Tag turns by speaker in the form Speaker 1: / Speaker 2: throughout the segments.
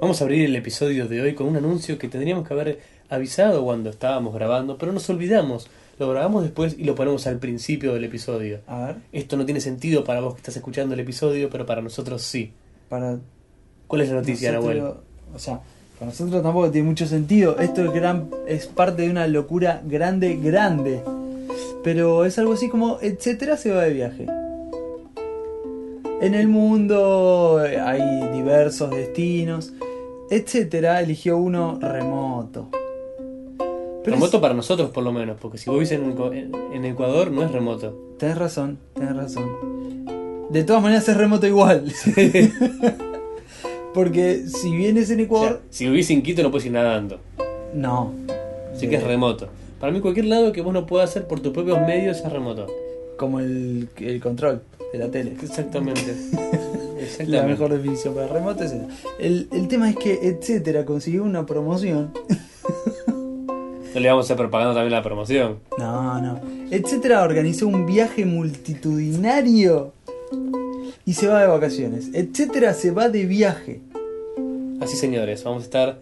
Speaker 1: Vamos a abrir el episodio de hoy con un anuncio que tendríamos que haber avisado cuando estábamos grabando, pero nos olvidamos. Lo grabamos después y lo ponemos al principio del episodio.
Speaker 2: A ver,
Speaker 1: Esto no tiene sentido para vos que estás escuchando el episodio, pero para nosotros sí.
Speaker 2: para
Speaker 1: ¿Cuál es la noticia,
Speaker 2: nosotros-
Speaker 1: Nahuel?
Speaker 2: O sea, para nosotros tampoco tiene mucho sentido. Esto es, gran, es parte de una locura grande, grande. Pero es algo así como, etcétera, se va de viaje. En el mundo eh, hay diversos destinos, etcétera. Eligió uno remoto. Pero
Speaker 1: remoto para nosotros, por lo menos, porque si vos vivís en, Ecu- en- en Ecuador no es remoto.
Speaker 2: es- tenés razón, tenés razón. De todas maneras es remoto igual. Porque si vienes en
Speaker 1: O sea,
Speaker 2: Ecuador,
Speaker 1: si vivís en Quito no puedes ir nadando.
Speaker 2: no.
Speaker 1: Así que es
Speaker 2: Eh,
Speaker 1: remoto. Para mí cualquier lado que vos no puedas hacer por tus propios medios es remoto.
Speaker 2: Como el, el control de la tele.
Speaker 1: Exactamente. Exactamente.
Speaker 2: La mejor definición para remoto es esa. El, el tema es que, etcétera, consiguió una promoción.
Speaker 1: No le vamos a estar propagando también la promoción.
Speaker 2: No, no. Etcétera organizó un viaje multitudinario y se va de vacaciones. Etcétera se va de viaje.
Speaker 1: Así señores, vamos a estar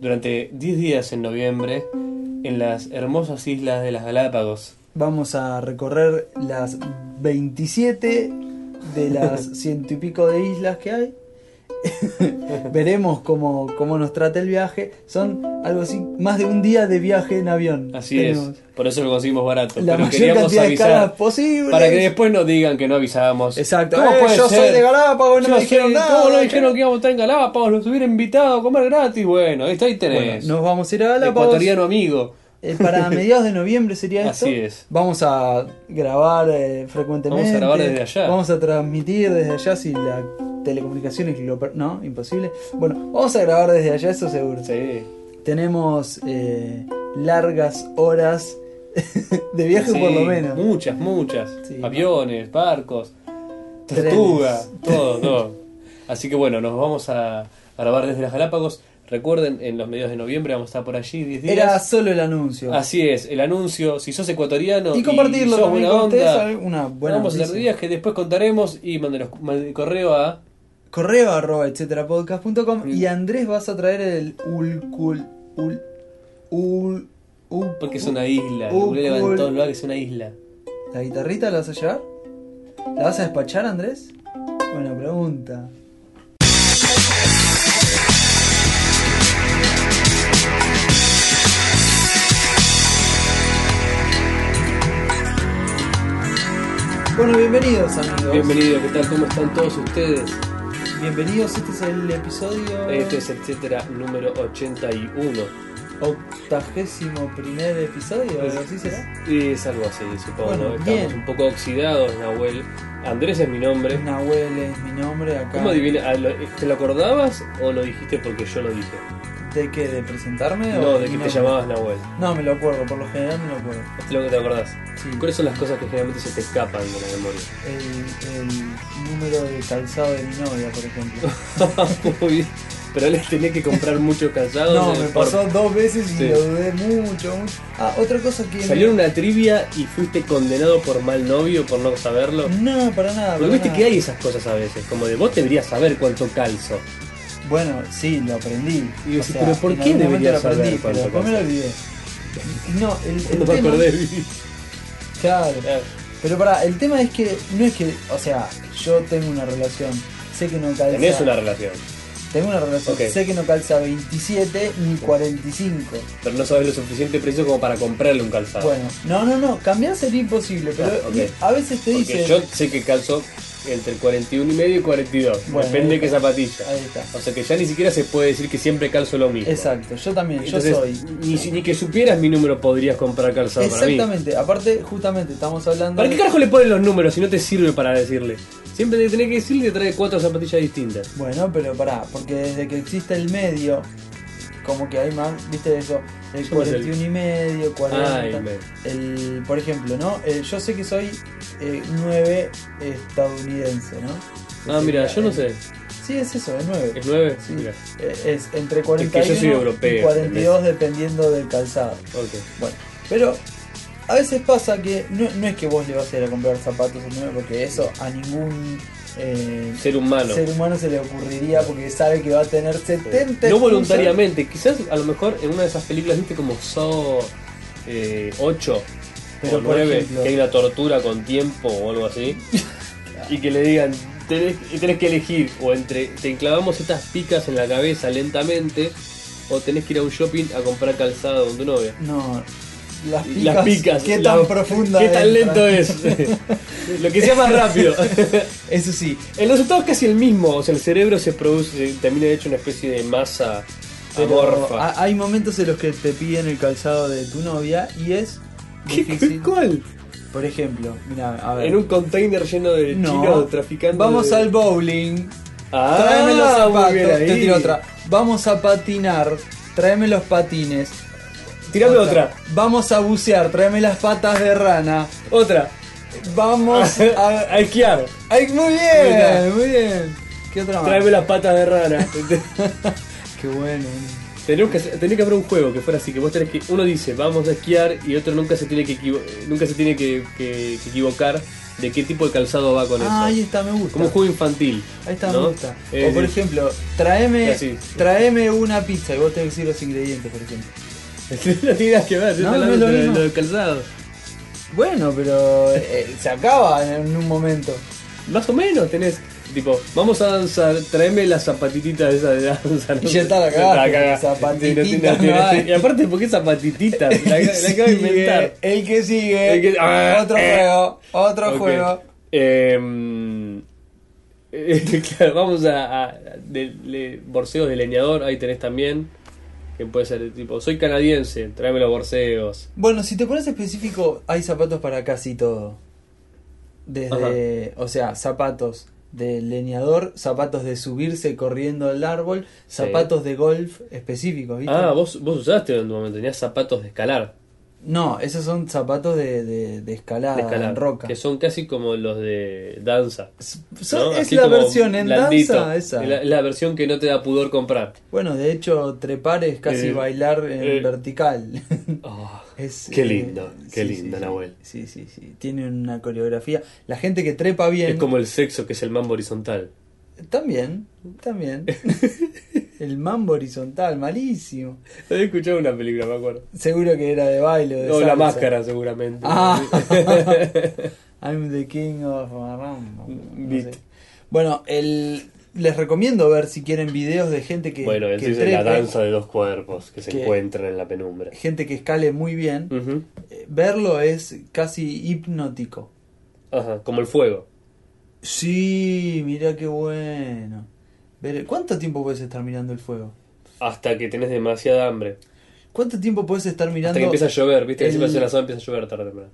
Speaker 1: durante 10 días en noviembre en las hermosas islas de las Galápagos.
Speaker 2: Vamos a recorrer las 27 de las ciento y pico de islas que hay. Veremos cómo, cómo nos trata el viaje. Son algo así, más de un día de viaje en avión.
Speaker 1: Así
Speaker 2: Tenemos
Speaker 1: es, por eso lo conseguimos barato.
Speaker 2: La
Speaker 1: pero
Speaker 2: mayor
Speaker 1: queríamos
Speaker 2: cantidad de escalas
Speaker 1: avisar
Speaker 2: posible.
Speaker 1: para que después no digan que no avisábamos.
Speaker 2: Exacto.
Speaker 1: ¿Cómo
Speaker 2: Eh,
Speaker 1: puede
Speaker 2: yo
Speaker 1: ser?
Speaker 2: soy de Galápagos, no
Speaker 1: Yo
Speaker 2: me
Speaker 1: sé,
Speaker 2: dijeron nada. eh.
Speaker 1: ¿Cómo no dijeron que íbamos a estar en Galápagos? Nos hubieran invitado a comer gratis. Bueno, ahí está, ahí
Speaker 2: Bueno,
Speaker 1: tenés.
Speaker 2: nos vamos a ir a
Speaker 1: El
Speaker 2: Galápagos.
Speaker 1: Ecuatoriano amigo.
Speaker 2: Eh, para mediados de noviembre sería esto.
Speaker 1: Así es.
Speaker 2: Vamos a grabar eh, frecuentemente.
Speaker 1: Vamos a grabar desde allá.
Speaker 2: Vamos a transmitir desde allá si la telecomunicación es lo per- No, imposible. Bueno, vamos a grabar desde allá, eso seguro.
Speaker 1: Sí.
Speaker 2: Tenemos eh, largas horas de viaje por lo
Speaker 1: Sí,
Speaker 2: menos.
Speaker 1: Muchas, muchas.
Speaker 2: Sí.
Speaker 1: Aviones, barcos, tortuga,
Speaker 2: Trenes.
Speaker 1: todo, todo. Así que bueno, nos vamos a grabar desde las Galápagos. Recuerden, en los medios de noviembre vamos a estar por allí 10 días.
Speaker 2: Era solo el anuncio.
Speaker 1: Así es, el anuncio, si sos ecuatoriano
Speaker 2: y compartirlo
Speaker 1: sos
Speaker 2: también
Speaker 1: buena
Speaker 2: con ustedes,
Speaker 1: onda,
Speaker 2: una buena
Speaker 1: vamos a
Speaker 2: noticia.
Speaker 1: hacer días que después contaremos y manden el correo a
Speaker 2: Correo arroba etcétera podcast.com
Speaker 1: Mm.
Speaker 2: y Andrés vas a traer el ulcul ul ul ul
Speaker 1: porque es una isla,
Speaker 2: Uh,
Speaker 1: uh,
Speaker 2: cool.
Speaker 1: todos los lugares es una isla.
Speaker 2: ¿La guitarrita la vas a llevar? ¿La vas a despachar, Andrés? Buena pregunta. Bueno, bienvenidos amigos.
Speaker 1: Bienvenido, ¿qué tal? ¿Cómo están todos ustedes?
Speaker 2: Bienvenidos, este es el episodio
Speaker 1: Este es etcétera número 81.
Speaker 2: octagésimo primer episodio, algo así será.
Speaker 1: Y es algo así, supongo.
Speaker 2: Bueno,
Speaker 1: ¿no? Estamos
Speaker 2: bien.
Speaker 1: un poco oxidados, Nahuel. Andrés es mi nombre.
Speaker 2: Nahuel es mi nombre acá.
Speaker 1: ¿Cómo adivina? ah, lo- ¿Te lo acordabas o lo dijiste porque yo lo dije?
Speaker 2: ¿De qué? ¿De presentarme? o
Speaker 1: No, de
Speaker 2: mi
Speaker 1: que te
Speaker 2: nombre?
Speaker 1: llamabas Nahuel.
Speaker 2: No, me lo acuerdo, por lo general me lo acuerdo.
Speaker 1: Es lo que te acordás.
Speaker 2: Sí.
Speaker 1: ¿Cuáles son las cosas que generalmente se te escapan de la memoria?
Speaker 2: El, el número de calzado de mi novia, por ejemplo.
Speaker 1: Muy bien. Pero les tenés que comprar muchos calzados.
Speaker 2: No,
Speaker 1: en el
Speaker 2: me pasó dos veces y
Speaker 1: Ah, Sí.
Speaker 2: lo dudé mucho, mucho. Ah, otra cosa que.
Speaker 1: por-
Speaker 2: me-
Speaker 1: Salió en una trivia y fuiste condenado por mal novio por no saberlo.
Speaker 2: No, para nada.
Speaker 1: Porque
Speaker 2: para
Speaker 1: viste
Speaker 2: nada.
Speaker 1: que hay esas cosas a veces, como de vos deberías saber cuánto calzo.
Speaker 2: Bueno, sí, lo aprendí.
Speaker 1: Y decís, pero ¿por qué
Speaker 2: en algún momento
Speaker 1: debería
Speaker 2: lo aprendí?
Speaker 1: saber
Speaker 2: pero
Speaker 1: cuánto
Speaker 2: después me lo olvidé. No, el,
Speaker 1: No me
Speaker 2: el Este tema,
Speaker 1: acordé.
Speaker 2: Claro. Pero pará, el tema es que no es que, o sea, yo tengo una relación, sé que no calza.
Speaker 1: Tenés una relación,
Speaker 2: Tengo una relación,
Speaker 1: Ok.
Speaker 2: sé que no calza 27 ni 45.
Speaker 1: pero no sabes lo suficiente preciso como para comprarle un calzado.
Speaker 2: Bueno, no, no, no, cambiar sería imposible, pero
Speaker 1: Ah, ok.
Speaker 2: a veces te
Speaker 1: Porque
Speaker 2: dice.
Speaker 1: yo sé que calzo entre el 41 y medio y 42.
Speaker 2: Bueno,
Speaker 1: depende
Speaker 2: ahí
Speaker 1: de qué
Speaker 2: está.
Speaker 1: zapatilla.
Speaker 2: Ahí está.
Speaker 1: O sea que ya ni siquiera se puede decir que siempre calzo lo mismo.
Speaker 2: Exacto, yo también,
Speaker 1: Entonces,
Speaker 2: yo soy.
Speaker 1: Ni, si- ni que supieras mi número podrías comprar calzado para mí.
Speaker 2: Exactamente, aparte, justamente estamos hablando.
Speaker 1: ¿Para qué
Speaker 2: de-
Speaker 1: carajo le ponen los números si no te sirve para decirle? Siempre te tenés que decir que trae cuatro zapatillas distintas.
Speaker 2: Bueno, pero pará, porque desde que existe el medio, como que hay más, viste eso, el
Speaker 1: Somos el-
Speaker 2: 41 y medio, 40.
Speaker 1: Ay, me-
Speaker 2: el, por ejemplo, ¿no? Eh, yo sé que soy 9 estadounidense, ¿no?
Speaker 1: Ah,
Speaker 2: Que
Speaker 1: mira,
Speaker 2: sería
Speaker 1: yo no
Speaker 2: el-
Speaker 1: sé.
Speaker 2: Sí, es eso, es 9.
Speaker 1: ¿Es nueve?
Speaker 2: eh. Sí.
Speaker 1: Mira.
Speaker 2: Eh, Es entre
Speaker 1: Es que
Speaker 2: 41
Speaker 1: yo soy europeo,
Speaker 2: y 42 dependiendo del calzado.
Speaker 1: Ok.
Speaker 2: Bueno, pero a veces pasa que no, no es que vos le vas a ir a comprar zapatos al 9 porque eso a ningún eh,
Speaker 1: Ser humano.
Speaker 2: ser humano se le ocurriría porque sabe que va a tener 70
Speaker 1: No
Speaker 2: excusas.
Speaker 1: voluntariamente, quizás a lo mejor en una de esas películas viste como Saw eh, 8
Speaker 2: Pero,
Speaker 1: o
Speaker 2: por
Speaker 1: 9,
Speaker 2: ejemplo-
Speaker 1: que hay una tortura con tiempo o algo así, y que le digan, tenés, tenés que elegir, o entre te enclavamos estas picas en la cabeza lentamente, o tenés que ir a un shopping a comprar calzado con tu novia.
Speaker 2: No, las
Speaker 1: Y
Speaker 2: picas.
Speaker 1: Las picas.
Speaker 2: Qué
Speaker 1: la-
Speaker 2: tan profunda.
Speaker 1: Qué tan
Speaker 2: entra.
Speaker 1: lento es. Lo que sea más rápido.
Speaker 2: Eso sí,
Speaker 1: El resultado es casi el mismo. O sea, el cerebro se produce, termina de hecho una especie de masa
Speaker 2: pero
Speaker 1: amorfa.
Speaker 2: ha- hay momentos en los que te piden el calzado de tu novia y es
Speaker 1: ¿Qué,
Speaker 2: difícil.
Speaker 1: ¿Cuál?
Speaker 2: Por ejemplo, mira, a ver.
Speaker 1: En un container lleno de
Speaker 2: No.
Speaker 1: chinos traficando.
Speaker 2: Vamos
Speaker 1: de-
Speaker 2: al bowling.
Speaker 1: Ah,
Speaker 2: tráeme los
Speaker 1: muy
Speaker 2: zapatos.
Speaker 1: bien ahí.
Speaker 2: Te tiro otra. Vamos a patinar. Tráeme los patines.
Speaker 1: Tirame otra.
Speaker 2: Vamos a bucear. Tráeme las patas de rana.
Speaker 1: Otra.
Speaker 2: Vamos a.
Speaker 1: A esquiar.
Speaker 2: ¡Ay, muy
Speaker 1: Mira.
Speaker 2: bien! Muy bien. ¿Qué otra más?
Speaker 1: Tráeme las patas de rana.
Speaker 2: Qué bueno.
Speaker 1: Tenemos que, hacer- tenía que haber un juego que fuera así, que vos tenés que. Uno dice vamos a esquiar y otro nunca se tiene que equivo- nunca se tiene que, que- que equivocar de qué tipo de calzado va con
Speaker 2: Ah, ahí
Speaker 1: eso.
Speaker 2: está, me gusta.
Speaker 1: Como un juego infantil.
Speaker 2: Ahí está,
Speaker 1: ¿no?
Speaker 2: me gusta.
Speaker 1: Eh,
Speaker 2: o por ejemplo, tráeme,
Speaker 1: Ya, sí, sí.
Speaker 2: tráeme una pizza y vos tenés que decir los ingredientes, por ejemplo.
Speaker 1: no tiene nada que ver, yo estoy
Speaker 2: No, no es
Speaker 1: hablando
Speaker 2: lo
Speaker 1: de-
Speaker 2: mismo.
Speaker 1: de los calzados.
Speaker 2: Bueno, pero eh, se acaba en un momento.
Speaker 1: Más o menos tenés, tipo, vamos a danzar, tráeme las zapatititas esas de danza.
Speaker 2: Y ya está, la
Speaker 1: Ya
Speaker 2: cagaste,
Speaker 1: cagada.
Speaker 2: zapatititas
Speaker 1: Sí, no tiene-
Speaker 2: no
Speaker 1: tiene-
Speaker 2: hay.
Speaker 1: Y aparte, ¿por qué zapatititas? La, la acabo de inventar.
Speaker 2: El que sigue.
Speaker 1: El que- ah,
Speaker 2: otro
Speaker 1: eh.
Speaker 2: juego. Otro
Speaker 1: Ok.
Speaker 2: juego.
Speaker 1: Em, eh, claro, vamos a, a- de- le- borseos de leñador, ahí tenés también. Que puede ser tipo, soy canadiense, tráeme los borseos.
Speaker 2: Bueno, si te pones específico, hay zapatos para casi todo. Desde, o sea, zapatos de leñador, zapatos de subirse corriendo al árbol, zapatos de golf específicos, ¿viste?
Speaker 1: Ah, vos, vos usaste en tu momento, tenías zapatos de escalar.
Speaker 2: No, esos son zapatos de, de, de escalada,
Speaker 1: de escalar,
Speaker 2: Ah, en roca.
Speaker 1: Que son casi como los de danza.
Speaker 2: S- son-
Speaker 1: ¿no?
Speaker 2: Pues, Es
Speaker 1: Así
Speaker 2: la
Speaker 1: como
Speaker 2: versión en
Speaker 1: blandito.
Speaker 2: danza esa.
Speaker 1: Es la, la versión que no te da pudor comprar.
Speaker 2: Bueno, de hecho, trepar es casi
Speaker 1: Eh,
Speaker 2: bailar en
Speaker 1: eh.
Speaker 2: vertical.
Speaker 1: Oh,
Speaker 2: Es,
Speaker 1: Qué
Speaker 2: eh,
Speaker 1: lindo, qué lindo,
Speaker 2: sí,
Speaker 1: Nahuel.
Speaker 2: Sí, sí, sí. Tiene una coreografía. La gente que trepa bien.
Speaker 1: es como el sexo que es el mambo horizontal.
Speaker 2: También, también. el mambo horizontal, malísimo.
Speaker 1: Había escuchado una película, me acuerdo.
Speaker 2: Seguro que era de baile o de
Speaker 1: O la
Speaker 2: salsa.
Speaker 1: máscara, seguramente.
Speaker 2: Ah. I'm the king of Marambo. no
Speaker 1: Beat.
Speaker 2: sé. Bueno, el, les recomiendo ver si quieren videos de gente que,
Speaker 1: bueno,
Speaker 2: que
Speaker 1: entonces es la
Speaker 2: trepe,
Speaker 1: danza de dos cuerpos que se
Speaker 2: Que-
Speaker 1: encuentran en la penumbra.
Speaker 2: gente que escale muy bien.
Speaker 1: Ujú.
Speaker 2: Eh, Verlo es casi hipnótico.
Speaker 1: Ajá, como el fuego.
Speaker 2: Sí, mira qué bueno. Ver- ¿Cuánto tiempo puedes estar mirando el fuego?
Speaker 1: Hasta que tenés demasiada hambre.
Speaker 2: ¿Cuánto tiempo puedes estar mirando?
Speaker 1: Hasta que empieza a llover, ¿viste?
Speaker 2: el-
Speaker 1: Encima de la zona empieza a llover tarde o temprano.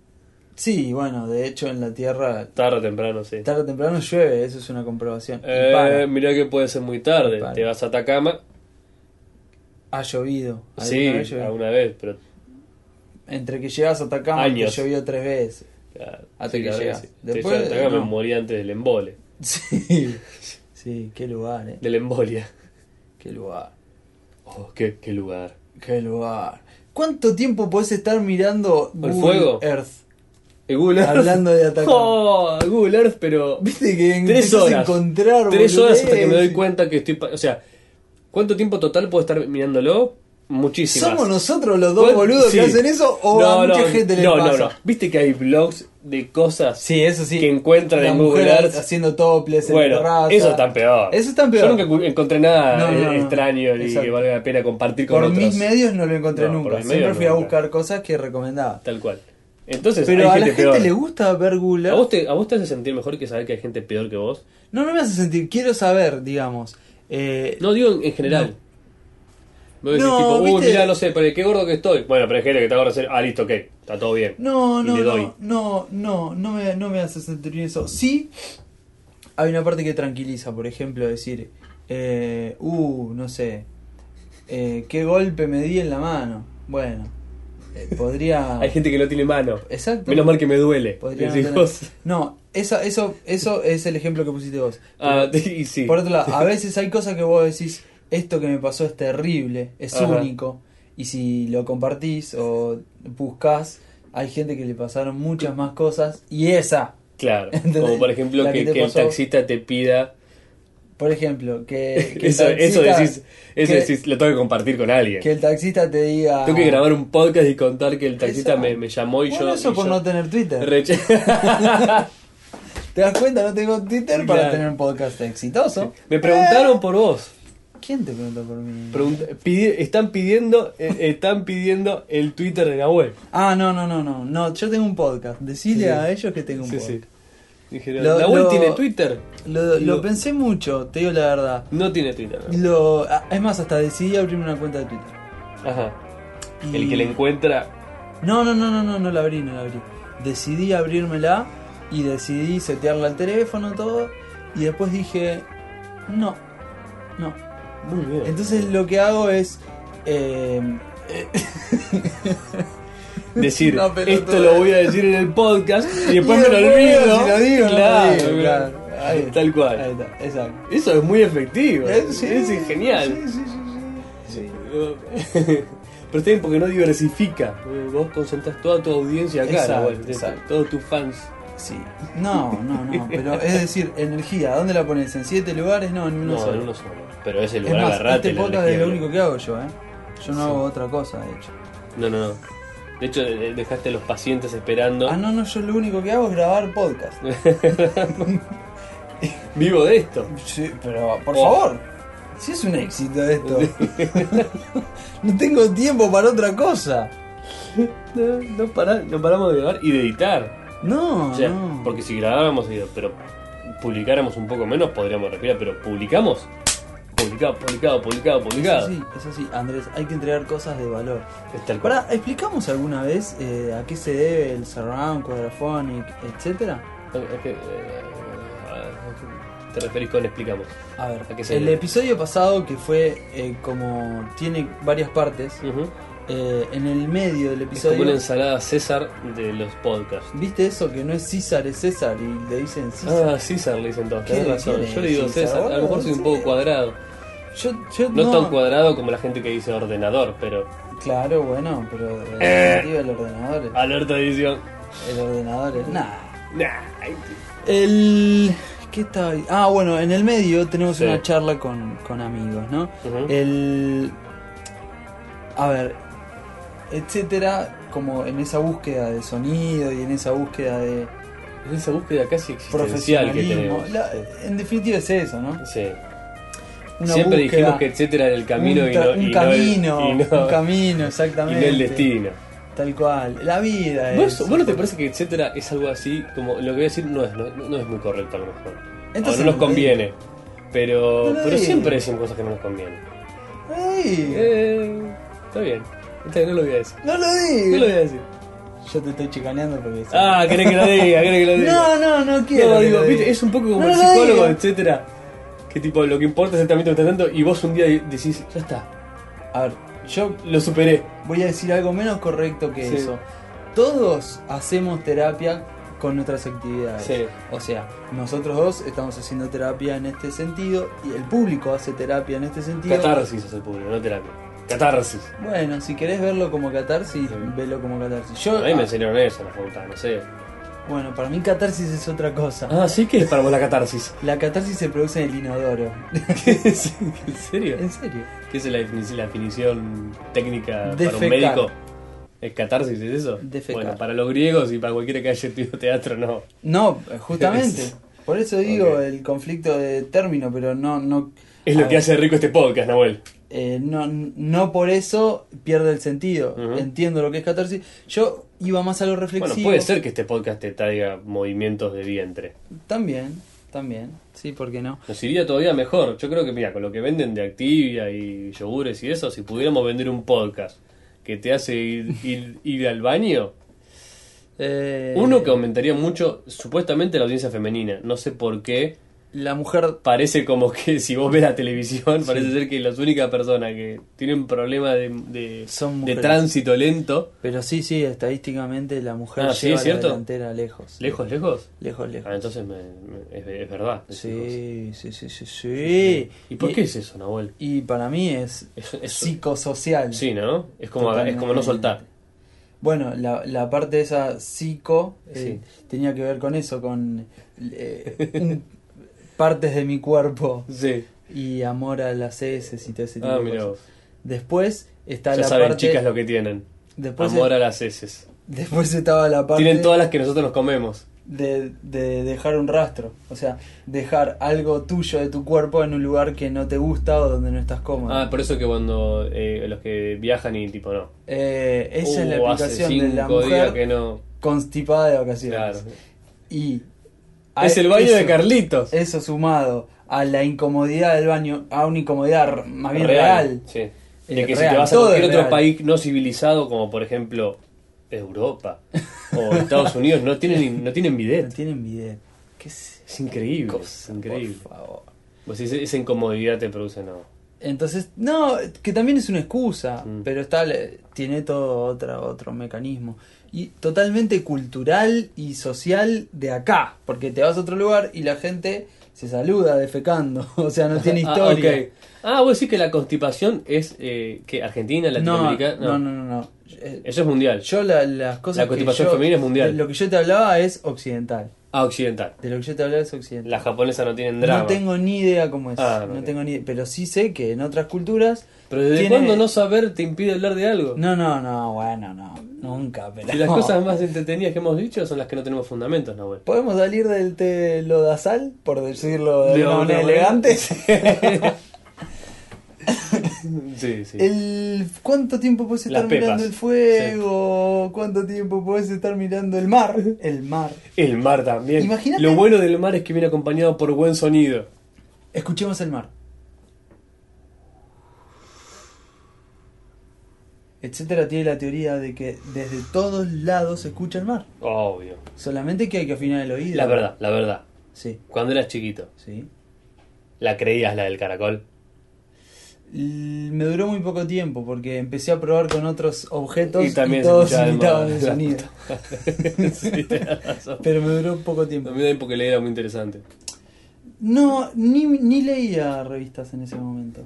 Speaker 2: Sí, bueno, de hecho en la Tierra
Speaker 1: Tarde o temprano, sí.
Speaker 2: tarde o temprano llueve, eso es una comprobación. Y
Speaker 1: Eh,
Speaker 2: para.
Speaker 1: mirá que puede ser muy tarde.
Speaker 2: Para.
Speaker 1: Te vas a Atacama.
Speaker 2: ha llovido. ¿Alguna
Speaker 1: Sí,
Speaker 2: vez llovió?
Speaker 1: alguna vez, pero.
Speaker 2: Entre que llegas a Atacama que
Speaker 1: Años.
Speaker 2: llovió tres veces.
Speaker 1: Claro,
Speaker 2: Hasta que
Speaker 1: la verdad
Speaker 2: llegas.
Speaker 1: sí.
Speaker 2: Después,
Speaker 1: Te- yo de Atacama
Speaker 2: no.
Speaker 1: me morí antes del embole.
Speaker 2: Sí. Sí, qué lugar, eh.
Speaker 1: De la embolia.
Speaker 2: Qué lugar.
Speaker 1: Oh, qué, qué lugar.
Speaker 2: Qué lugar. ¿Cuánto tiempo podés estar mirando
Speaker 1: ¿El fuego?
Speaker 2: Earth?
Speaker 1: Eh, Google Earth.
Speaker 2: Hablando de Atacama.
Speaker 1: Oh, Google Earth, pero.
Speaker 2: Viste que
Speaker 1: Tres
Speaker 2: empezás a
Speaker 1: horas.
Speaker 2: encontrar
Speaker 1: Tres horas hasta que me doy
Speaker 2: boludeces.
Speaker 1: cuenta que estoy. pa- O sea, ¿cuánto tiempo total puedo estar mirándolo? Muchísimas.
Speaker 2: ¿Somos nosotros los dos
Speaker 1: ¿Cuál-
Speaker 2: boludos
Speaker 1: sí.
Speaker 2: que hacen eso o
Speaker 1: No,
Speaker 2: a
Speaker 1: no,
Speaker 2: mucha gente le
Speaker 1: no, No,
Speaker 2: pasa?
Speaker 1: no, Viste que hay blogs de cosas
Speaker 2: Sí, eso sí.
Speaker 1: que encuentran
Speaker 2: La
Speaker 1: en
Speaker 2: mujer
Speaker 1: Google Earth.
Speaker 2: haciendo toples en
Speaker 1: Bueno,
Speaker 2: terraza.
Speaker 1: eso está peor.
Speaker 2: Eso está peor.
Speaker 1: Yo nunca encu- encontré nada
Speaker 2: No, no,
Speaker 1: eh,
Speaker 2: no.
Speaker 1: extraño ni
Speaker 2: Exacto.
Speaker 1: que valga la pena compartir con
Speaker 2: Por
Speaker 1: otros.
Speaker 2: mis medios no lo encontré
Speaker 1: No, por
Speaker 2: nunca.
Speaker 1: mis
Speaker 2: Siempre
Speaker 1: medios
Speaker 2: fui a
Speaker 1: nunca.
Speaker 2: buscar cosas que recomendaba.
Speaker 1: Tal cual. Entonces,
Speaker 2: Pero
Speaker 1: hay
Speaker 2: a la
Speaker 1: gente
Speaker 2: gente
Speaker 1: peor.
Speaker 2: le gusta ver Google
Speaker 1: ¿A
Speaker 2: Earth.
Speaker 1: vos, te, ¿A vos te hace sentir mejor que saber que hay gente peor que vos?
Speaker 2: No, no me hace sentir. Quiero saber, digamos. Eh,
Speaker 1: No, digo en, en general. Me decís,
Speaker 2: No,
Speaker 1: tipo, uy,
Speaker 2: viste-
Speaker 1: mirá, no sé, pero qué gordo que estoy. Bueno, pero hay gente que está gorda. sí. Ah, listo, ok, está todo bien.
Speaker 2: No,
Speaker 1: Y
Speaker 2: no,
Speaker 1: le doy.
Speaker 2: no, no, no, no me, no me hace sentir bien eso. Sí, hay una parte que tranquiliza, por ejemplo, decir, eh, uh, no sé, eh, qué golpe me di en la mano. Bueno, eh, podría...
Speaker 1: Hay gente que no tiene mano.
Speaker 2: Exacto.
Speaker 1: Menos mal que me duele.
Speaker 2: podría no
Speaker 1: decís
Speaker 2: tener-
Speaker 1: vos.
Speaker 2: No, esa- eso, eso es el ejemplo que pusiste vos.
Speaker 1: Ah, y sí.
Speaker 2: Por otro lado, a veces hay cosas que vos decís, esto que me pasó es terrible, es
Speaker 1: Ajá.
Speaker 2: único. Y si lo compartís o buscás, hay gente que le pasaron muchas más cosas. Y esa
Speaker 1: Claro.
Speaker 2: ¿Entendés?
Speaker 1: Como por ejemplo
Speaker 2: La que
Speaker 1: que,
Speaker 2: te
Speaker 1: que el
Speaker 2: pasó.
Speaker 1: taxista te pida.
Speaker 2: Por ejemplo, que, que el
Speaker 1: Eso, eso
Speaker 2: taxista-
Speaker 1: decís, eso
Speaker 2: que-
Speaker 1: decís, lo tengo que compartir con alguien.
Speaker 2: Que el taxista te diga.
Speaker 1: Tengo que grabar un podcast y contar que el taxista
Speaker 2: Eso.
Speaker 1: me, me llamó y
Speaker 2: Bueno,
Speaker 1: yo.
Speaker 2: eso
Speaker 1: y
Speaker 2: por
Speaker 1: yo
Speaker 2: no tener Twitter.
Speaker 1: reche-
Speaker 2: ¿Te das cuenta? No tengo Twitter para
Speaker 1: Claro.
Speaker 2: tener un podcast exitoso. Eh,
Speaker 1: me preguntaron por vos.
Speaker 2: ¿Quién te preguntó por mí?
Speaker 1: Pregunta- pidi- están pidiendo eh, están pidiendo el Twitter de Nahuel.
Speaker 2: ah, no, no, no, no. No, yo tengo un podcast. Decile
Speaker 1: Sí, sí.
Speaker 2: a ellos que tengo un
Speaker 1: Sí, sí.
Speaker 2: podcast.
Speaker 1: Dijeron,
Speaker 2: Lo-
Speaker 1: ¿Nahuel
Speaker 2: lo-
Speaker 1: tiene Twitter?
Speaker 2: Lo, lo
Speaker 1: Lo-
Speaker 2: pensé mucho, te digo la verdad.
Speaker 1: No tiene Twitter. ¿no?
Speaker 2: Lo, ah, es más, hasta decidí abrirme una cuenta de Twitter.
Speaker 1: Ajá.
Speaker 2: Y-
Speaker 1: El que le encuentra.
Speaker 2: No, no, no, no, no, no la abrí, no la abrí. Decidí abrírmela y decidí setearla al teléfono, todo. Y después dije, no, no.
Speaker 1: Muy bien.
Speaker 2: Entonces lo que hago es... eh,
Speaker 1: decir,
Speaker 2: No, pelotudo.
Speaker 1: esto lo voy a decir en el podcast y después me lo
Speaker 2: Bueno,
Speaker 1: olvido.
Speaker 2: si lo digo, no lo
Speaker 1: claro, claro.
Speaker 2: digo, claro. Ahí está.
Speaker 1: Tal cual.
Speaker 2: Ahí está, exacto.
Speaker 1: Eso es muy efectivo.
Speaker 2: Eh,
Speaker 1: Es,
Speaker 2: sí,
Speaker 1: es genial.
Speaker 2: Sí, sí, sí, sí.
Speaker 1: Pero está bien porque no diversifica. Vos concentrás toda tu audiencia acá,
Speaker 2: Exacto,
Speaker 1: Nahuel. De-
Speaker 2: exacto.
Speaker 1: todos tus fans.
Speaker 2: Sí. No, no, no. Pero es decir, energía, ¿dónde la pones? ¿En siete lugares? No, en uno
Speaker 1: no,
Speaker 2: solo.
Speaker 1: en uno solo. Pero ese
Speaker 2: es
Speaker 1: lugar
Speaker 2: más,
Speaker 1: agarrate.
Speaker 2: este
Speaker 1: la
Speaker 2: podcast es lo
Speaker 1: energía.
Speaker 2: único que hago yo, ¿eh? Yo no
Speaker 1: Sí.
Speaker 2: hago otra cosa, de hecho.
Speaker 1: No, no, no. De hecho, de- dejaste a los pacientes esperando.
Speaker 2: Ah, no, no, yo lo único que hago es grabar podcast.
Speaker 1: Vivo de esto.
Speaker 2: Sí, pero por
Speaker 1: Oh.
Speaker 2: favor, si es un éxito esto. no tengo tiempo para otra cosa.
Speaker 1: No, no pará- no paramos de grabar y de editar.
Speaker 2: No,
Speaker 1: O sea,
Speaker 2: no.
Speaker 1: porque si grabáramos, digo, pero publicáramos un poco menos, podríamos respirar, pero publicamos. Publicado, publicado, publicado,
Speaker 2: es
Speaker 1: publicado.
Speaker 2: así, es así, Andrés, hay que entregar cosas de valor.
Speaker 1: Es tal cual.
Speaker 2: Pará, ¿explicamos alguna vez eh, a qué se debe el surround, quadraphonic, etcétera?
Speaker 1: Es que, eh, Te referís con explicamos.
Speaker 2: A ver,
Speaker 1: ¿A qué se
Speaker 2: el
Speaker 1: debe?
Speaker 2: episodio pasado que fue eh, como tiene varias partes,
Speaker 1: Ujú.
Speaker 2: eh, en el medio del
Speaker 1: Es como
Speaker 2: episodio,
Speaker 1: una ensalada César de los podcasts.
Speaker 2: ¿viste eso que no es César, es César y le dicen César?
Speaker 1: Ah, César le dicen todos,
Speaker 2: ¿Qué
Speaker 1: tenés
Speaker 2: le
Speaker 1: razón.
Speaker 2: tiene
Speaker 1: Yo le digo
Speaker 2: César?
Speaker 1: César, a lo mejor soy un
Speaker 2: Sí.
Speaker 1: poco cuadrado.
Speaker 2: Yo, yo
Speaker 1: Ah, No, tan cuadrado como la gente que dice ordenador, pero
Speaker 2: Claro, bueno, pero en
Speaker 1: Eh.
Speaker 2: definitiva el ordenador es-
Speaker 1: alerta de edición.
Speaker 2: el ordenador es nada.
Speaker 1: Nah.
Speaker 2: El ¿qué está? ahí? Ah, bueno, en el medio tenemos
Speaker 1: Sí.
Speaker 2: una charla con, con amigos, ¿no?
Speaker 1: Ujú.
Speaker 2: El a ver, etcétera, como en esa búsqueda de sonido y en esa búsqueda de
Speaker 1: Es esa búsqueda casi existencial que
Speaker 2: profesionalismo.
Speaker 1: tenemos.
Speaker 2: La- en definitiva es eso, ¿no?
Speaker 1: Sí.
Speaker 2: Una
Speaker 1: Siempre dijimos
Speaker 2: búsqueda,
Speaker 1: que etcétera era el camino
Speaker 2: un,
Speaker 1: y
Speaker 2: tra-
Speaker 1: no,
Speaker 2: un
Speaker 1: y no el-
Speaker 2: camino,
Speaker 1: y no-
Speaker 2: un camino,
Speaker 1: y no
Speaker 2: exactamente.
Speaker 1: el destino.
Speaker 2: Tal cual, la vida
Speaker 1: ¿Vos,
Speaker 2: es.
Speaker 1: vos no te parece que etcétera es algo así? Como lo que voy a decir no es, no, no es muy correcto a lo mejor.
Speaker 2: Entonces
Speaker 1: o no nos
Speaker 2: no lo
Speaker 1: conviene. Pero,
Speaker 2: No lo
Speaker 1: pero
Speaker 2: digas.
Speaker 1: siempre decimos cosas que no nos convienen.
Speaker 2: ¡Ey!
Speaker 1: Eh, está bien. Está bien, no lo voy a decir.
Speaker 2: No lo
Speaker 1: No lo
Speaker 2: digas.
Speaker 1: voy a decir.
Speaker 2: Yo te estoy chicaneando porque.
Speaker 1: Ah, querés que lo diga, querés que lo diga.
Speaker 2: no, no, no
Speaker 1: No,
Speaker 2: quiero. que
Speaker 1: digo,
Speaker 2: lo
Speaker 1: viste,
Speaker 2: digas.
Speaker 1: es un poco como
Speaker 2: No
Speaker 1: el
Speaker 2: lo
Speaker 1: psicólogo,
Speaker 2: digas.
Speaker 1: etcétera. Que tipo, lo que importa es el tratamiento que estás dando y vos un día decís, ya está,
Speaker 2: A ver, yo
Speaker 1: lo superé.
Speaker 2: voy a decir algo menos correcto que
Speaker 1: Sí.
Speaker 2: eso. Todos hacemos terapia con nuestras actividades.
Speaker 1: Sí.
Speaker 2: O sea, nosotros dos estamos haciendo terapia en este sentido y el público hace terapia en este sentido.
Speaker 1: Catarsis es el público, no terapia. Catarsis.
Speaker 2: Bueno, si querés verlo como catarsis,
Speaker 1: Sí.
Speaker 2: velo como catarsis. Yo,
Speaker 1: A mí me enseñaron eso en la facultad, no sé.
Speaker 2: bueno, para mí catarsis es otra cosa.
Speaker 1: Ah, sí que es para vos la catarsis.
Speaker 2: La catarsis se produce en el inodoro.
Speaker 1: ¿En serio?
Speaker 2: ¿En serio?
Speaker 1: ¿Qué es la, defini- la definición técnica para
Speaker 2: Defecar.
Speaker 1: un médico? ¿Es catarsis, es eso?
Speaker 2: Defecar.
Speaker 1: Bueno, para los griegos y para cualquiera que haya estudiado teatro, no.
Speaker 2: No, justamente. Por eso digo
Speaker 1: Ok.
Speaker 2: el conflicto de término, pero no, no,
Speaker 1: Es lo
Speaker 2: A
Speaker 1: que
Speaker 2: ver.
Speaker 1: hace rico este podcast, Nahuel.
Speaker 2: eh, no, no por eso pierde el sentido.
Speaker 1: Ujú.
Speaker 2: Entiendo lo que es catarsis. Yo iba más a lo
Speaker 1: Bueno,
Speaker 2: reflexivo.
Speaker 1: puede ser que este podcast te traiga movimientos de vientre.
Speaker 2: También, también. Sí, ¿por qué no?
Speaker 1: Nos iría todavía mejor. Yo creo que, mira, con lo que venden de Activia y yogures y eso, si pudiéramos vender un podcast que te hace ir- ir- ir al baño,
Speaker 2: Eh,
Speaker 1: Uno que aumentaría mucho, supuestamente, la audiencia femenina. No sé por qué.
Speaker 2: La mujer.
Speaker 1: Parece como que si vos ves la televisión, parece ser que las únicas personas que tienen problemas de, de,
Speaker 2: Son
Speaker 1: de
Speaker 2: mujeres.
Speaker 1: tránsito lento.
Speaker 2: Pero sí, sí, estadísticamente la mujer
Speaker 1: Ah,
Speaker 2: lleva
Speaker 1: ¿sí es
Speaker 2: la
Speaker 1: cierto?
Speaker 2: delantera lejos.
Speaker 1: ¿Lejos, lejos?
Speaker 2: Lejos, lejos.
Speaker 1: Ah, entonces me- me- es, es verdad. es lejos.
Speaker 2: sí, sí, sí, sí, sí,
Speaker 1: ¿Y por qué es eso, Nahuel?
Speaker 2: Y para mí es
Speaker 1: Es- es-
Speaker 2: psicosocial.
Speaker 1: Sí, ¿no? Es como, es
Speaker 2: Totalmente.
Speaker 1: como no soltar.
Speaker 2: Bueno, la, la parte esa psico eh, tenía que ver con eso, con eh, un- partes de mi cuerpo
Speaker 1: Sí.
Speaker 2: y amor a las heces y todo ese tipo
Speaker 1: Ah,
Speaker 2: de
Speaker 1: mira
Speaker 2: cosas.
Speaker 1: Ah, vos.
Speaker 2: Después está
Speaker 1: Ya
Speaker 2: la
Speaker 1: saben,
Speaker 2: parte.
Speaker 1: chicas, lo que tienen.
Speaker 2: después,
Speaker 1: Amor a las heces.
Speaker 2: después estaba la parte
Speaker 1: Tienen todas las que nosotros nos comemos.
Speaker 2: de, de dejar un rastro. O sea, dejar algo tuyo de tu cuerpo en un lugar que no te gusta o donde no estás cómodo.
Speaker 1: Ah, por eso que cuando eh, los que viajan y tipo no.
Speaker 2: Eh, esa es la
Speaker 1: Uh, hace
Speaker 2: explicación de la
Speaker 1: cinco días
Speaker 2: mujer
Speaker 1: que no.
Speaker 2: constipada de vacaciones.
Speaker 1: Claro.
Speaker 2: Y
Speaker 1: Es
Speaker 2: a-
Speaker 1: el baño de
Speaker 2: Ah, eso-
Speaker 1: Carlitos.
Speaker 2: Eso sumado a la incomodidad del baño, a una incomodidad r- más bien real.
Speaker 1: Sí.
Speaker 2: Eh,
Speaker 1: De que si
Speaker 2: real,
Speaker 1: te vas a
Speaker 2: todo
Speaker 1: cualquier
Speaker 2: es
Speaker 1: otro
Speaker 2: real.
Speaker 1: país no civilizado, como por ejemplo Europa o Estados Unidos, no tienen, no tienen
Speaker 2: No
Speaker 1: bidet.
Speaker 2: tienen bidet. ¿Qué es
Speaker 1: Es increíble.
Speaker 2: cosa,
Speaker 1: es increíble.
Speaker 2: Por favor.
Speaker 1: Vos decís, Pues esa incomodidad te produce no.
Speaker 2: Entonces, no, que también es una excusa,
Speaker 1: Mm.
Speaker 2: pero está, le- tiene todo otra, otro mecanismo. Y totalmente cultural y social de acá, porque te vas a otro lugar y la gente se saluda defecando, o sea, no tiene
Speaker 1: Ah,
Speaker 2: historia.
Speaker 1: ok. Ah, vos decís que la constipación es eh, que Argentina,
Speaker 2: no,
Speaker 1: Latinoamérica.
Speaker 2: no, no, no, no. Eh,
Speaker 1: Eso es mundial.
Speaker 2: Yo la- las cosas
Speaker 1: La
Speaker 2: que
Speaker 1: constipación
Speaker 2: yo-
Speaker 1: femenina es mundial.
Speaker 2: de Lo que yo te hablaba es occidental.
Speaker 1: Ah, occidental.
Speaker 2: De lo que yo te hablaba es occidental.
Speaker 1: Las japonesas no tienen drama.
Speaker 2: No tengo ni idea cómo es.
Speaker 1: Ah,
Speaker 2: no
Speaker 1: ok.
Speaker 2: tengo ni idea. Pero sí sé que en otras culturas.
Speaker 1: Pero ¿desde
Speaker 2: tiene-
Speaker 1: cuándo no saber te impide hablar de algo?
Speaker 2: No, no, no, bueno, no. Nunca, pero.
Speaker 1: Si las cosas más entretenidas que hemos dicho son las que no tenemos fundamentos, Nahuel.
Speaker 2: ¿Podemos salir del té lodazal? Por decirlo de,
Speaker 1: De
Speaker 2: una
Speaker 1: una manera.
Speaker 2: manera elegante.
Speaker 1: Sí, sí.
Speaker 2: El, ¿Cuánto tiempo puedes estar
Speaker 1: Las pepas.
Speaker 2: mirando el fuego? ¿Cuánto tiempo puedes estar mirando el mar? El mar.
Speaker 1: El mar también.
Speaker 2: Imagínate-
Speaker 1: Lo bueno del mar es que viene acompañado por buen sonido.
Speaker 2: Escuchemos el mar. Etcétera tiene la teoría de que desde todos lados se escucha el mar.
Speaker 1: Obvio.
Speaker 2: Solamente que hay que afinar el oído.
Speaker 1: La verdad, la verdad.
Speaker 2: Sí,
Speaker 1: Cuando eras chiquito,
Speaker 2: sí.
Speaker 1: ¿la creías la del caracol?
Speaker 2: L- Me duró muy poco tiempo porque empecé a probar con otros objetos
Speaker 1: Y también se
Speaker 2: todos
Speaker 1: escuchaba el
Speaker 2: imitaban
Speaker 1: mar.
Speaker 2: el
Speaker 1: La
Speaker 2: sonido.
Speaker 1: sí, tenés razón.
Speaker 2: Pero me duró poco tiempo.
Speaker 1: También porque le era muy interesante.
Speaker 2: No, ni, ni leía revistas en ese momento.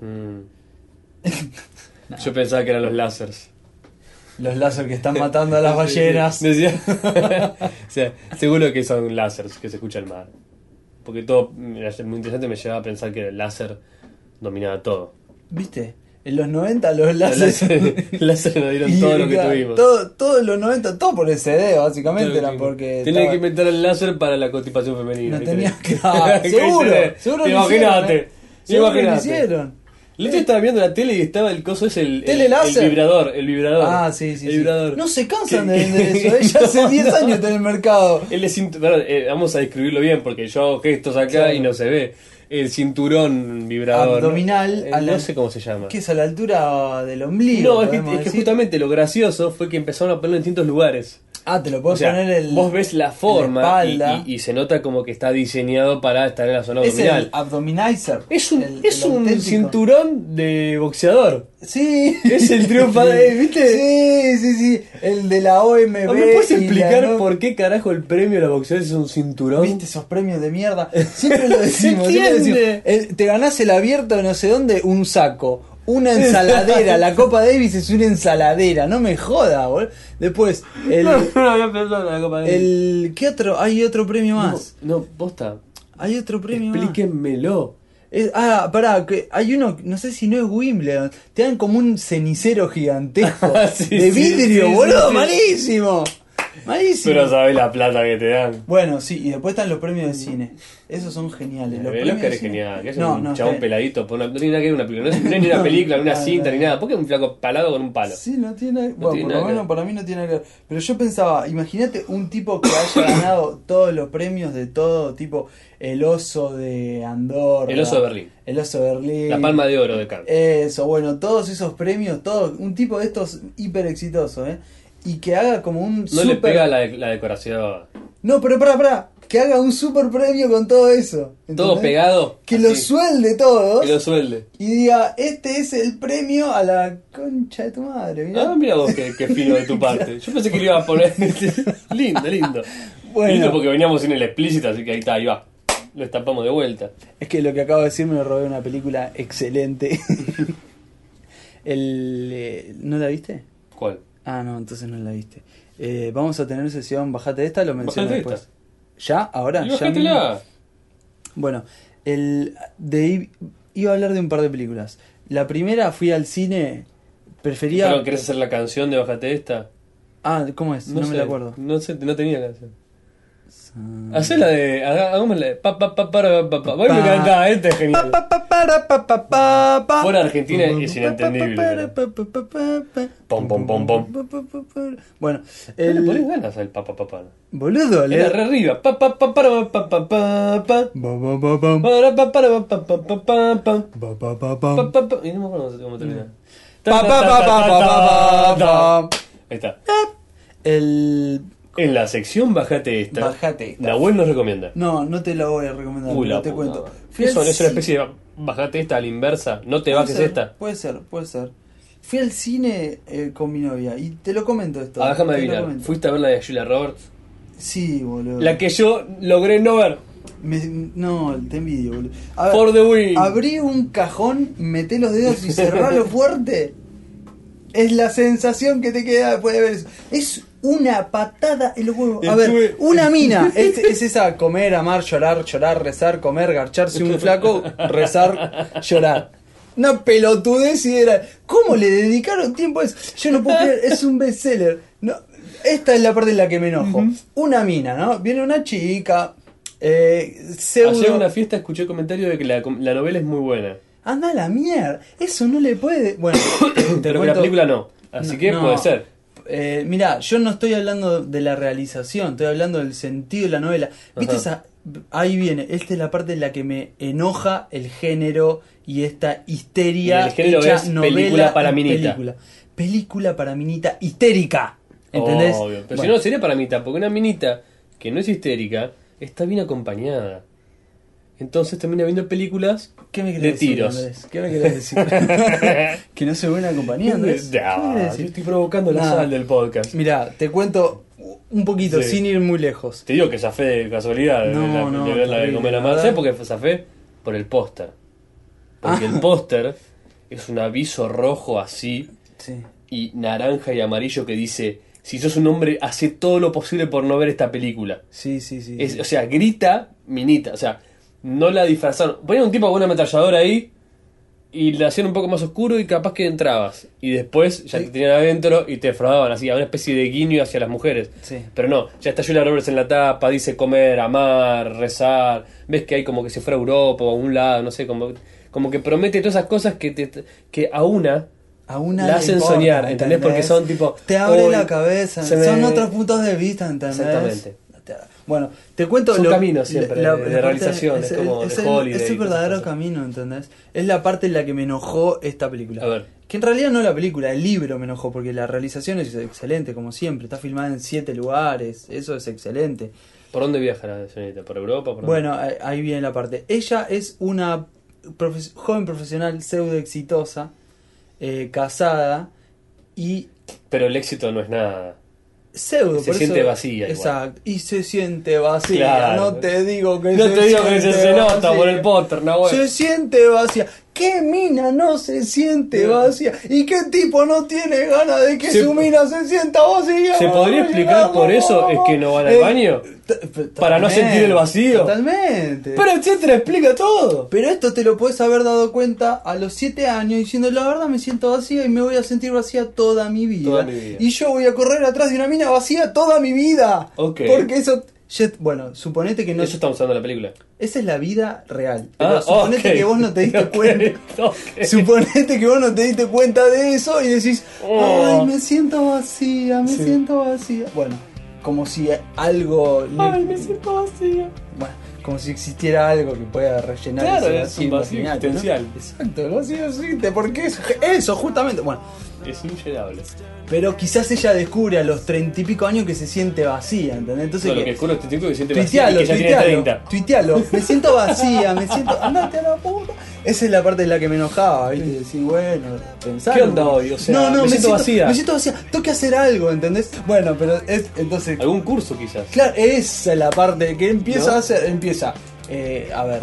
Speaker 1: Mm. Yo pensaba que eran los lásers.
Speaker 2: Los lazos que están matando a las ballenas.
Speaker 1: Decía- o sea, seguro que son lásers que se escucha el mar. Porque todo, mira, es muy interesante, me llevaba a pensar que el láser dominaba todo.
Speaker 2: ¿Viste? En los 90 los
Speaker 1: Los
Speaker 2: lazos...
Speaker 1: láseres láser nos dieron
Speaker 2: Y,
Speaker 1: todo lo que
Speaker 2: claro,
Speaker 1: tuvimos.
Speaker 2: Todo, todo los 90, todo por el CD, básicamente,
Speaker 1: Claro,
Speaker 2: era
Speaker 1: sí.
Speaker 2: porque.
Speaker 1: Tenía
Speaker 2: estaba-
Speaker 1: que inventar el láser para la constipación femenina.
Speaker 2: No
Speaker 1: ¿viste?
Speaker 2: tenía que- Ah,
Speaker 1: ¿Qué
Speaker 2: seguro,
Speaker 1: hiciste?
Speaker 2: seguro
Speaker 1: Te
Speaker 2: lo hicieron,
Speaker 1: Imagínate.
Speaker 2: ¿eh? Seguro que lo
Speaker 1: imagínate.
Speaker 2: hicieron.
Speaker 1: El otro día estaba viendo la tele y estaba el coso ese, el, el,
Speaker 2: ¿Tele láser?
Speaker 1: el vibrador, el vibrador.
Speaker 2: Ah, sí, sí.
Speaker 1: El
Speaker 2: sí.
Speaker 1: vibrador.
Speaker 2: No se cansan
Speaker 1: ¿Qué-
Speaker 2: de
Speaker 1: qué-
Speaker 2: vender eso, ¿eh? ya hace
Speaker 1: No,
Speaker 2: 10
Speaker 1: no.
Speaker 2: años está en el mercado.
Speaker 1: Él es cint- perdón, eh, vamos a describirlo bien porque yo hago gestos acá
Speaker 2: Claro.
Speaker 1: y no se ve. El cinturón vibrador.
Speaker 2: Abdominal
Speaker 1: ¿no? Eh,
Speaker 2: a la-
Speaker 1: no sé cómo se llama.
Speaker 2: Que es a la altura del ombligo.
Speaker 1: no, es que,
Speaker 2: podemos
Speaker 1: es que
Speaker 2: decir.
Speaker 1: justamente lo gracioso fue que empezaron a ponerlo en distintos lugares.
Speaker 2: Ah, te lo puedo
Speaker 1: O sea,
Speaker 2: poner el.
Speaker 1: vos ves la forma y-
Speaker 2: espalda.
Speaker 1: y, y se nota como que está diseñado para estar en la zona
Speaker 2: es el
Speaker 1: abdominal.
Speaker 2: abdominizer.
Speaker 1: es un,
Speaker 2: el-
Speaker 1: es
Speaker 2: el
Speaker 1: un
Speaker 2: auténtico.
Speaker 1: cinturón de boxeador.
Speaker 2: Sí.
Speaker 1: Es el triunfo de- ¿viste?
Speaker 2: Sí, sí, sí. El de la OMB.
Speaker 1: ¿Me puedes
Speaker 2: y la
Speaker 1: explicar
Speaker 2: no-
Speaker 1: por qué carajo el premio a los boxeadores es un cinturón?
Speaker 2: ¿Viste esos premios de mierda? Siempre lo decimos.
Speaker 1: Se
Speaker 2: siempre lo decimos.
Speaker 1: entiende.
Speaker 2: El- te ganás el abierto de no sé dónde, un saco. Una ensaladera. La Copa Davis es una ensaladera. No me joda, boludo. Después, el,
Speaker 1: No, no lo había pensado en la Copa Davis.
Speaker 2: el. ¿Qué otro? Hay otro premio más.
Speaker 1: No, no, posta.
Speaker 2: Hay otro premio más.
Speaker 1: Explíquenmelo.
Speaker 2: Es- ah, pará, que hay uno, no sé si no es Wimbledon, te dan como un cenicero gigantesco
Speaker 1: Sí,
Speaker 2: de
Speaker 1: sí,
Speaker 2: vidrio,
Speaker 1: sí, sí,
Speaker 2: boludo,
Speaker 1: sí.
Speaker 2: malísimo, malísimo.
Speaker 1: Pero sabés la plata que te dan.
Speaker 2: Bueno, sí, y después están los premios de cine. Esos son geniales. Los
Speaker 1: El
Speaker 2: premios
Speaker 1: Oscar
Speaker 2: de
Speaker 1: es
Speaker 2: cine-
Speaker 1: genial, que es
Speaker 2: No,
Speaker 1: un
Speaker 2: no,
Speaker 1: chabón
Speaker 2: es-
Speaker 1: peladito, por una- no tiene nada que ver una película, no es, no es ni una
Speaker 2: No,
Speaker 1: película, ni una
Speaker 2: no,
Speaker 1: cinta,
Speaker 2: no.
Speaker 1: ni nada, porque es un flaco palado con un palo.
Speaker 2: Sí, no tiene nada- Bueno,
Speaker 1: tiene
Speaker 2: por
Speaker 1: nada
Speaker 2: lo
Speaker 1: que ver.
Speaker 2: menos para mí no tiene nada que ver. Pero yo pensaba, imagínate un tipo que haya ganado todos los premios de todo, tipo el oso de Andorra.
Speaker 1: El oso de Berlín.
Speaker 2: El oso de Berlín.
Speaker 1: La palma de oro de Cannes.
Speaker 2: Eso, bueno, todos esos premios, todo, un tipo de estos hiper exitoso, ¿eh? Y que haga como un
Speaker 1: No
Speaker 2: super...
Speaker 1: le pega la, de- la decoración.
Speaker 2: No, pero pará, pará, que haga un super premio con todo eso.
Speaker 1: Todo
Speaker 2: ¿entendés?
Speaker 1: pegado.
Speaker 2: Que
Speaker 1: así,
Speaker 2: lo suelde todos
Speaker 1: Que lo suelde.
Speaker 2: y diga, este es el premio a la concha de tu madre, mirá.
Speaker 1: Ah, mira vos qué, qué fino de tu parte. Yo pensé que le iba a poner. lindo, lindo.
Speaker 2: Bueno.
Speaker 1: Lindo porque veníamos sin el explícito, así que ahí está, ahí va. Lo estampamos de vuelta.
Speaker 2: Es que lo que acabo de decir me lo robé de una película excelente. el, eh, ¿No la viste?
Speaker 1: ¿Cuál?
Speaker 2: Ah, no, entonces no la viste. Eh, vamos a tener sesión, bajate esta, lo menciono
Speaker 1: Bajate
Speaker 2: después. ¿Ya? ¿Ahora?
Speaker 1: Y
Speaker 2: ¿Ya mismo?
Speaker 1: bajátela.
Speaker 2: Bueno, el de i- iba a hablar de un par de películas. La primera fui al cine, prefería...
Speaker 1: Perdón, ¿Querés hacer la canción de Bajate esta?
Speaker 2: Ah, ¿cómo es? No,
Speaker 1: sé,
Speaker 2: me la acuerdo.
Speaker 1: No sé, no tenía canción. Hacé la de. haga- Hagamos la de. Pa, pa, pa, para, pa, pa. Vos me
Speaker 2: Pa.
Speaker 1: encantaba, este es genial.
Speaker 2: Pa, pa, para, pa, pa, pa, pa.
Speaker 1: Fuera de Argentina es
Speaker 2: Pa,
Speaker 1: inentendible,
Speaker 2: pa,
Speaker 1: pero-
Speaker 2: pa, pa, pa, pa, pa.
Speaker 1: Pom, pom, pom, pom.
Speaker 2: Pa, pa, pa, pa. Bueno,
Speaker 1: El... No le ponés
Speaker 2: el...
Speaker 1: ganas al pa, pa, pa, pa.
Speaker 2: Boludo, le-
Speaker 1: Era re arriba. Pa, pa, pa, para, pa, pa, pa, pa.
Speaker 2: Ba, ba, ba, bam.
Speaker 1: Para, pa, para, pa, pa, pa, pa, pa.
Speaker 2: Ba, ba, ba,
Speaker 1: Pa,
Speaker 2: bam.
Speaker 1: pa, pa. Y no me acuerdo cómo termina.
Speaker 2: Mm. Pa, pa, pa, pa, pa, pa, pa,
Speaker 1: Ahí
Speaker 2: pa.
Speaker 1: está.
Speaker 2: El...
Speaker 1: En la sección Bajate esta.
Speaker 2: Bajate esta.
Speaker 1: Nahuel nos recomienda.
Speaker 2: No, no te lo voy a recomendar,
Speaker 1: Uy, Uh, la
Speaker 2: no te
Speaker 1: puta
Speaker 2: cuento.
Speaker 1: madre.
Speaker 2: Fui
Speaker 1: Eso
Speaker 2: al
Speaker 1: es una
Speaker 2: cine.
Speaker 1: especie de bajate esta a la inversa. No te
Speaker 2: Puede
Speaker 1: bajes
Speaker 2: ser,
Speaker 1: esta.
Speaker 2: Puede ser, puede ser. Fui al cine eh, con mi novia y te lo comento esto.
Speaker 1: Ah, déjame
Speaker 2: te lo
Speaker 1: adivinar.
Speaker 2: comento.
Speaker 1: ¿Fuiste a ver la de Julia Roberts?
Speaker 2: Sí, boludo.
Speaker 1: La que yo logré no ver.
Speaker 2: Me- no, te envidio, boludo. A ver,
Speaker 1: For the win.
Speaker 2: abrí un cajón, meté los dedos y cerralo fuerte. Es la sensación que te queda después de ver eso. Es una patada en los huevos. A ver,
Speaker 1: Estuve-
Speaker 2: una mina. Es, es esa comer, amar, llorar, llorar, rezar, comer, garcharse un flaco, rezar, llorar. Una pelotudez y era. ¿Cómo le dedicaron tiempo a eso? Yo no puedo creer, es un bestseller. No, esta es la parte en la que me enojo. Una mina, ¿no? Viene una chica. Eh, pseudo-
Speaker 1: Ayer en una fiesta escuché comentarios de que la, la novela es muy buena.
Speaker 2: Anda a la mierda, eso no le puede. Bueno, te
Speaker 1: Pero que la
Speaker 2: cuento-
Speaker 1: película no. Así
Speaker 2: No,
Speaker 1: que
Speaker 2: no.
Speaker 1: puede ser.
Speaker 2: Eh, mirá, yo no estoy hablando de la realización, estoy hablando del sentido de la novela. ¿Viste
Speaker 1: Ajá.
Speaker 2: esa? Ahí viene, esta es la parte en la que me enoja el género y esta histeria.
Speaker 1: Y el género
Speaker 2: hecha
Speaker 1: es
Speaker 2: novela
Speaker 1: película para
Speaker 2: y
Speaker 1: minita.
Speaker 2: Película. película para minita histérica. ¿Entendés?
Speaker 1: Obvio. Pero si
Speaker 2: Bueno,
Speaker 1: no, sería para mitad. Porque una minita que no es histérica está bien acompañada. Entonces termina viendo películas
Speaker 2: ¿Qué me querés
Speaker 1: de
Speaker 2: decir,
Speaker 1: tiros.
Speaker 2: Andrés? ¿Qué me querés decir? que no soy buena compañía, Andrés. ¿Qué me
Speaker 1: Ya,
Speaker 2: querés
Speaker 1: yo
Speaker 2: decir?
Speaker 1: estoy provocando la
Speaker 2: Nada.
Speaker 1: sal del podcast.
Speaker 2: Mirá, te cuento un poquito,
Speaker 1: Sí.
Speaker 2: sin ir muy lejos.
Speaker 1: Te digo que zafé de casualidad de,
Speaker 2: No,
Speaker 1: la,
Speaker 2: no,
Speaker 1: de ver la de
Speaker 2: terrible,
Speaker 1: comer a
Speaker 2: la
Speaker 1: Mar.
Speaker 2: verdad.
Speaker 1: ¿Sabes por qué zafé? Por el póster. Porque
Speaker 2: Ah.
Speaker 1: el póster es un aviso rojo así
Speaker 2: Sí.
Speaker 1: y naranja y amarillo que dice: Si sos un hombre, hace todo lo posible por no ver esta película.
Speaker 2: Sí, sí, sí.
Speaker 1: Es- o sea, grita minita. O sea, no la disfrazaron. Ponían un tipo con una ametralladora ahí y la hacían un poco más oscuro y capaz que entrabas. Y después ya te tenían adentro y te defraudaban así, a una especie de guiño hacia las mujeres.
Speaker 2: Sí.
Speaker 1: Pero no, ya está Julia Roberts en la tapa, dice comer, amar, rezar. Ves que hay como que se fuera a Europa o a un lado, no sé, como, como que promete todas esas cosas que, te, que a una.
Speaker 2: A una
Speaker 1: la
Speaker 2: le
Speaker 1: hacen
Speaker 2: importa,
Speaker 1: soñar, ¿entendés? Porque son tipo,
Speaker 2: Te abre
Speaker 1: hoy
Speaker 2: la cabeza,
Speaker 1: se me-
Speaker 2: son otros puntos de vista, ¿entendés?
Speaker 1: Exactamente.
Speaker 2: Bueno, te cuento.
Speaker 1: Son caminos siempre, de- de
Speaker 2: parte-
Speaker 1: realización, es como
Speaker 2: es
Speaker 1: de
Speaker 2: el,
Speaker 1: Holiday
Speaker 2: es el
Speaker 1: y todas
Speaker 2: verdadero
Speaker 1: esas cosas.
Speaker 2: camino, ¿entendés? Es la parte en la que me enojó esta película.
Speaker 1: A ver.
Speaker 2: Que en realidad no la película, el libro me enojó, porque la realización es excelente, como siempre. Está filmada en siete lugares, eso es excelente.
Speaker 1: ¿Por dónde viaja la señorita? ¿Por Europa? ¿Por dónde?
Speaker 2: Bueno, ahí- ahí viene la parte. Ella es una profe- joven profesional pseudo exitosa, eh, casada y
Speaker 1: Pero el éxito no es nada.
Speaker 2: pseudo.
Speaker 1: Se
Speaker 2: por
Speaker 1: siente
Speaker 2: eso-
Speaker 1: vacía igual.
Speaker 2: Exacto. Y se siente vacía.
Speaker 1: Claro.
Speaker 2: No te digo que
Speaker 1: No te digo que se,
Speaker 2: siente
Speaker 1: se nota
Speaker 2: vacía.
Speaker 1: por el póster, no,
Speaker 2: Se siente vacía. ¿Qué mina no se siente vacía? ¿Y qué tipo no tiene ganas de que
Speaker 1: Se-
Speaker 2: su mina se sienta vacía? Eh,
Speaker 1: ¿Se podría explicar por eso es que no van al baño? Para no sentir el vacío.
Speaker 2: Totalmente.
Speaker 1: etcétera, explica todo.
Speaker 2: Pero esto te lo puedes haber dado cuenta a los 7 años diciendo la verdad me siento vacía y me voy a sentir vacía toda mi vida.
Speaker 1: Toda mi vida.
Speaker 2: Y yo voy a correr atrás de una mina vacía toda mi vida.
Speaker 1: Ok.
Speaker 2: Porque eso... yo- bueno, suponete que no...
Speaker 1: Eso está usando la película.
Speaker 2: Esa es la vida real. Pero
Speaker 1: Ah,
Speaker 2: suponete
Speaker 1: ok.
Speaker 2: que vos no te diste
Speaker 1: Ok,
Speaker 2: cuenta...
Speaker 1: ok.
Speaker 2: Suponete que vos no te diste cuenta de eso y decís,
Speaker 1: Oh.
Speaker 2: ay, me siento vacía, me
Speaker 1: Sí.
Speaker 2: siento vacía. Bueno, como si algo... le-
Speaker 1: Ay, me siento vacía.
Speaker 2: bueno, como si existiera algo que pueda rellenar
Speaker 1: Claro,
Speaker 2: ese
Speaker 1: es un vacío
Speaker 2: imaginario, ¿no?
Speaker 1: existencial.
Speaker 2: Exacto, el vacío existe, porque eso, eso justamente. Bueno,
Speaker 1: Es inllenable.
Speaker 2: pero quizás ella descubre a los treinta y pico años que se siente vacía, ¿entendés? Entonces
Speaker 1: No, lo
Speaker 2: que-
Speaker 1: que juro este tipo que siente vacía y
Speaker 2: Tuitealo,
Speaker 1: que ya tiene
Speaker 2: tuitealo,
Speaker 1: 30.
Speaker 2: tuitealo. Me siento vacía, me siento. Andate a la puta. Esa es la parte en la que me enojaba, ¿viste? Decir, bueno, pensar.
Speaker 1: ¿Qué onda hoy? O sea,
Speaker 2: no, no,
Speaker 1: me siento vacía.
Speaker 2: Me siento vacía. Tengo que hacer algo, ¿entendés? Bueno, pero es, entonces.
Speaker 1: Algún curso quizás.
Speaker 2: Claro, esa es la parte que empieza
Speaker 1: ¿No?
Speaker 2: a hacer, empieza. Eh, a ver,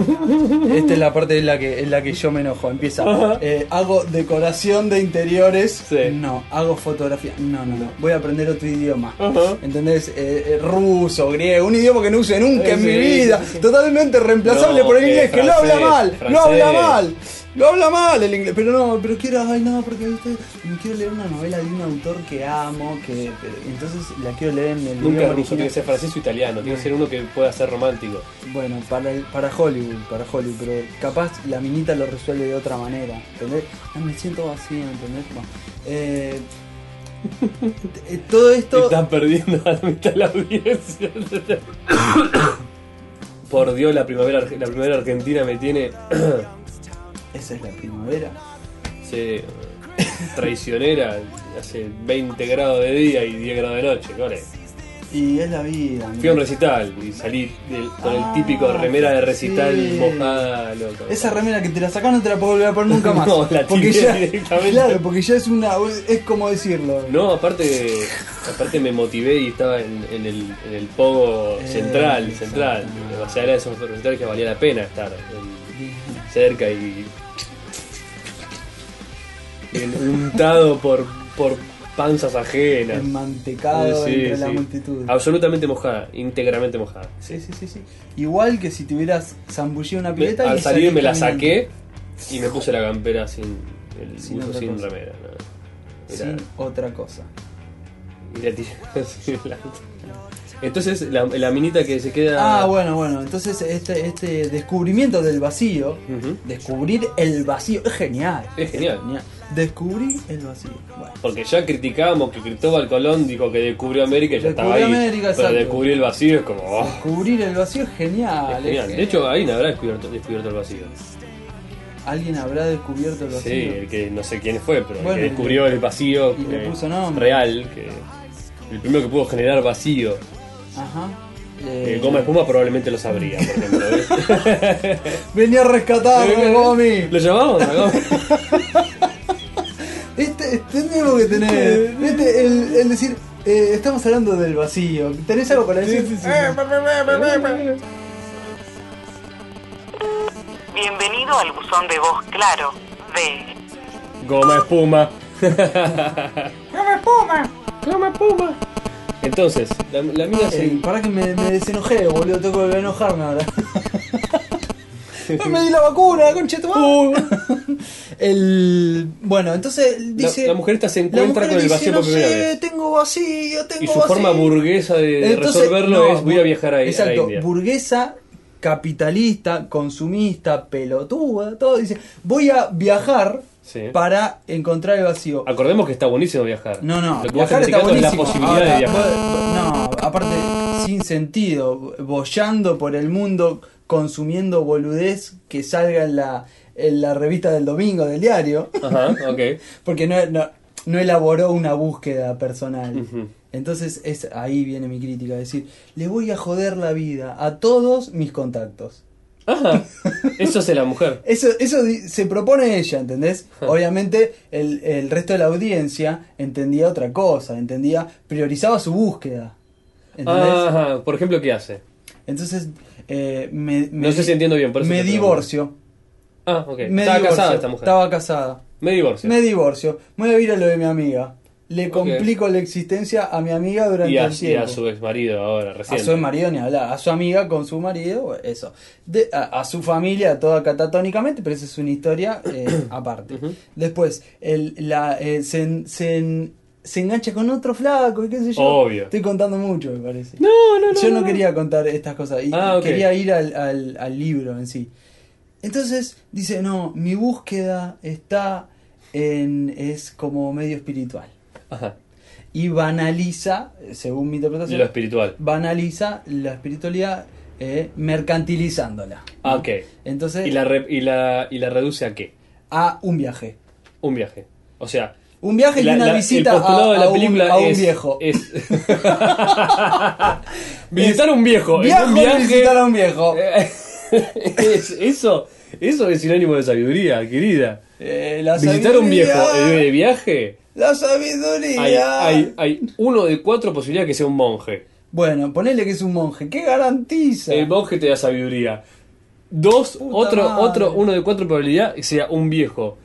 Speaker 2: esta es la parte en la que, en la que yo me enojo. Empieza. eh, hago decoración de interiores.
Speaker 1: Sí.
Speaker 2: No. Hago fotografía. No, no, no. Voy a aprender otro idioma.
Speaker 1: Ajá.
Speaker 2: ¿Entendés? Eh, eh, ruso, griego, un idioma que no use nunca
Speaker 1: Eh,
Speaker 2: en
Speaker 1: sí,
Speaker 2: mi vida.
Speaker 1: sí, sí.
Speaker 2: Totalmente reemplazable
Speaker 1: No,
Speaker 2: por el
Speaker 1: eh,
Speaker 2: inglés, que lo habla
Speaker 1: francés,
Speaker 2: mal. Lo habla
Speaker 1: francés.
Speaker 2: mal. Lo habla mal el inglés. Pero no, pero quiero. Ay, no, porque viste, Quiero leer una novela de un autor que amo. que pero- Entonces la quiero leer en el
Speaker 1: Nunca ruso,
Speaker 2: idioma
Speaker 1: tiene
Speaker 2: original.
Speaker 1: que ser francés o italiano, tiene que ser uno que pueda ser romántico.
Speaker 2: Bueno, para, el- para Hollywood, para Hollywood, pero capaz la minita lo resuelve de otra manera, ¿entendés? Ah, me siento vacío, ¿entendés? Bueno, eh, eh, todo
Speaker 1: Te
Speaker 2: esto...
Speaker 1: estás perdiendo a la mitad de la audiencia. Por Dios, la primavera, arge- la primavera argentina me tiene.
Speaker 2: Esa es la primavera.
Speaker 1: se- traicionera. Hace 20 grados de día y 10 grados de noche. ¿vale?
Speaker 2: Y es la vida.
Speaker 1: Fui a un
Speaker 2: mirá.
Speaker 1: recital y salí del- con
Speaker 2: Ah,
Speaker 1: el típico remera de recital
Speaker 2: sí.
Speaker 1: mojada, loco.
Speaker 2: Esa remera que te la sacás no te la puedo volver a poner nunca más.
Speaker 1: No, la
Speaker 2: porque
Speaker 1: tiré
Speaker 2: ya,
Speaker 1: directamente.
Speaker 2: Claro, porque ya es una... es como decirlo.
Speaker 1: No, aparte, aparte me motivé y estaba en, en el, en el pogo
Speaker 2: Eh,
Speaker 1: central, central.
Speaker 2: exacto.
Speaker 1: O sea, era de esos recitales que valía la pena estar en- cerca y, y untado por, por panzas ajenas.
Speaker 2: Enmantecado
Speaker 1: Sí,
Speaker 2: entre
Speaker 1: sí. Ah.
Speaker 2: la multitud.
Speaker 1: Absolutamente mojada, íntegramente mojada.
Speaker 2: Sí, sí, sí, sí. Igual que si tuvieras zambullido una
Speaker 1: Me-
Speaker 2: pileta y
Speaker 1: al salir
Speaker 2: salís
Speaker 1: me la
Speaker 2: caminando.
Speaker 1: saqué y me puse la campera sin el
Speaker 2: Sin
Speaker 1: buzo
Speaker 2: otra
Speaker 1: sin
Speaker 2: cosa.
Speaker 1: remera. nada. Era-
Speaker 2: sin otra cosa.
Speaker 1: Y la tiré así en la- Entonces la, la minita que se queda.
Speaker 2: Ah, bueno, bueno, entonces este, este descubrimiento del vacío,
Speaker 1: Ujú.
Speaker 2: descubrir el vacío, es genial.
Speaker 1: Es genial.
Speaker 2: Descubrir el vacío. Bueno,
Speaker 1: Porque ya criticábamos que Cristóbal Colón dijo que descubrió América y ya estaba ahí.
Speaker 2: Descubrió América,
Speaker 1: pero
Speaker 2: exacto. Ah,
Speaker 1: descubrir el vacío es como. oh,
Speaker 2: descubrir el vacío es genial.
Speaker 1: es
Speaker 2: es
Speaker 1: genial. De
Speaker 2: genial.
Speaker 1: hecho, ahí no habrá descubierto, descubierto el vacío.
Speaker 2: alguien habrá descubierto el vacío.
Speaker 1: Sí, el que no sé quién fue, pero el
Speaker 2: Bueno,
Speaker 1: que descubrió el vacío
Speaker 2: y le
Speaker 1: eh,
Speaker 2: puso nombre.
Speaker 1: real. Que, el primero que pudo generar vacío.
Speaker 2: Ajá.
Speaker 1: Eh,
Speaker 2: Eh,
Speaker 1: Goma Espuma probablemente lo sabría, por ejemplo. ¿ves?
Speaker 2: Venía a rescatarme, Gomi.
Speaker 1: ¿Lo llamamos? a Goma?
Speaker 2: Este, este tenemos que tener. Este, el, el decir, eh, estamos hablando del vacío. ¿Tenés algo para decir? Eh,
Speaker 3: Bienvenido al buzón de voz claro de
Speaker 1: Goma Espuma. Goma Espuma. Entonces, la, la mina se.
Speaker 2: Eh, Pará que me, me desenojé, boludo, tengo que volver a enojarme ahora. No me di la vacuna, conche tu madre. Uh. El bueno, entonces
Speaker 1: La-
Speaker 2: dice
Speaker 1: la, mujer esta se
Speaker 2: la
Speaker 1: encuentra
Speaker 2: mujer
Speaker 1: con el
Speaker 2: dice,
Speaker 1: vacío
Speaker 2: no
Speaker 1: por primera
Speaker 2: sé,
Speaker 1: vez.
Speaker 2: tengo vacío, tengo
Speaker 1: Y su
Speaker 2: vacío.
Speaker 1: forma burguesa de de
Speaker 2: Entonces,
Speaker 1: resolverlo
Speaker 2: no,
Speaker 1: es: voy a viajar a, a
Speaker 2: Exacto,
Speaker 1: la India.
Speaker 2: burguesa, capitalista, consumista, pelotuda, todo dice, voy a viajar
Speaker 1: Sí.
Speaker 2: para encontrar el vacío.
Speaker 1: Acordemos que está buenísimo viajar.
Speaker 2: No, no,
Speaker 1: Lo que vos
Speaker 2: viajar
Speaker 1: estás
Speaker 2: está
Speaker 1: criticando es la
Speaker 2: buenísimo. Ah,
Speaker 1: posibilidad
Speaker 2: Ahora,
Speaker 1: de viajar.
Speaker 2: bo- bo- No, aparte, sin sentido, bollando por el mundo, consumiendo boludez que salga en la, en la revista del domingo del diario,
Speaker 1: Ajá, ok.
Speaker 2: porque no, no, no elaboró una búsqueda personal.
Speaker 1: Ujú.
Speaker 2: Entonces es ahí viene mi crítica, decir, le voy a joder la vida a todos mis contactos.
Speaker 1: Ajá. Eso hace la mujer.
Speaker 2: Eso, eso di- se propone ella, ¿entendés? Obviamente el, el resto de la audiencia entendía otra cosa, entendía, priorizaba su búsqueda. ¿Entendés?
Speaker 1: Ah, Ajá. Por ejemplo, ¿qué hace?
Speaker 2: Entonces, eh, me, me
Speaker 1: No sé
Speaker 2: di-
Speaker 1: si entiendo bien, por eso
Speaker 2: me
Speaker 1: te pregunto.
Speaker 2: divorcio.
Speaker 1: Ah, ok.
Speaker 2: Me
Speaker 1: Estaba
Speaker 2: divorcio.
Speaker 1: casada esta mujer.
Speaker 2: Estaba casada.
Speaker 1: Me divorcio.
Speaker 2: Me divorcio. Me voy a ir a lo de mi amiga. Le
Speaker 1: Ok.
Speaker 2: complico la existencia a mi amiga durante
Speaker 1: Y a,
Speaker 2: el
Speaker 1: y
Speaker 2: tiempo.
Speaker 1: a su ex marido ahora, recién.
Speaker 2: A su marido ni hablar, a su amiga con su marido, eso. De- a, a su familia, toda catatónicamente, pero esa es una historia eh, aparte.
Speaker 1: Ujú.
Speaker 2: Después, el, la, eh, se, en- se, en- se engancha con otro flaco y qué sé yo.
Speaker 1: Obvio.
Speaker 2: Estoy contando mucho, me parece.
Speaker 1: No, no, no.
Speaker 2: yo no, quería contar estas cosas y
Speaker 1: Ah, ok.
Speaker 2: quería ir al, al- al libro en sí. Entonces dice, no, mi búsqueda está en... es como medio espiritual.
Speaker 1: Ajá.
Speaker 2: Y banaliza, según mi interpretación,
Speaker 1: Lo espiritual.
Speaker 2: banaliza la espiritualidad eh, mercantilizándola.
Speaker 1: Ah, ok.
Speaker 2: Entonces,
Speaker 1: ¿Y la, re- y, la, ¿Y la reduce a qué?
Speaker 2: a un viaje.
Speaker 1: Un viaje. O sea,
Speaker 2: Un viaje
Speaker 1: la-
Speaker 2: y una
Speaker 1: la-
Speaker 2: visita
Speaker 1: el postulado
Speaker 2: a,
Speaker 1: de la
Speaker 2: a un-
Speaker 1: película
Speaker 2: a un,
Speaker 1: es, eh,
Speaker 2: viejo.
Speaker 1: es- visitar a un viejo. en
Speaker 2: Viajo
Speaker 1: un
Speaker 2: y
Speaker 1: viaje,
Speaker 2: visitar a un viejo.
Speaker 1: Eh, es- eso, eso es sinónimo de sabiduría, querida.
Speaker 2: Eh, la
Speaker 1: Visitar a un viejo eh, de
Speaker 2: sabiduría,
Speaker 1: viaje.
Speaker 2: La sabiduría.
Speaker 1: Hay, hay, hay uno de cuatro posibilidades que sea un monje.
Speaker 2: Bueno, ponele que es un monje. ¿Qué garantiza?
Speaker 1: El monje te da sabiduría. Dos,
Speaker 2: Puta
Speaker 1: otro,
Speaker 2: madre.
Speaker 1: otro, uno de cuatro probabilidad que sea un viejo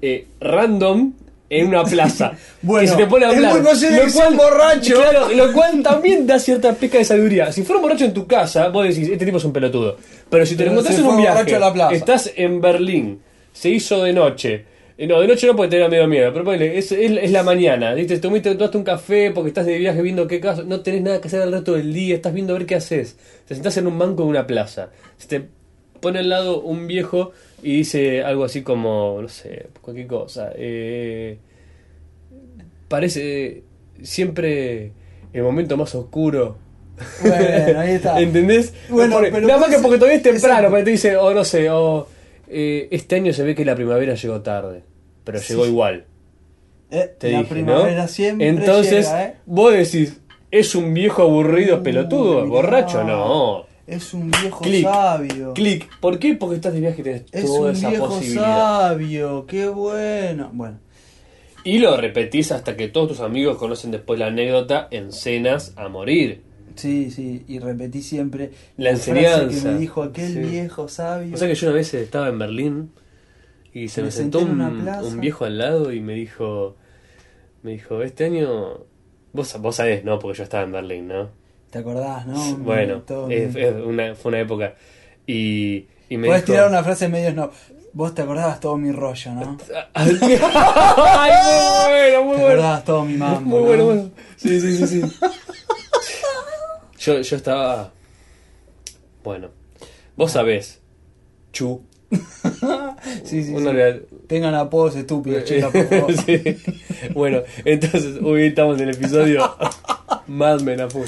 Speaker 1: eh, random en una plaza.
Speaker 2: Bueno,
Speaker 1: que se te pone a
Speaker 2: es
Speaker 1: hablar.
Speaker 2: muy posible que sea un borracho.
Speaker 1: claro, lo cual también da cierta pesca de sabiduría. Si fuera un borracho en tu casa, vos decís, este tipo es un pelotudo. Pero si te
Speaker 2: Pero
Speaker 1: lo encontrás
Speaker 2: se
Speaker 1: en
Speaker 2: fue
Speaker 1: un viaje,
Speaker 2: borracho a la plaza.
Speaker 1: estás en Berlín, se hizo de noche. Eh, No, de noche no puede tener medio miedo, pero ponele, es, es, es la mañana, ¿viste? Tomaste, tomaste un café porque estás de viaje viendo qué caso, no tenés nada que hacer al resto del día, estás viendo a ver qué haces. Te sentás en un banco de una plaza, se te pone al lado un viejo y dice algo así como, no sé, cualquier cosa. Eh, parece siempre el momento más oscuro.
Speaker 2: Bueno, ahí está.
Speaker 1: ¿Entendés?
Speaker 2: Bueno,
Speaker 1: Pone-
Speaker 2: pero
Speaker 1: nada más
Speaker 2: puede
Speaker 1: que porque
Speaker 2: ser-
Speaker 1: todavía es temprano,
Speaker 2: Exacto.
Speaker 1: pero te dice, o no sé, o eh, este año se ve que la primavera llegó tarde, pero llegó igual.
Speaker 2: Eh,
Speaker 1: Te
Speaker 2: la
Speaker 1: dije,
Speaker 2: primavera
Speaker 1: ¿no?
Speaker 2: siempre
Speaker 1: Entonces,
Speaker 2: llega, ¿eh?
Speaker 1: vos decís, es un viejo aburrido
Speaker 2: Uy,
Speaker 1: pelotudo,
Speaker 2: mirá.
Speaker 1: borracho, no.
Speaker 2: Es un viejo
Speaker 1: Clic,
Speaker 2: sabio.
Speaker 1: Clic. ¿Por qué? Porque estás de viaje y tenés
Speaker 2: Es
Speaker 1: toda
Speaker 2: un
Speaker 1: esa
Speaker 2: viejo
Speaker 1: posibilidad.
Speaker 2: sabio. Qué bueno. Bueno.
Speaker 1: Y lo repetís hasta que todos tus amigos conocen después la anécdota en cenas a morir.
Speaker 2: Sí, sí, y repetí siempre
Speaker 1: La
Speaker 2: frase
Speaker 1: enseñanza.
Speaker 2: que me dijo aquel
Speaker 1: Sí.
Speaker 2: viejo sabio.
Speaker 1: O sea que yo una vez estaba en Berlín y se
Speaker 2: Me
Speaker 1: me
Speaker 2: senté
Speaker 1: sentó un,
Speaker 2: en una plaza.
Speaker 1: un viejo al lado y me dijo, me dijo, este año, vos, vos sabés, ¿no? Porque yo estaba en Berlín, ¿no?
Speaker 2: ¿Te acordás, no?
Speaker 1: bueno,
Speaker 2: Todo
Speaker 1: es-
Speaker 2: bien.
Speaker 1: es una- fue una época. Y, y me
Speaker 2: Podés
Speaker 1: dijo...
Speaker 2: tirar una frase medio no. Vos te acordabas todo mi rollo, ¿no? Te
Speaker 1: ¡Ay, muy bueno, muy bueno!
Speaker 2: acordabas todo mi mambo.
Speaker 1: Muy
Speaker 2: ¿no?
Speaker 1: bueno, bueno. Sí, sí, sí, sí. Yo, yo estaba... Bueno, vos sabés, Chu,
Speaker 2: Sí, sí,
Speaker 1: una
Speaker 2: sí.
Speaker 1: real-
Speaker 2: Tengan apodos estúpidos, chicos, por favor.
Speaker 1: Eh, Sí. Bueno, entonces, hoy estamos en el episodio Mad Men a full.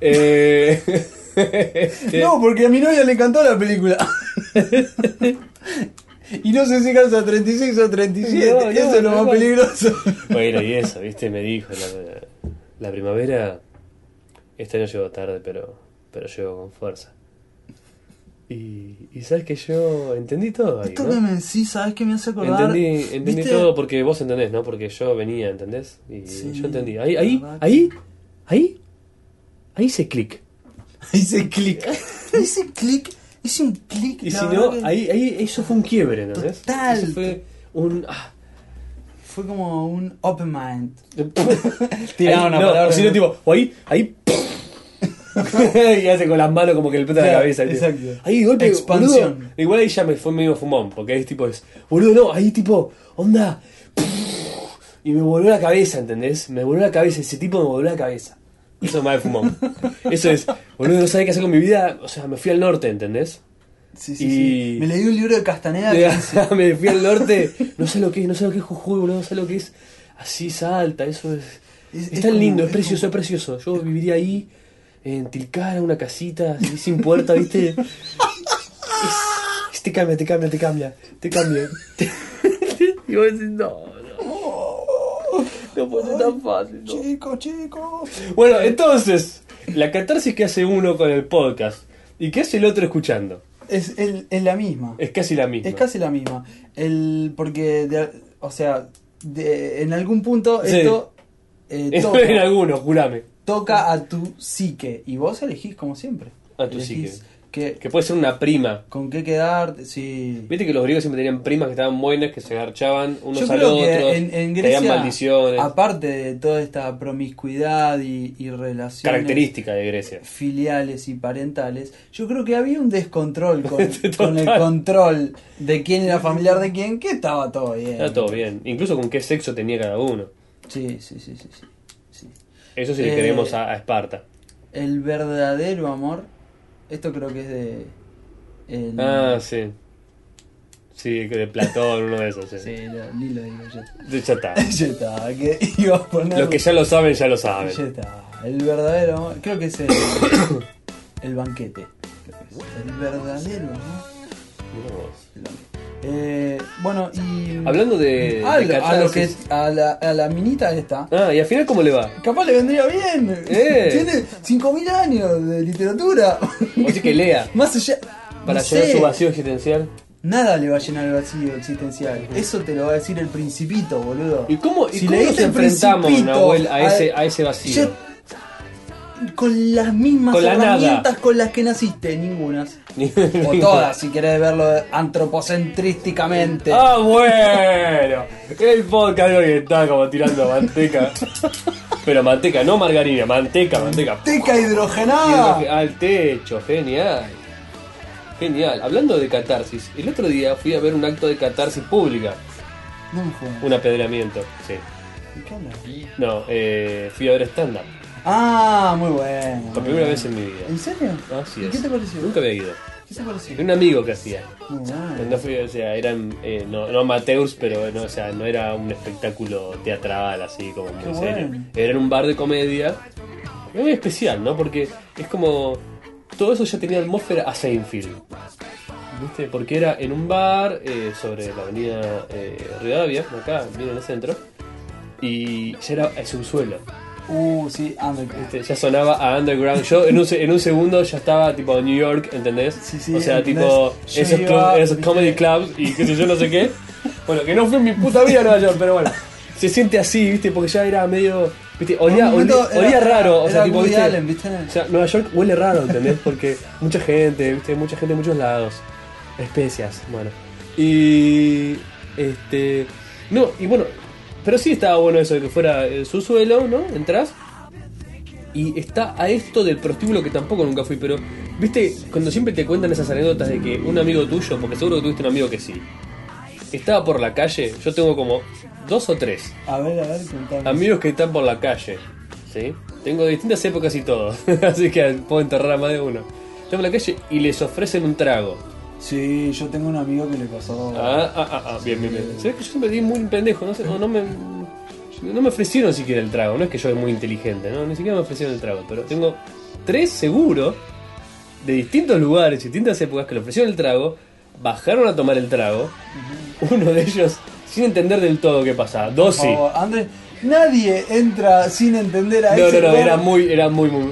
Speaker 1: Eh, este,
Speaker 2: No, porque a mi novia le encantó la película. y no sé si calza 36 o 37.
Speaker 1: No, no,
Speaker 2: Eso es lo
Speaker 1: no,
Speaker 2: más
Speaker 1: no.
Speaker 2: peligroso.
Speaker 1: Bueno, y eso, ¿viste? Me dijo, la, la primavera este año llegó tarde, pero, pero llegó con fuerza. Y, y sabes que yo entendí todo ahí,
Speaker 2: Esto que
Speaker 1: ¿no?
Speaker 2: me decís, ¿sabes qué me hace acordar?
Speaker 1: Entendí, entendí
Speaker 2: ¿Viste?
Speaker 1: todo porque vos entendés, ¿no? Porque yo venía, ¿entendés? Y
Speaker 2: Sí,
Speaker 1: yo entendí. Ahí, ahí,
Speaker 2: la verdad
Speaker 1: ahí, ahí, ahí se clic.
Speaker 2: Hice clic. Hice clic. Hice un clic.
Speaker 1: Y
Speaker 2: la
Speaker 1: si no,
Speaker 2: verdad que
Speaker 1: ahí, ahí eso fue un quiebre, ¿no ves?
Speaker 2: Total.
Speaker 1: Eso fue un... ah.
Speaker 2: Fue como un open mind. Tiraba
Speaker 1: Ahí,
Speaker 2: una
Speaker 1: no,
Speaker 2: palabra,
Speaker 1: o si no,
Speaker 2: ¿no?
Speaker 1: tipo, o ahí, ahí... y hace con las manos como que el peto de la
Speaker 2: Claro,
Speaker 1: cabeza. tipo.
Speaker 2: exacto.
Speaker 1: Ahí, de golpe,
Speaker 2: Expansión.
Speaker 1: boludo, igual ahí ya me fue medio fumón, porque ahí es tipo es... Boludo, no, ahí tipo, onda... Y me voló la cabeza, ¿entendés? Me voló la cabeza, ese tipo me voló la cabeza. Eso es más de fumón. Eso es, boludo, no sabía qué hacer con mi vida. O sea, me fui al norte, ¿entendés?
Speaker 2: Sí, sí,
Speaker 1: Y-
Speaker 2: sí. Me leí un libro de Castaneda. que dice-
Speaker 1: me fui al norte, no sé lo que es, no sé lo que es Jujuy, boludo, no sé lo que es. Así salta, eso es.
Speaker 2: Es-
Speaker 1: Es,
Speaker 2: es
Speaker 1: tan
Speaker 2: como-
Speaker 1: lindo, es
Speaker 2: es
Speaker 1: precioso,
Speaker 2: como-
Speaker 1: es precioso. Yo viviría ahí, en Tilcara, una casita, así, sin puerta, ¿viste? Es- es- te cambia, te cambia, te cambia, te cambia. y vos decís, no, no. No puede ser tan fácil, no.
Speaker 2: Chicos, chicos.
Speaker 1: Bueno, entonces, la catarsis que hace uno con el podcast y que hace el otro escuchando
Speaker 2: Es, el- es la misma.
Speaker 1: es casi la misma.
Speaker 2: Es casi la misma. El, porque, de- o sea, de- en algún punto
Speaker 1: Sí.
Speaker 2: esto eh,
Speaker 1: en
Speaker 2: toca,
Speaker 1: algunos, jurame.
Speaker 2: toca a tu psique. Y vos elegís como siempre.
Speaker 1: A tu
Speaker 2: Elegís
Speaker 1: psique.
Speaker 2: qué-
Speaker 1: Que puede ser una prima.
Speaker 2: con qué quedarte. Sí.
Speaker 1: Viste que los griegos siempre tenían primas que estaban buenas, que se agarchaban unos
Speaker 2: Yo
Speaker 1: al
Speaker 2: creo que
Speaker 1: otros,
Speaker 2: en, en
Speaker 1: que
Speaker 2: Grecia,
Speaker 1: daban maldiciones.
Speaker 2: aparte de toda esta promiscuidad y, y relaciones
Speaker 1: Característica de Grecia.
Speaker 2: filiales y parentales, yo creo que había un descontrol con,
Speaker 1: Total.
Speaker 2: con el control de quién era familiar de quién, que estaba todo bien.
Speaker 1: Está todo bien. Incluso con qué sexo tenía cada uno.
Speaker 2: Sí, sí, sí, sí, sí, sí.
Speaker 1: Eso sí le
Speaker 2: Eh,
Speaker 1: queremos a, a Esparta.
Speaker 2: El verdadero amor, esto creo que es de... el-
Speaker 1: Ah, sí. Sí, que de Platón, uno de esos. sí.
Speaker 2: sí, no, ni lo digo yo.
Speaker 1: Ya está.
Speaker 2: Ya está, que iba a poner...
Speaker 1: Los que ya lo saben, ya lo saben.
Speaker 2: Ya está. El verdadero amor. Creo que es el, el banquete. Creo que es El verdadero amor.
Speaker 1: Mirá vos.
Speaker 2: El banquete. Eh, bueno, y.
Speaker 1: Hablando de-
Speaker 2: Ah,
Speaker 1: de
Speaker 2: lo- a, lo que,
Speaker 1: catarsis.
Speaker 2: a, la, a la minita esta.
Speaker 1: Ah, y al final, ¿cómo le va?
Speaker 2: Capaz le vendría bien.
Speaker 1: Eh.
Speaker 2: Tiene 5.000 años de literatura.
Speaker 1: Así que lea.
Speaker 2: Más allá.
Speaker 1: Para
Speaker 2: no
Speaker 1: llenar
Speaker 2: sé,
Speaker 1: su vacío existencial.
Speaker 2: Nada le va a llenar el vacío existencial. Eso te lo va a decir el Principito, boludo.
Speaker 1: ¿Y cómo, y
Speaker 2: Si
Speaker 1: cómo
Speaker 2: leíste
Speaker 1: nos
Speaker 2: El
Speaker 1: enfrentamos,
Speaker 2: Principito
Speaker 1: Nahuel, a
Speaker 2: al-
Speaker 1: ese, a ese vacío?
Speaker 2: Yo- con las mismas
Speaker 1: Con la
Speaker 2: herramientas
Speaker 1: nada.
Speaker 2: con las que naciste, ningunas. O todas, si querés verlo antropocentrísticamente.
Speaker 1: Ah, bueno. El podcast de hoy está como tirando manteca. Pero manteca, no margarina, manteca, manteca.
Speaker 2: Teca hidrogenada.
Speaker 1: Al techo, genial. Genial. Hablando de catarsis, el otro día fui a ver un acto de catarsis pública.
Speaker 2: No me jodas.
Speaker 1: Un apedramiento, sí.
Speaker 2: ¿Qué hablas?
Speaker 1: No, eh, fui a ver stand-up.
Speaker 2: Ah, muy bueno.
Speaker 1: Por
Speaker 2: muy
Speaker 1: primera
Speaker 2: bueno.
Speaker 1: vez en mi vida.
Speaker 2: ¿En serio?
Speaker 1: Así
Speaker 2: ¿Y
Speaker 1: es.
Speaker 2: qué te pareció?
Speaker 1: Nunca había ido.
Speaker 2: ¿Qué te pareció?
Speaker 1: Era un amigo que hacía.
Speaker 2: Muy bueno.
Speaker 1: No fui, o sea, eran eh, no, no amateurs, pero no, o sea, no era un espectáculo teatral así como muy
Speaker 2: Qué
Speaker 1: serio.
Speaker 2: bueno.
Speaker 1: Era en un bar de comedia. Es muy especial, ¿no? Porque es como. Todo eso ya tenía atmósfera a Seinfeld. ¿Viste? Porque era en un bar eh, sobre la avenida eh, Rivadavia, acá, bien en el centro. Y ya era es un suelo.
Speaker 2: Uh, sí, Underground.
Speaker 1: Este, Ya sonaba a Underground. Yo en un, se- en un segundo ya estaba tipo en New York, ¿entendés?
Speaker 2: Sí, sí,
Speaker 1: o sea,
Speaker 2: ¿entendés?
Speaker 1: tipo
Speaker 2: Yo
Speaker 1: esos,
Speaker 2: iba,
Speaker 1: club- esos
Speaker 2: viste.
Speaker 1: comedy clubs y qué sé yo, no sé qué. Bueno, que no fue en mi puta vida a Nueva York, pero bueno. Se siente así, ¿viste? Porque ya era medio... ¿viste? Olía,
Speaker 2: Por un momento
Speaker 1: olía, olía
Speaker 2: era-
Speaker 1: raro. O sea,
Speaker 2: era
Speaker 1: tipo,
Speaker 2: Woody
Speaker 1: ¿viste?
Speaker 2: Allen, ¿viste?
Speaker 1: O sea, Nueva York huele raro, ¿entendés? Porque mucha gente, ¿viste? Mucha gente de muchos lados. Especias, bueno. Y. Este. No, y bueno. Pero sí estaba bueno eso de que fuera eh, su suelo, ¿no? Entrás. Y está a esto del prostíbulo que tampoco nunca fui, pero. ¿Viste? Cuando siempre te cuentan esas anécdotas de que un amigo tuyo, porque seguro que tuviste un amigo que sí, estaba por la calle, yo tengo como dos o tres
Speaker 2: A ver, a ver, contame.
Speaker 1: amigos que están por la calle. ¿sí? Tengo de distintas épocas y todo. Así que puedo enterrar a más de uno. Están por la calle y les ofrecen un trago.
Speaker 2: Sí, yo tengo un amigo que le pasó.
Speaker 1: Ah, ah, ah, ah, bien, bien, bien. Se ve que yo siempre di muy pendejo. No, sé, no, no me, no me ofrecieron siquiera el trago. No es que yo soy muy inteligente, ¿no? Ni siquiera me ofrecieron el trago. Pero tengo tres seguro de distintos lugares, distintas épocas que le ofrecieron el trago. Bajaron a tomar el trago. Uno de ellos sin entender del todo qué pasaba. Dos
Speaker 2: Por
Speaker 1: sí.
Speaker 2: favor, Oh, Andrés, nadie entra sin entender a
Speaker 1: No,
Speaker 2: ese
Speaker 1: no, no,
Speaker 2: perro.
Speaker 1: era muy, era muy, muy.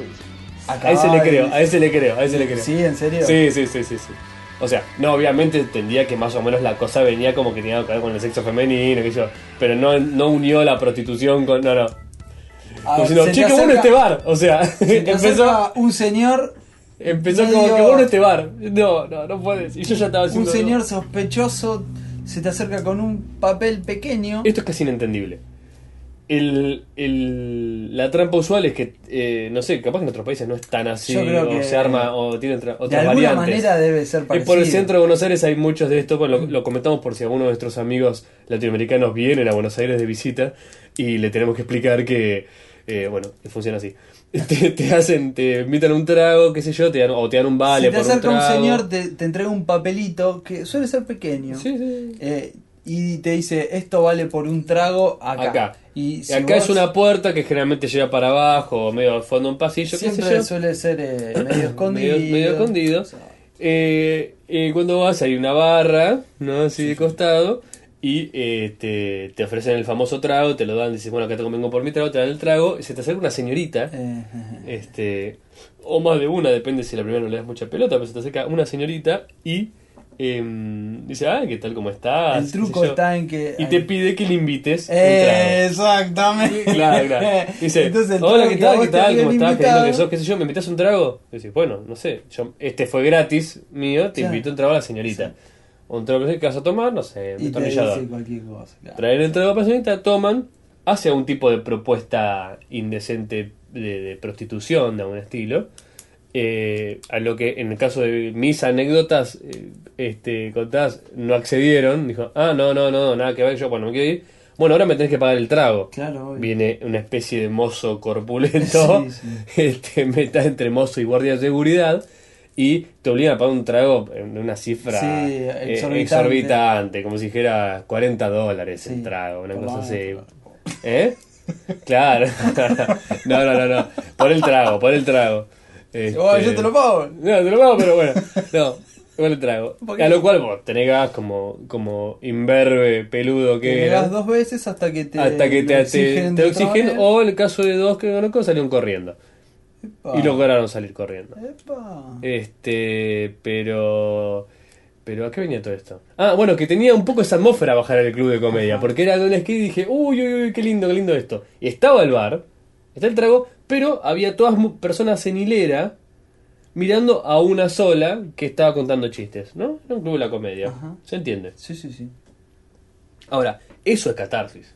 Speaker 2: Acá
Speaker 1: a ese le
Speaker 2: va,
Speaker 1: creo,
Speaker 2: y-
Speaker 1: a ese le creo, a ese le creo.
Speaker 2: Sí, en serio.
Speaker 1: Sí, sí, sí, sí, sí. O sea, no, obviamente entendía que más o menos la cosa venía como que tenía que ver con el sexo femenino, qué sé yo. Pero no, no unió la prostitución con. No, no.
Speaker 2: A
Speaker 1: Como diciendo,
Speaker 2: ver, Ah, se te
Speaker 1: che, qué bueno
Speaker 2: acerca-
Speaker 1: este bar. O sea,
Speaker 2: se te
Speaker 1: empezó,
Speaker 2: acerca un señor,
Speaker 1: empezó
Speaker 2: medio-
Speaker 1: como, qué bueno este bar. No, no, no puedes. Y yo ya estaba
Speaker 2: un
Speaker 1: haciendo.
Speaker 2: señor sospechoso, se te acerca con un papel pequeño.
Speaker 1: Esto es casi inentendible. El, el- la trampa usual es que, eh, no sé, capaz que en otros países no es tan así,
Speaker 2: Yo creo
Speaker 1: o
Speaker 2: que- eh,
Speaker 1: se arma, o tiene otra- otras
Speaker 2: De alguna
Speaker 1: variantes.
Speaker 2: manera debe ser
Speaker 1: Y
Speaker 2: parecido.
Speaker 1: por el centro de Buenos Aires hay muchos de estos, bueno, lo, lo comentamos por si alguno de nuestros amigos latinoamericanos vienen a Buenos Aires de visita y le tenemos que explicar que, eh, bueno, que funciona así. Te, te hacen, te invitan un trago, qué sé yo, te dan, o te dan un vale
Speaker 2: si te
Speaker 1: por un
Speaker 2: acerca un,
Speaker 1: trago.
Speaker 2: señor, te, te entrega un papelito que suele ser pequeño.
Speaker 1: Sí, sí.
Speaker 2: Eh, y te dice, esto vale por un trago acá.
Speaker 1: Acá.
Speaker 2: Y si
Speaker 1: acá es
Speaker 2: vos-
Speaker 1: una puerta que generalmente lleva para abajo, o medio al fondo de un pasillo, qué sé
Speaker 2: Siempre
Speaker 1: yo.
Speaker 2: suele ser eh, medio escondido.
Speaker 1: Medio, medio escondido. Eh, eh, cuando vas hay una barra, ¿no? Así de costado. Y eh, te, te ofrecen el famoso trago, te lo dan, dices, bueno, acá te convengo por mi trago, te dan el trago, y se te acerca una señorita,
Speaker 2: Eh, ajá.
Speaker 1: este, o más de una, depende si la primera no le das mucha pelota, pero se te acerca una señorita y em, dice, ah, ¿qué tal cómo estás?
Speaker 2: el
Speaker 1: Qué sé
Speaker 2: truco
Speaker 1: yo.
Speaker 2: está en que...
Speaker 1: Y te pide que le invites un trago.
Speaker 2: Eh, Exactamente.
Speaker 1: Claro, claro. Dice,
Speaker 2: Entonces, el
Speaker 1: hola,
Speaker 2: trago
Speaker 1: ¿qué
Speaker 2: que a
Speaker 1: tal? ¿Qué
Speaker 2: vos te
Speaker 1: tal?
Speaker 2: habían
Speaker 1: ¿Cómo estás? ¿Qué lindo
Speaker 2: invitado,
Speaker 1: que sos? ¿Qué sé yo? ¿Me invitas un trago? Y Decís, bueno, no sé. yo- este fue gratis mío, te
Speaker 2: Claro.
Speaker 1: invito un trago a la señorita. Un trago que vas a tomar, no sé, un
Speaker 2: Y te dice
Speaker 1: atornillador.
Speaker 2: cualquier cosa. claro.
Speaker 1: Traer el trago a la señorita, toman, hace un tipo de propuesta indecente de, de prostitución de algún estilo. eh, a lo que en el caso de mis anécdotas eh, este, contadas no accedieron. Dijo, ah, no, no, no, nada que ver. Yo, bueno, me quiero ir. Bueno, ahora me tenés que pagar el trago
Speaker 2: Claro, obvio.
Speaker 1: viene una especie de mozo corpulento,
Speaker 2: Sí,
Speaker 1: este, meta entre mozo y guardia de seguridad, y te obligan a pagar un trago en una cifra
Speaker 2: Sí,
Speaker 1: eh,
Speaker 2: exorbitante.
Speaker 1: exorbitante, como si dijera 40 dólares el
Speaker 2: Sí,
Speaker 1: trago, una
Speaker 2: por
Speaker 1: cosa
Speaker 2: la
Speaker 1: así.
Speaker 2: banca.
Speaker 1: ¿Eh? Claro. no, no, no, no. Por el trago, por el trago. Este,
Speaker 2: Oh, yo te lo pago.
Speaker 1: no, te lo pago, pero bueno. No, igual el trago.
Speaker 2: Un poquito.
Speaker 1: A lo cual vos te negás como, como imberbe, peludo que
Speaker 2: Te
Speaker 1: eras.
Speaker 2: negás dos veces hasta que te
Speaker 1: hasta que te,
Speaker 2: lo
Speaker 1: te-
Speaker 2: Este, exigen
Speaker 1: te
Speaker 2: de
Speaker 1: lo
Speaker 2: otra
Speaker 1: exigen
Speaker 2: manera.
Speaker 1: o en el caso de dos que conozco salieron corriendo
Speaker 2: Epa.
Speaker 1: y lograron salir corriendo
Speaker 2: Epa.
Speaker 1: este pero pero a qué venía todo esto ah bueno que tenía un poco esa atmósfera bajar al club de comedia porque era de una esquina y dije uy uy uy qué lindo qué lindo esto y estaba el bar Está el trago, pero había todas mu- personas en hilera mirando a una sola que estaba contando chistes, ¿no? Era un club de la comedia.
Speaker 2: Ajá.
Speaker 1: ¿Se entiende?
Speaker 2: Sí, sí, sí.
Speaker 1: Ahora, eso es catarsis.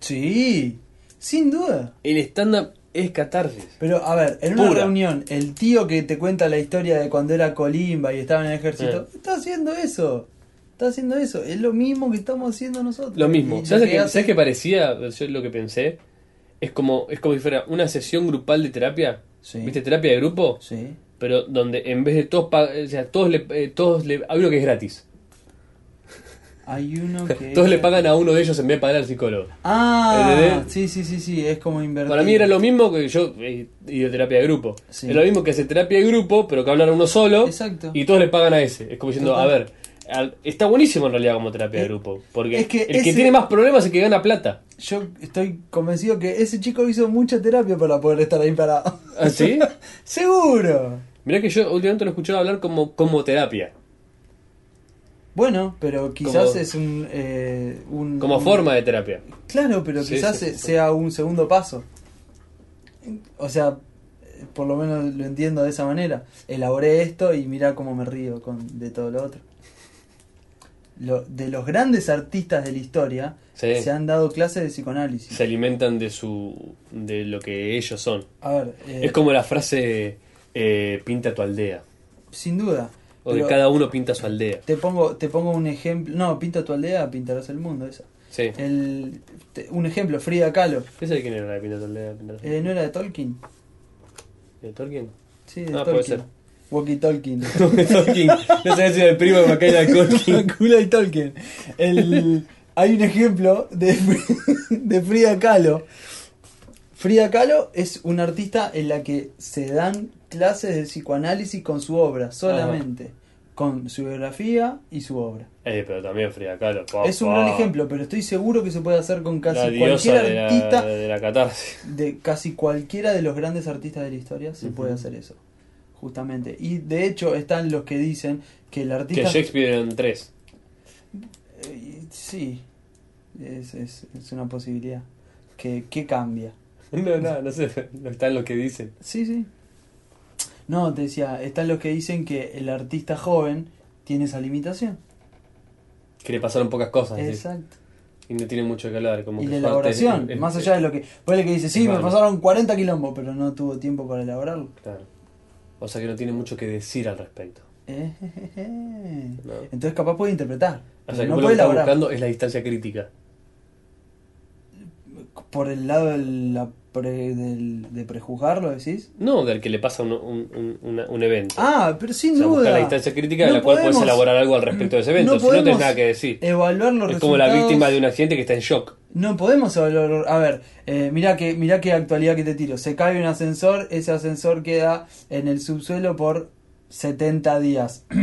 Speaker 2: Sí, sin duda.
Speaker 1: El stand-up es catarsis.
Speaker 2: Pero a ver, en una
Speaker 1: Pura.
Speaker 2: reunión, el tío que te cuenta la historia de cuando era Colimba y estaba en el ejército,
Speaker 1: Eh.
Speaker 2: está haciendo eso. Está haciendo eso. Es lo mismo que estamos haciendo nosotros.
Speaker 1: Lo
Speaker 2: Y
Speaker 1: mismo. ¿Sabes qué,
Speaker 2: hace-
Speaker 1: ¿Sabes qué parecía? Yo lo que pensé. Es como, es como si fuera una sesión grupal de terapia.
Speaker 2: Sí.
Speaker 1: ¿Viste? Terapia de grupo.
Speaker 2: Sí.
Speaker 1: Pero donde en vez de todos... pa- o sea, todos le, eh, todos le, hay uno que es gratis.
Speaker 2: Hay uno que.
Speaker 1: Todos le pagan a uno de ellos en vez de pagar al psicólogo.
Speaker 2: Ah,
Speaker 1: ¿Entendés?
Speaker 2: sí, sí, sí, sí. Es como invertir.
Speaker 1: Para mí era lo mismo que yo eh, y de terapia de grupo.
Speaker 2: Sí.
Speaker 1: Era lo mismo que hacer terapia de grupo, pero que hablar uno solo.
Speaker 2: Exacto.
Speaker 1: Y todos le pagan a ese. Es como diciendo,
Speaker 2: Total.
Speaker 1: a ver, al- está buenísimo en realidad como terapia de
Speaker 2: Es-
Speaker 1: grupo. Porque
Speaker 2: es que
Speaker 1: el que
Speaker 2: ese-
Speaker 1: tiene más problemas es el que gana plata.
Speaker 2: Yo estoy convencido que ese chico hizo mucha terapia para poder estar ahí parado.
Speaker 1: ¿Ah, sí?
Speaker 2: Seguro.
Speaker 1: Mirá que yo últimamente lo escuchaba hablar como, como terapia.
Speaker 2: Bueno, pero quizás
Speaker 1: Como-
Speaker 2: es un, eh, un-
Speaker 1: Como
Speaker 2: un-
Speaker 1: forma de terapia.
Speaker 2: Claro, pero
Speaker 1: Sí,
Speaker 2: quizás
Speaker 1: sí,
Speaker 2: se-
Speaker 1: sí.
Speaker 2: sea un segundo paso. O sea, eh, por lo menos lo entiendo de esa manera. Elaboré esto y mirá cómo me río con, de todo lo otro. Lo- de los grandes artistas de la historia
Speaker 1: Sí.
Speaker 2: se han dado clases de psicoanálisis.
Speaker 1: Se alimentan de su de lo que ellos son.
Speaker 2: A ver, eh,
Speaker 1: Es como la frase eh, pinta tu aldea.
Speaker 2: sin duda.
Speaker 1: O que
Speaker 2: Pero
Speaker 1: cada uno pinta su aldea.
Speaker 2: te pongo, te pongo un ejemplo. No, pinta tu aldea, pintarás el mundo. Esa.
Speaker 1: Sí.
Speaker 2: Eh. El, te- un ejemplo, Frida Kahlo.
Speaker 1: ¿Esa de quién era la de pinta tu aldea? Pinta tu-
Speaker 2: Eh, ¿No era de Tolkien?
Speaker 1: ¿De Tolkien?
Speaker 2: Sí, de
Speaker 1: Ah,
Speaker 2: Tolkien.
Speaker 1: puede
Speaker 2: Walkie Tolkien.
Speaker 1: Tolkien. No sabía si era el primo de Macaulay Culkin.
Speaker 2: Dracula y Tolkien. El- hay un ejemplo de, de Frida Kahlo. Frida Kahlo es una artista en la que se dan clases de psicoanálisis con su
Speaker 1: Ah.
Speaker 2: obra, solamente. Con su biografía y su obra.
Speaker 1: Eh, pero también Frida Kahlo. pa,
Speaker 2: es un
Speaker 1: pa.
Speaker 2: gran ejemplo, pero estoy seguro que se puede hacer con
Speaker 1: La
Speaker 2: casi
Speaker 1: diosa
Speaker 2: cualquier
Speaker 1: de la,
Speaker 2: artista.
Speaker 1: de la catarsis.
Speaker 2: de casi cualquiera de los grandes artistas de la historia se
Speaker 1: Ujú.
Speaker 2: puede hacer eso. Justamente. Y de hecho están los que dicen que el
Speaker 1: Que
Speaker 2: artista...
Speaker 1: Shakespeare eran tres.
Speaker 2: Eh, sí, es, es, es una posibilidad. Que, que cambia.
Speaker 1: No, no, no sé. No están lo que dicen.
Speaker 2: Sí, sí. No, te decía, están los que dicen que el artista joven tiene esa limitación.
Speaker 1: Que le pasaron pocas cosas. decís.
Speaker 2: Exacto.
Speaker 1: Y no tiene mucho que hablar. Ah, Como
Speaker 2: y
Speaker 1: que
Speaker 2: la
Speaker 1: suerte
Speaker 2: elaboración,
Speaker 1: es- es-
Speaker 2: más allá de lo que... Ponele que dice, sí, me
Speaker 1: válido.
Speaker 2: pasaron 40 quilombos, pero no tuvo tiempo para elaborarlo.
Speaker 1: Claro. O sea que no tiene mucho que decir al respecto.
Speaker 2: Eh, je, je, je.
Speaker 1: No.
Speaker 2: Entonces capaz puede interpretar.
Speaker 1: O
Speaker 2: pero
Speaker 1: sea que
Speaker 2: no
Speaker 1: vos lo
Speaker 2: puede
Speaker 1: que estás
Speaker 2: elaborar.
Speaker 1: buscando es la distancia crítica.
Speaker 2: Por el lado de, la pre- del- de prejuzgarlo, decís.
Speaker 1: No del que le pasa un, un, un- una- un evento.
Speaker 2: Ah, pero sin
Speaker 1: o sea,
Speaker 2: duda.
Speaker 1: buscar la distancia crítica
Speaker 2: No
Speaker 1: de la cual puedes
Speaker 2: podemos
Speaker 1: elaborar algo al respecto de ese evento.
Speaker 2: no
Speaker 1: si no tenés
Speaker 2: podemos
Speaker 1: nada que decir.
Speaker 2: Evaluar los
Speaker 1: Es como la
Speaker 2: resultados.
Speaker 1: víctima de un accidente que está en shock.
Speaker 2: No podemos evaluar. A ver, eh, mirá, que, mirá qué actualidad que te tiro. Se cae un ascensor, ese ascensor queda en el subsuelo por 70 días.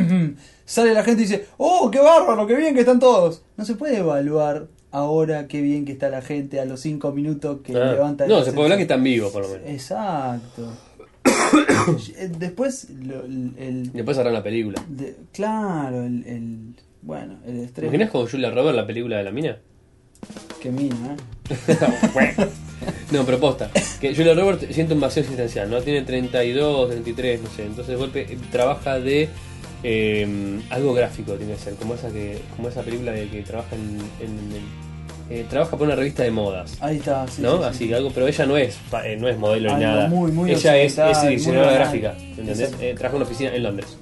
Speaker 2: Sale la gente y dice: ¡Oh, qué bárbaro! ¡Qué bien que están todos! No se puede evaluar ahora qué bien que está la gente a los 5 minutos que
Speaker 1: Ah.
Speaker 2: levanta el
Speaker 1: No, se
Speaker 2: ascensor.
Speaker 1: puede hablar que están vivos, por lo menos.
Speaker 2: Exacto. Eh, Después, lo- el,
Speaker 1: Después harán la película.
Speaker 2: de- claro, el, el- bueno, el
Speaker 1: ¿Te
Speaker 2: estrés.
Speaker 1: imaginas con Julia Robert la película de la mina?
Speaker 2: Que mina, ¿eh?
Speaker 1: no, pero posta. Que Julia Robert siente un vacío existencial, ¿no? Tiene 32, 33, no sé. Entonces de golpe eh, trabaja de eh, algo gráfico, tiene que ser. Como esa, que, como esa película de que trabaja en... en- en- eh, trabaja por una revista de modas.
Speaker 2: Ahí está, sí.
Speaker 1: ¿no?
Speaker 2: sí, sí.
Speaker 1: Así algo, pero ella no es, pa- eh, no es modelo ni
Speaker 2: Algo
Speaker 1: nada.
Speaker 2: muy, muy
Speaker 1: ella es,
Speaker 2: occidental,
Speaker 1: es
Speaker 2: muy
Speaker 1: diseñadora
Speaker 2: banal.
Speaker 1: gráfica, ¿entendés?
Speaker 2: Exacto.
Speaker 1: Eh, trabaja en una oficina en Londres.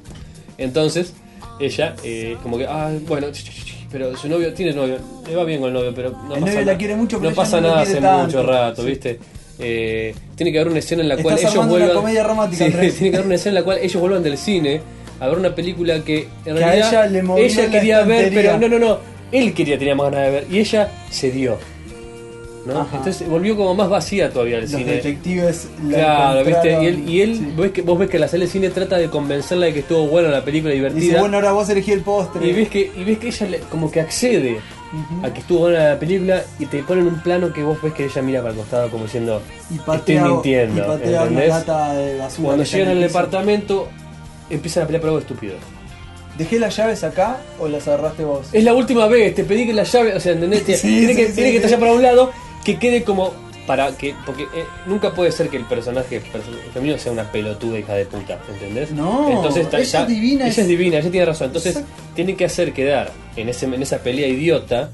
Speaker 1: Entonces, ella, eh, como que, ah, bueno, ch, ch, ch, ch, pero su novio, tiene novio, le va bien con el novio, pero no pasa
Speaker 2: El novio la
Speaker 1: nada.
Speaker 2: quiere mucho, pero
Speaker 1: no
Speaker 2: ella
Speaker 1: pasa
Speaker 2: no lo
Speaker 1: nada
Speaker 2: quiere
Speaker 1: hace
Speaker 2: tanto.
Speaker 1: mucho rato,
Speaker 2: Sí.
Speaker 1: ¿viste? Eh, tiene que haber una escena en la cual
Speaker 2: Estás
Speaker 1: ellos
Speaker 2: armando una
Speaker 1: vuelvan.
Speaker 2: comedia romántica,
Speaker 1: Sí,
Speaker 2: Andrés.
Speaker 1: tiene que haber una escena en la cual ellos vuelvan del cine a ver una película que en
Speaker 2: Que a
Speaker 1: realidad
Speaker 2: ella le movió la
Speaker 1: quería ver, pero
Speaker 2: estantería.
Speaker 1: no, no, no, él quería, tenía más ganas de ver, y ella se dio. ¿no?
Speaker 2: Ajá.
Speaker 1: Entonces volvió como más vacía todavía el
Speaker 2: Los
Speaker 1: cine.
Speaker 2: detectives la
Speaker 1: Claro, ¿viste?
Speaker 2: encontraron,
Speaker 1: Y él, y él
Speaker 2: sí.
Speaker 1: ves que, vos ves que la sala de cine trata de convencerla de que estuvo buena la película divertida.
Speaker 2: Dice, bueno, ahora vos elegí el postre.
Speaker 1: y, ves que, y ves que ella le- como que accede
Speaker 2: Ujú.
Speaker 1: a que estuvo buena la película y te ponen un plano que vos ves que ella mira para el costado como diciendo,
Speaker 2: Y patea,
Speaker 1: estoy mintiendo.
Speaker 2: y patea una
Speaker 1: ¿entendés?
Speaker 2: lata de basura.
Speaker 1: Cuando
Speaker 2: que está en
Speaker 1: llegan al
Speaker 2: piso.
Speaker 1: departamento empiezan a pelear por algo estúpido.
Speaker 2: ¿Dejé las llaves acá o las agarraste vos?
Speaker 1: Es la última vez, te pedí que la llave, o sea, ¿entendés?
Speaker 2: Sí,
Speaker 1: tiene
Speaker 2: sí,
Speaker 1: que,
Speaker 2: sí,
Speaker 1: tiene que
Speaker 2: sí.
Speaker 1: tallar para un lado, que quede como para que. Porque eh, nunca puede ser que el personaje perso- femenino sea una pelotuda hija de puta, ¿entendés?
Speaker 2: No,
Speaker 1: ta-
Speaker 2: ella
Speaker 1: ya-
Speaker 2: es divina,
Speaker 1: Ella
Speaker 2: es-
Speaker 1: es, divina, ella tiene razón. Entonces,
Speaker 2: Exacto.
Speaker 1: tiene que hacer quedar en, ese, en esa pelea idiota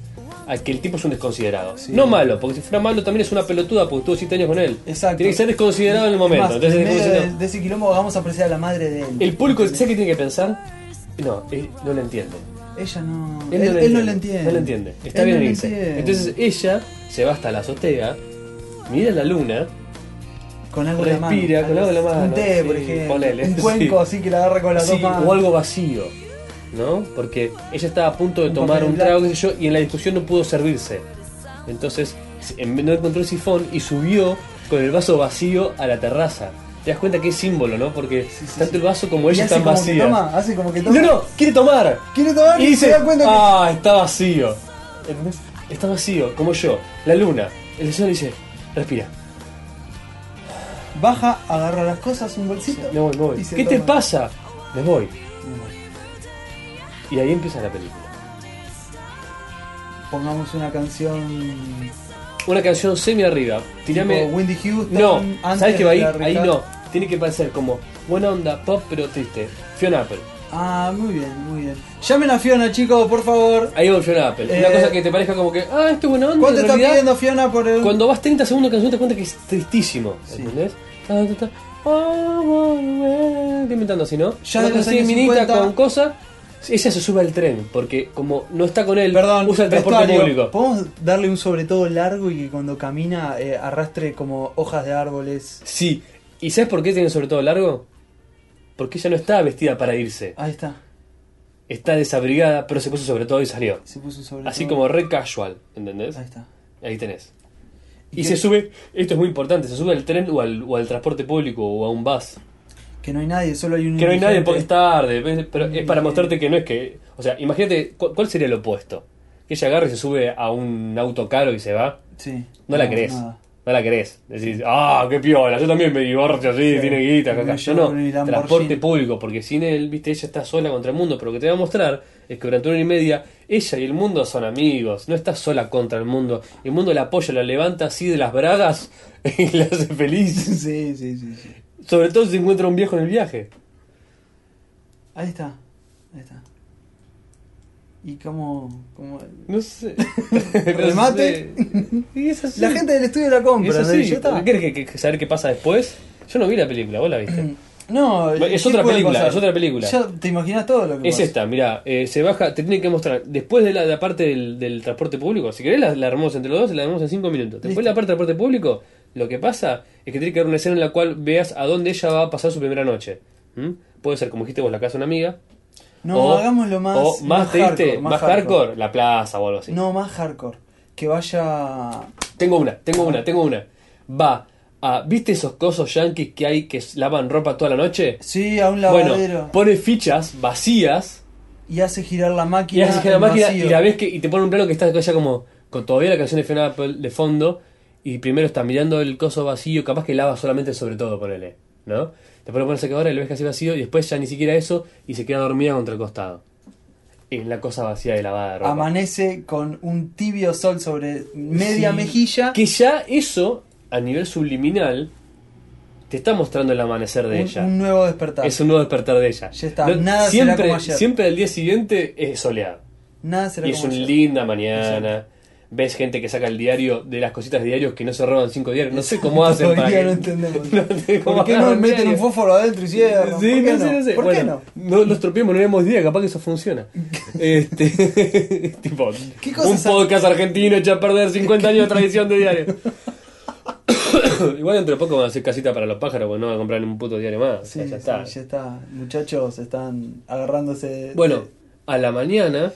Speaker 1: a que el tipo es un desconsiderado. No malo, porque si fuera malo también es una pelotuda porque estuvo 7 años con él.
Speaker 2: Exacto.
Speaker 1: Tiene que ser desconsiderado en el momento.
Speaker 2: Es más,
Speaker 1: Entonces,
Speaker 2: en medio
Speaker 1: como si
Speaker 2: de,
Speaker 1: no-
Speaker 2: de ese quilombo vamos a apreciar a la madre de él.
Speaker 1: el público, ¿sabes qué tiene que pensar? No, él no lo entiende.
Speaker 2: Ella no.
Speaker 1: Él,
Speaker 2: Él,
Speaker 1: no, lo
Speaker 2: él
Speaker 1: entiende,
Speaker 2: no lo entiende.
Speaker 1: No lo entiende. Está
Speaker 2: Él
Speaker 1: bien
Speaker 2: no lo
Speaker 1: irse.
Speaker 2: entiende.
Speaker 1: Entonces ella se va hasta la azotea, mira la luna,
Speaker 2: con algo en la mano.
Speaker 1: respira con algo en la mano.
Speaker 2: Un té, por
Speaker 1: sí,
Speaker 2: ejemplo.
Speaker 1: ponele,
Speaker 2: Un cuenco
Speaker 1: sí.
Speaker 2: así que la agarra con las
Speaker 1: Sí,
Speaker 2: dos manos.
Speaker 1: o algo vacío, ¿no? Porque ella estaba a punto de
Speaker 2: Un
Speaker 1: tomar
Speaker 2: papel
Speaker 1: un
Speaker 2: blanco.
Speaker 1: trago, qué sé yo, y en la discusión no pudo servirse. Entonces en- no encontró el sifón y subió con el vaso vacío a la terraza. Te das cuenta que es símbolo, ¿no? Porque tanto el vaso como
Speaker 2: Y
Speaker 1: ella
Speaker 2: hace
Speaker 1: están
Speaker 2: como que
Speaker 1: vacías.
Speaker 2: toma, hace como que
Speaker 1: No,
Speaker 2: toma.
Speaker 1: no, quiere tomar.
Speaker 2: Quiere tomar
Speaker 1: Y
Speaker 2: y,
Speaker 1: dice,
Speaker 2: se da cuenta que.
Speaker 1: ah, está vacío. ¿Entendés? Está vacío, como yo. La luna. El sol dice, respira.
Speaker 2: Baja, agarra las cosas, un bolsito.
Speaker 1: Me voy, me
Speaker 2: y
Speaker 1: voy.
Speaker 2: se
Speaker 1: ¿Qué te
Speaker 2: toma.
Speaker 1: pasa? Me voy. Y ahí empieza la película.
Speaker 2: Pongamos una canción.
Speaker 1: Una canción semi arriba. Tirame.
Speaker 2: tipo Wendy Houston.
Speaker 1: No,
Speaker 2: antes
Speaker 1: ¿sabes que
Speaker 2: de
Speaker 1: va ahí?
Speaker 2: la
Speaker 1: Ahí
Speaker 2: recarga.
Speaker 1: no. Tiene que parecer como buena onda, pop pero triste. Fiona Apple.
Speaker 2: Ah, muy bien, muy bien. Llamen a Fiona, chicos, por favor.
Speaker 1: Ahí va Fiona Apple. Una
Speaker 2: Eh,
Speaker 1: cosa que te parezca como que, ah, esto es buena onda.
Speaker 2: ¿Cuánto
Speaker 1: en
Speaker 2: está
Speaker 1: realidad,
Speaker 2: pidiendo Fiona por el.?
Speaker 1: Cuando vas 30 segundos de canción te das cuenta que es tristísimo,
Speaker 2: Sí.
Speaker 1: ¿entendés? Ah, ta, ta. Ah, bueno, eh". Estoy inventando así, ¿no?
Speaker 2: Ya
Speaker 1: Una
Speaker 2: de los
Speaker 1: canción
Speaker 2: años
Speaker 1: minita
Speaker 2: 50.
Speaker 1: con cosa, ella se sube al tren, porque como no está con él,
Speaker 2: Perdón,
Speaker 1: usa el transporte
Speaker 2: vestuario.
Speaker 1: público.
Speaker 2: ¿Podemos darle un sobre todo largo y que cuando camina eh, arrastre como hojas de árboles?
Speaker 1: Sí. ¿Y sabes por qué tiene sobre todo largo? Porque ella no está vestida para irse.
Speaker 2: Ahí está.
Speaker 1: Está desabrigada, pero se puso sobre todo y salió.
Speaker 2: Se puso un sobre
Speaker 1: Así
Speaker 2: todo.
Speaker 1: como re casual, ¿entendés?
Speaker 2: Ahí está.
Speaker 1: Ahí tenés.
Speaker 2: ¿Y
Speaker 1: Y,
Speaker 2: qué-
Speaker 1: se sube, esto es muy importante, se sube al tren o al, o al transporte público o a un bus.
Speaker 2: Que no hay nadie, solo hay un.
Speaker 1: Que no hay nadie porque es
Speaker 2: indigente.
Speaker 1: tarde, ¿ves? pero es para
Speaker 2: Bien.
Speaker 1: mostrarte que no es que... O sea, imagínate, cu- ¿cuál sería el opuesto? Que ella agarre y se sube a un auto caro y se va.
Speaker 2: Sí.
Speaker 1: No la querés.
Speaker 2: nada.
Speaker 1: No la querés. Decís, ah, qué piola, yo también me divorcio así,
Speaker 2: Sí.
Speaker 1: tiene guita,
Speaker 2: Me
Speaker 1: caca. Yo
Speaker 2: llevo
Speaker 1: no,
Speaker 2: un Lamborghini.
Speaker 1: transporte público, porque sin él, viste, ella está sola contra el mundo, pero lo que te va a mostrar es que durante una hora y media, ella y el mundo son amigos, no está sola contra el mundo. El mundo la apoya, la levanta así de las bragas y la hace feliz.
Speaker 2: Sí, sí, sí, sí.
Speaker 1: Sobre todo si encuentra un viejo en el viaje.
Speaker 2: Ahí está. Ahí está. Y como. como...
Speaker 1: No sé.
Speaker 2: Remate.
Speaker 1: No sé. Y es así.
Speaker 2: La gente del estudio la
Speaker 1: Y es
Speaker 2: compra,
Speaker 1: así.
Speaker 2: ¿no? Ya está.
Speaker 1: ¿Qué ¿Querés que, que- saber qué pasa después? Yo no vi la película, vos la viste.
Speaker 2: No,
Speaker 1: Es
Speaker 2: ¿qué
Speaker 1: otra
Speaker 2: puede
Speaker 1: película,
Speaker 2: pasar?
Speaker 1: es otra película.
Speaker 2: Ya te imaginas todo lo que
Speaker 1: Es
Speaker 2: pasa.
Speaker 1: esta, mira, se baja, te tiene que mostrar. Después de la, la parte del, del transporte público, si querés la, la armamos entre los dos, la armamos en 5 minutos. Después
Speaker 2: Listo.
Speaker 1: de la parte del transporte público, lo que pasa es que tiene que haber una escena en la cual veas a dónde ella va a pasar su primera noche. ¿Mm? Puede ser, como dijiste vos, la casa de una amiga.
Speaker 2: No,
Speaker 1: o-
Speaker 2: hagámoslo más.
Speaker 1: O más, triste,
Speaker 2: hardcore,
Speaker 1: más, hardcore, la plaza o algo así.
Speaker 2: No, más hardcore. Que vaya.
Speaker 1: Tengo una, tengo
Speaker 2: Ah.
Speaker 1: una, tengo una. Va a. ¿Viste esos cosos yanquis que hay que lavan ropa toda la noche?
Speaker 2: Sí, a un
Speaker 1: Bueno,
Speaker 2: lavadero.
Speaker 1: pone fichas vacías.
Speaker 2: Y hace girar la
Speaker 1: Y
Speaker 2: máquina.
Speaker 1: haces que la
Speaker 2: en
Speaker 1: máquina
Speaker 2: vacío.
Speaker 1: y la ves que y te pone un plano que está ya como con todavía la canción de Fiona Apple de fondo y primero está mirando el coso vacío, capaz que lava solamente el sobre todo, ponele, ¿no? Te pone ponerse que ahora y lo ves casi vacío y después ya ni siquiera eso y se queda dormida contra el costado. En la cosa vacía de lavada de ropa.
Speaker 2: Amanece con un tibio sol sobre media
Speaker 1: Sí.
Speaker 2: mejilla.
Speaker 1: Que ya eso a nivel subliminal te está mostrando el amanecer de
Speaker 2: un,
Speaker 1: ella.
Speaker 2: un nuevo despertar.
Speaker 1: es un nuevo despertar de ella.
Speaker 2: Ya está, nada será
Speaker 1: siempre,
Speaker 2: como ayer.
Speaker 1: siempre el día siguiente es soleado.
Speaker 2: Nada será
Speaker 1: Y es
Speaker 2: como
Speaker 1: una
Speaker 2: ayer.
Speaker 1: linda mañana. Ves gente que saca el diario de las cositas de diarios que no se roban cinco diarios. No sé cómo hacen para.
Speaker 2: Todavía
Speaker 1: que-
Speaker 2: no entendemos.
Speaker 1: No sé cómo
Speaker 2: ¿Por qué no
Speaker 1: agarran
Speaker 2: meten un
Speaker 1: diarios.
Speaker 2: fósforo adentro y cierran?
Speaker 1: Sí,
Speaker 2: ¿Por qué
Speaker 1: no sé, no sé.
Speaker 2: ¿Por qué
Speaker 1: Bueno,
Speaker 2: no?
Speaker 1: no los tropiemos, no vemos día, capaz que eso funciona. este, tipo,
Speaker 2: ¿Qué cosas
Speaker 1: un
Speaker 2: hacen?
Speaker 1: podcast argentino echa a perder 50 años de tradición de diario. Igual dentro de poco van a hacer casita para los pájaros, porque no van a comprar un puto diario más. O
Speaker 2: Sí,
Speaker 1: sea, ya está.
Speaker 2: sí, ya está. Muchachos están agarrándose.
Speaker 1: Bueno, a la mañana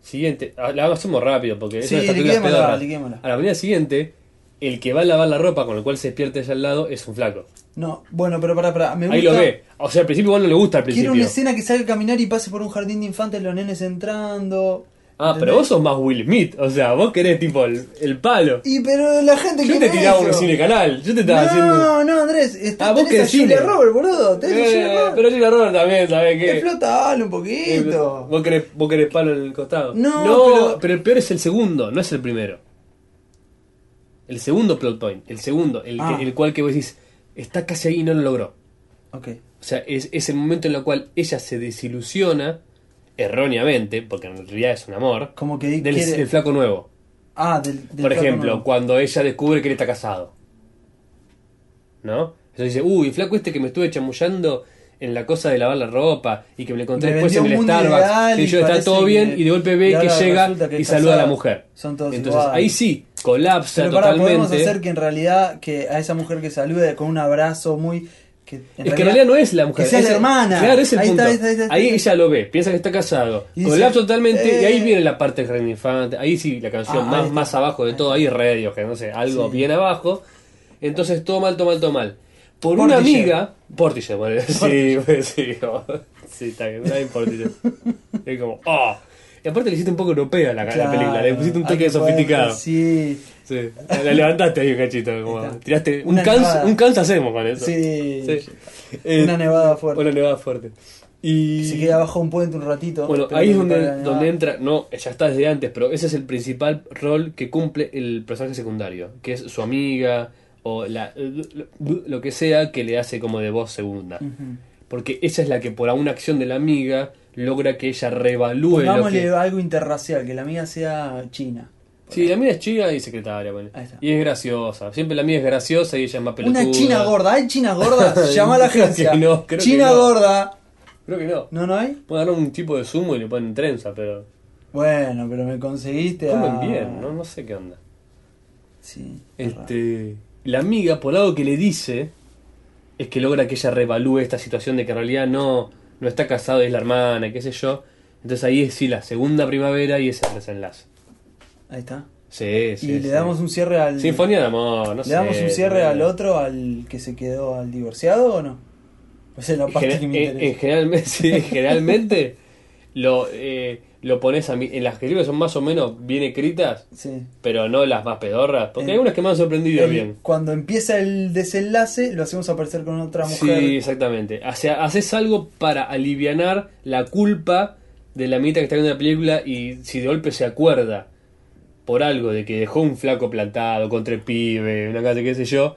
Speaker 1: siguiente, a- la hacemos rápido porque es
Speaker 2: Sí,
Speaker 1: una película
Speaker 2: liquémosla,
Speaker 1: pedorra.
Speaker 2: liquémosla.
Speaker 1: A la mañana siguiente, el que va a lavar la ropa con el cual se despierta ella al lado es un flaco.
Speaker 2: No, bueno, pero pará, pará. Me gusta.
Speaker 1: Ahí lo ve. O sea, al principio igual no le gusta al principio.
Speaker 2: Quiero una escena que salga a caminar y pase por un jardín de infantes, los nenes entrando.
Speaker 1: Ah, pero vos
Speaker 2: ¿Entendés?
Speaker 1: sos más Will Smith, o sea, vos querés tipo el, el palo.
Speaker 2: Y pero la gente
Speaker 1: Yo
Speaker 2: quiere
Speaker 1: te tiraba
Speaker 2: eso.
Speaker 1: un cine canal, yo te
Speaker 2: No,
Speaker 1: estaba haciendo.
Speaker 2: no, Andrés. Está,
Speaker 1: Ah, vos querés
Speaker 2: tenés a Julia
Speaker 1: cine.
Speaker 2: Robert, boludo. Tenés a Julia
Speaker 1: Eh,
Speaker 2: Roberts.
Speaker 1: pero yo error también, ¿sabés qué?
Speaker 2: Explotalo un
Speaker 1: Eh,
Speaker 2: poquito.
Speaker 1: Vos querés, vos querés palo en el costado.
Speaker 2: No,
Speaker 1: no
Speaker 2: pero-
Speaker 1: pero el peor es el segundo, no es el primero. El segundo plot point, el segundo, el, que-
Speaker 2: Ah.
Speaker 1: el cual que vos decís, está casi ahí y no lo logró.
Speaker 2: Ok.
Speaker 1: O sea, es, es el momento en el cual ella se desilusiona, erróneamente, porque en realidad es un amor,
Speaker 2: Como que
Speaker 1: del
Speaker 2: quiere-
Speaker 1: del flaco nuevo.
Speaker 2: Ah, del, del
Speaker 1: Por
Speaker 2: flaco
Speaker 1: ejemplo,
Speaker 2: nuevo.
Speaker 1: cuando ella descubre que él está casado. ¿No? Entonces dice, uy, el flaco este que me estuve chamullando en la cosa de lavar la ropa y que me lo encontré
Speaker 2: Me
Speaker 1: después
Speaker 2: vendió
Speaker 1: en el
Speaker 2: un mundo
Speaker 1: Starbucks.
Speaker 2: ideal
Speaker 1: que
Speaker 2: y
Speaker 1: yo está
Speaker 2: parece
Speaker 1: todo
Speaker 2: que-
Speaker 1: bien y de golpe
Speaker 2: y
Speaker 1: ve que
Speaker 2: ahora
Speaker 1: llega
Speaker 2: resulta que
Speaker 1: y
Speaker 2: es
Speaker 1: saluda a la
Speaker 2: casada.
Speaker 1: mujer.
Speaker 2: Son todos
Speaker 1: Entonces
Speaker 2: iguales.
Speaker 1: ahí sí, colapsa
Speaker 2: Pero pará, podemos
Speaker 1: totalmente.
Speaker 2: hacer que en realidad que a esa mujer que salude con un abrazo muy que en
Speaker 1: Es que en realidad no es la mujer.
Speaker 2: que sea
Speaker 1: es
Speaker 2: la
Speaker 1: el-
Speaker 2: hermana.
Speaker 1: Claro, es el
Speaker 2: Ahí
Speaker 1: punto.
Speaker 2: está, ahí está, ahí está.
Speaker 1: ahí ella lo ve, piensa que está casado.
Speaker 2: Y dice,
Speaker 1: colapsa totalmente y ahí
Speaker 2: eh.
Speaker 1: viene la parte de infante. Ahí sí, la canción
Speaker 2: Ah, ahí
Speaker 1: más,
Speaker 2: está.
Speaker 1: más abajo de
Speaker 2: Ahí
Speaker 1: todo. Ahí radio, que no sé, algo
Speaker 2: Sí.
Speaker 1: bien abajo. Entonces todo mal, todo mal, todo mal. Por una
Speaker 2: Portishead.
Speaker 1: amiga... Portishead, bueno, sí, bueno, sí, como- sí, está bien, está bien Portishead. Es como... ah Y aparte le hiciste un poco europea la, la
Speaker 2: Claro,
Speaker 1: película, le pusiste un
Speaker 2: hay
Speaker 1: toque
Speaker 2: que
Speaker 1: sofisticado.
Speaker 2: poder- Sí.
Speaker 1: Sí. La levantaste ahí un cachito, como
Speaker 2: Ahí está.
Speaker 1: tiraste un
Speaker 2: Una
Speaker 1: cans,
Speaker 2: nevada.
Speaker 1: un cans hacemos con eso.
Speaker 2: Sí.
Speaker 1: Eh,
Speaker 2: Una nevada fuerte.
Speaker 1: Una nevada fuerte. Y
Speaker 2: Se queda bajo un puente un ratito.
Speaker 1: bueno,
Speaker 2: pero
Speaker 1: ahí es
Speaker 2: no para
Speaker 1: donde,
Speaker 2: nada.
Speaker 1: donde entra, no, ya está desde antes, pero ese es el principal rol que cumple el personaje secundario, que es su amiga o la eh, lo que sea que le hace como de voz segunda,
Speaker 2: Ujú.
Speaker 1: porque esa es la que por una acción de la amiga logra que ella revalúe lo
Speaker 2: Pongámosle
Speaker 1: que
Speaker 2: algo interracial, que la mía sea china.
Speaker 1: Sí, la mía es chica y secretaria, ponele.
Speaker 2: Ahí está.
Speaker 1: Y es graciosa. Siempre la mía es graciosa y ella es más pelotuda.
Speaker 2: Una china gorda, ¿hay chinas gordas? Llama a la
Speaker 1: Creo
Speaker 2: agencia.
Speaker 1: que no, creo que
Speaker 2: china
Speaker 1: no.
Speaker 2: gorda.
Speaker 1: Creo que no.
Speaker 2: ¿No, no hay?
Speaker 1: Pueden agarrar un tipo de zumo y le ponen trenza, pero.
Speaker 2: Bueno, pero me conseguiste a-
Speaker 1: Comen bien, ¿no? No sé qué onda.
Speaker 2: Sí. Ah. es raro.
Speaker 1: Este, la amiga, por algo que le dice, es que logra que ella revalúe esta situación de que en realidad no, no está casado y es la hermana, y qué sé yo. Entonces ahí es sí la segunda primavera y ese desenlace.
Speaker 2: Ahí está.
Speaker 1: Sí, sí.
Speaker 2: y le damos un cierre al.
Speaker 1: Sinfonía de amor, no
Speaker 2: ¿Le
Speaker 1: sé.
Speaker 2: damos un cierre
Speaker 1: no.
Speaker 2: al otro, al que se quedó al divorciado o no? Esa es la parte
Speaker 1: Gene-
Speaker 2: que me
Speaker 1: en-
Speaker 2: interesa.
Speaker 1: en generalme- sí, generalmente lo, eh, lo pones a mi- en las que creo que son más o menos bien escritas,
Speaker 2: Sí.
Speaker 1: pero no las más pedorras, porque
Speaker 2: El-
Speaker 1: hay unas que me han sorprendido
Speaker 2: Eh, El-
Speaker 1: bien.
Speaker 2: Cuando empieza el desenlace, lo hacemos aparecer con otra mujer.
Speaker 1: Sí, exactamente. O sea, haces algo para alivianar la culpa de la mitad que está viendo la película y si de golpe se acuerda por algo de que dejó un flaco plantado contra el pibe, una casa, qué sé yo,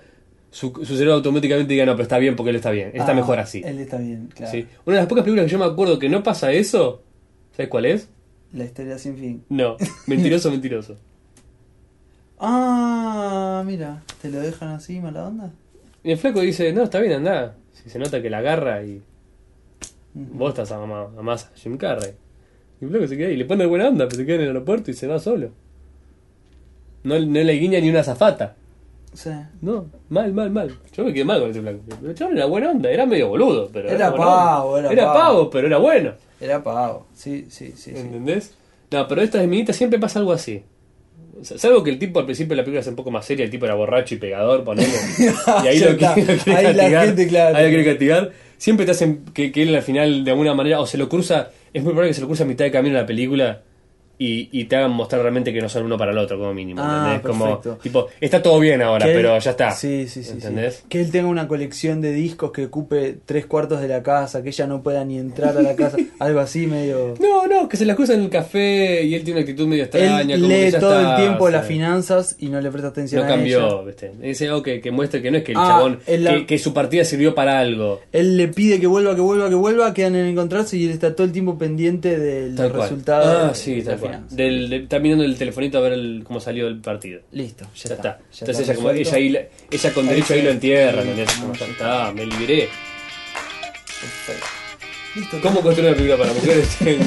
Speaker 1: su, su cerebro automáticamente diga, no, pero está bien porque él está bien, está
Speaker 2: Ah,
Speaker 1: mejor así.
Speaker 2: Él está bien, claro.
Speaker 1: Sí. Una de las pocas películas que yo me acuerdo que no pasa eso, ¿sabes cuál es?
Speaker 2: La historia sin fin.
Speaker 1: No, mentiroso, mentiroso.
Speaker 2: Ah, mira, te lo dejan así, mala onda.
Speaker 1: Y el flaco dice, no, está bien, andá. Si se nota que la agarra y
Speaker 2: Ujú.
Speaker 1: vos estás a mamá, amás a Jim Carrey. Y el flaco se queda ahí, le pone buena onda, pero se queda en el aeropuerto y se va solo. No, no le guiña ni una zafata.
Speaker 2: Sí.
Speaker 1: No, mal, mal, mal. Yo me quedé mal con ese flaco. Pero el chabón era buena onda, era medio boludo, pero.
Speaker 2: Era
Speaker 1: buena onda.
Speaker 2: pavo, era
Speaker 1: Era
Speaker 2: pavo.
Speaker 1: pavo, pero era bueno.
Speaker 2: Era pavo. Sí, sí, sí. sí.
Speaker 1: ¿Entendés? No, pero estas desminitas siempre pasa algo así. O sea, Salvo que el tipo al principio de la película es un poco más seria, el tipo era borracho y pegador, ponele. Y ahí
Speaker 2: Ya
Speaker 1: lo, que-
Speaker 2: está.
Speaker 1: lo quiere
Speaker 2: Ahí la
Speaker 1: castigar.
Speaker 2: gente, claro.
Speaker 1: Ahí lo quiere castigar. Siempre te hacen que, que él al final de alguna manera, o se lo cruza, es muy probable que se lo cruza a mitad de camino de la película y, y te hagan mostrar realmente que no son uno para el otro, como mínimo.
Speaker 2: Ah,
Speaker 1: ¿entendés? Como,
Speaker 2: perfecto.
Speaker 1: tipo, está todo bien ahora,
Speaker 2: Que él-
Speaker 1: pero ya está.
Speaker 2: Sí, sí, sí, sí.
Speaker 1: ¿Entendés?
Speaker 2: Que él tenga una colección de discos que ocupe tres cuartos de la casa, que ella no pueda ni entrar a la casa, algo así medio...
Speaker 1: No, no, que se la cruza en el café y él tiene una actitud medio extraña.
Speaker 2: él
Speaker 1: como que
Speaker 2: lee
Speaker 1: ya
Speaker 2: todo
Speaker 1: está,
Speaker 2: el tiempo las
Speaker 1: sí.
Speaker 2: finanzas y no le presta atención
Speaker 1: No
Speaker 2: a ella.
Speaker 1: cambió, ¿viste? Es algo que, que muestra que no es que el
Speaker 2: Ah,
Speaker 1: chabón,
Speaker 2: en la-
Speaker 1: que, que su partida sirvió para algo.
Speaker 2: Él le pide que vuelva, que vuelva, que vuelva, quedan en encontrarse y él está todo el tiempo pendiente del
Speaker 1: Tal cual.
Speaker 2: resultado
Speaker 1: Ah, sí,
Speaker 2: de la
Speaker 1: tal cual.
Speaker 2: finanza.
Speaker 1: Del, de- está mirando el telefonito a ver el- cómo salió el partido.
Speaker 2: Listo,
Speaker 1: Ya, está. Entonces
Speaker 2: está
Speaker 1: ella, como,
Speaker 2: resuelto.
Speaker 1: ella, ahí la- ella con
Speaker 2: Ahí
Speaker 1: derecho
Speaker 2: sí.
Speaker 1: ahí lo entierra,
Speaker 2: Sí,
Speaker 1: ¿entendés?
Speaker 2: no,
Speaker 1: Como,
Speaker 2: ya
Speaker 1: ya está, me liberé.
Speaker 2: Perfecto. Listo.
Speaker 1: ¿Cómo construir una película para mujeres en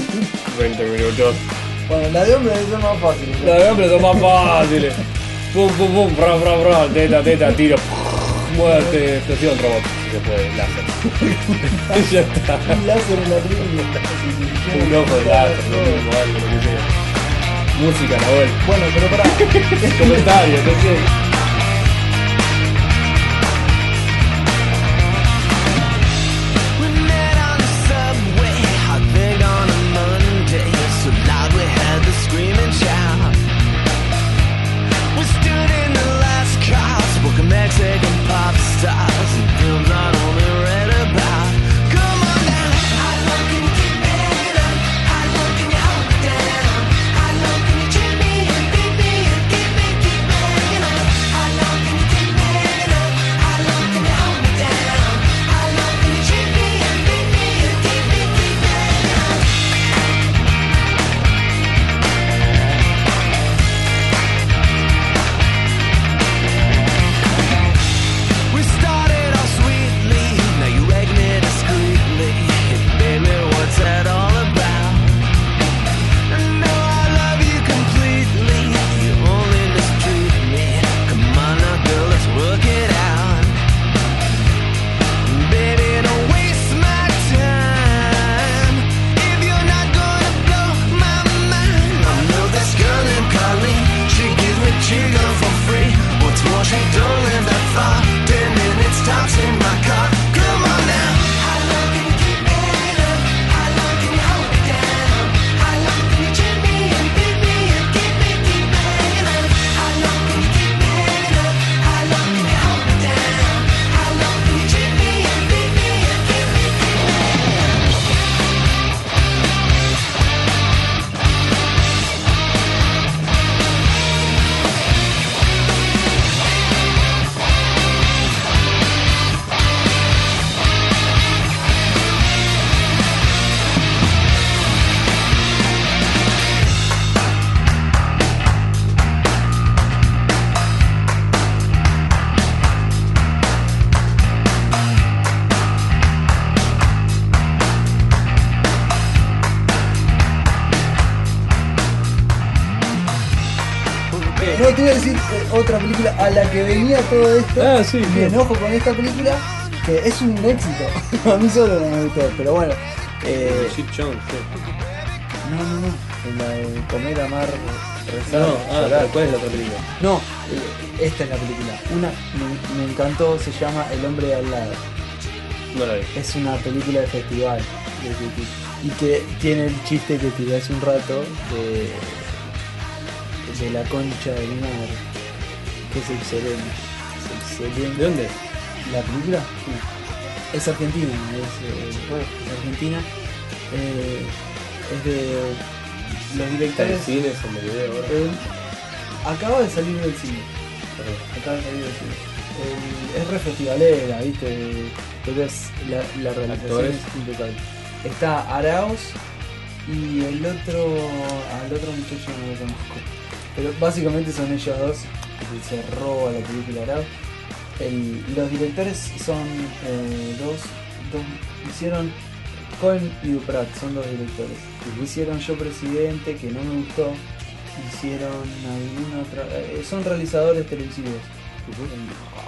Speaker 1: 20 minutos?
Speaker 2: Bueno, la de hombre es la más fácil.
Speaker 1: La verdad, pero son más fáciles. Pum, pum, pum, fra, fra, fra, teta, teta, tiro. Muerte, explosión, robot. Y se puede, láser. ya está.
Speaker 2: Un láser en la trivia.
Speaker 1: un ojo de láser, lo mismo, algo, lo que sea. Música, Nahuel.
Speaker 2: Bueno, pero pará.
Speaker 1: Comentarios, no sé.
Speaker 4: We met on the subway, I think on a Monday. So loud we had the screaming child. We stood in the last car, spoke of Mexican pop stars and films I'd only read about. Come on now, I know can you get better? I know can you hold me down? I know can you treat me and beat me and keep me keep banging on? I
Speaker 1: sí.
Speaker 2: No, te iba a decir eh, otra película a la que venía todo esto.
Speaker 1: Ah, sí,
Speaker 2: Me
Speaker 1: bien.
Speaker 2: enojo con esta película, que es un éxito. a mí solo no me gustó, pero bueno. Eh,
Speaker 1: Chip Jones, sí.
Speaker 2: no, no, no. La de comer, amar, rezar.
Speaker 1: No, ah,
Speaker 2: llorar.
Speaker 1: ¿cuál es la otra película?
Speaker 2: No, eh, esta es la película. Una me, me encantó, se llama El hombre de al lado.
Speaker 1: No la vi.
Speaker 2: Es una película de festival de Titi. Y que tiene el chiste que tiré hace un rato de, de la concha de mi madre. Que es excelente. Es excelente.
Speaker 1: ¿De dónde?
Speaker 2: ¿La película? Es argentina, es, eh, bueno, es argentina. Eh, es de los
Speaker 1: Está en
Speaker 2: directores.
Speaker 1: cines, en video ahora.
Speaker 2: Eh, acaba de salir del cine. Acaba de salir del cine. Eh, es re festivalera, ¿viste? Entonces la, la realización
Speaker 1: Actores.
Speaker 2: es impecable. Está Araos y el otro. al otro muchacho no lo conozco. Pero básicamente son ellos dos. que Se roba la película Araos. El- los directores son eh, dos, dos- Hicieron Cohen y Duprat, son dos directores. Hicieron Yo Presidente, que no me gustó. Hicieron alguna otra. eh, son realizadores televisivos.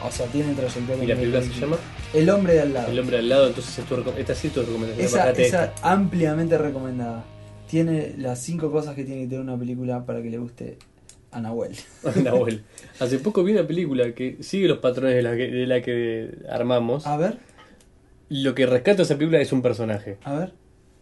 Speaker 2: O sea, tienen trayectoria.
Speaker 1: ¿Y la película se
Speaker 2: televisiva.
Speaker 1: llama?
Speaker 2: El hombre de al lado.
Speaker 1: El hombre al lado, entonces es tu recom- esta sí es tu recomendación.
Speaker 2: Esa,
Speaker 1: marcate
Speaker 2: esa
Speaker 1: esta.
Speaker 2: ampliamente recomendada. Tiene las cinco cosas que tiene que tener una película para que le guste a Nahuel.
Speaker 1: Nahuel. Hace poco vi una película que sigue los patrones de la que, de la que armamos.
Speaker 2: A ver,
Speaker 1: Lo que rescato de esa película es un personaje.
Speaker 2: a ver.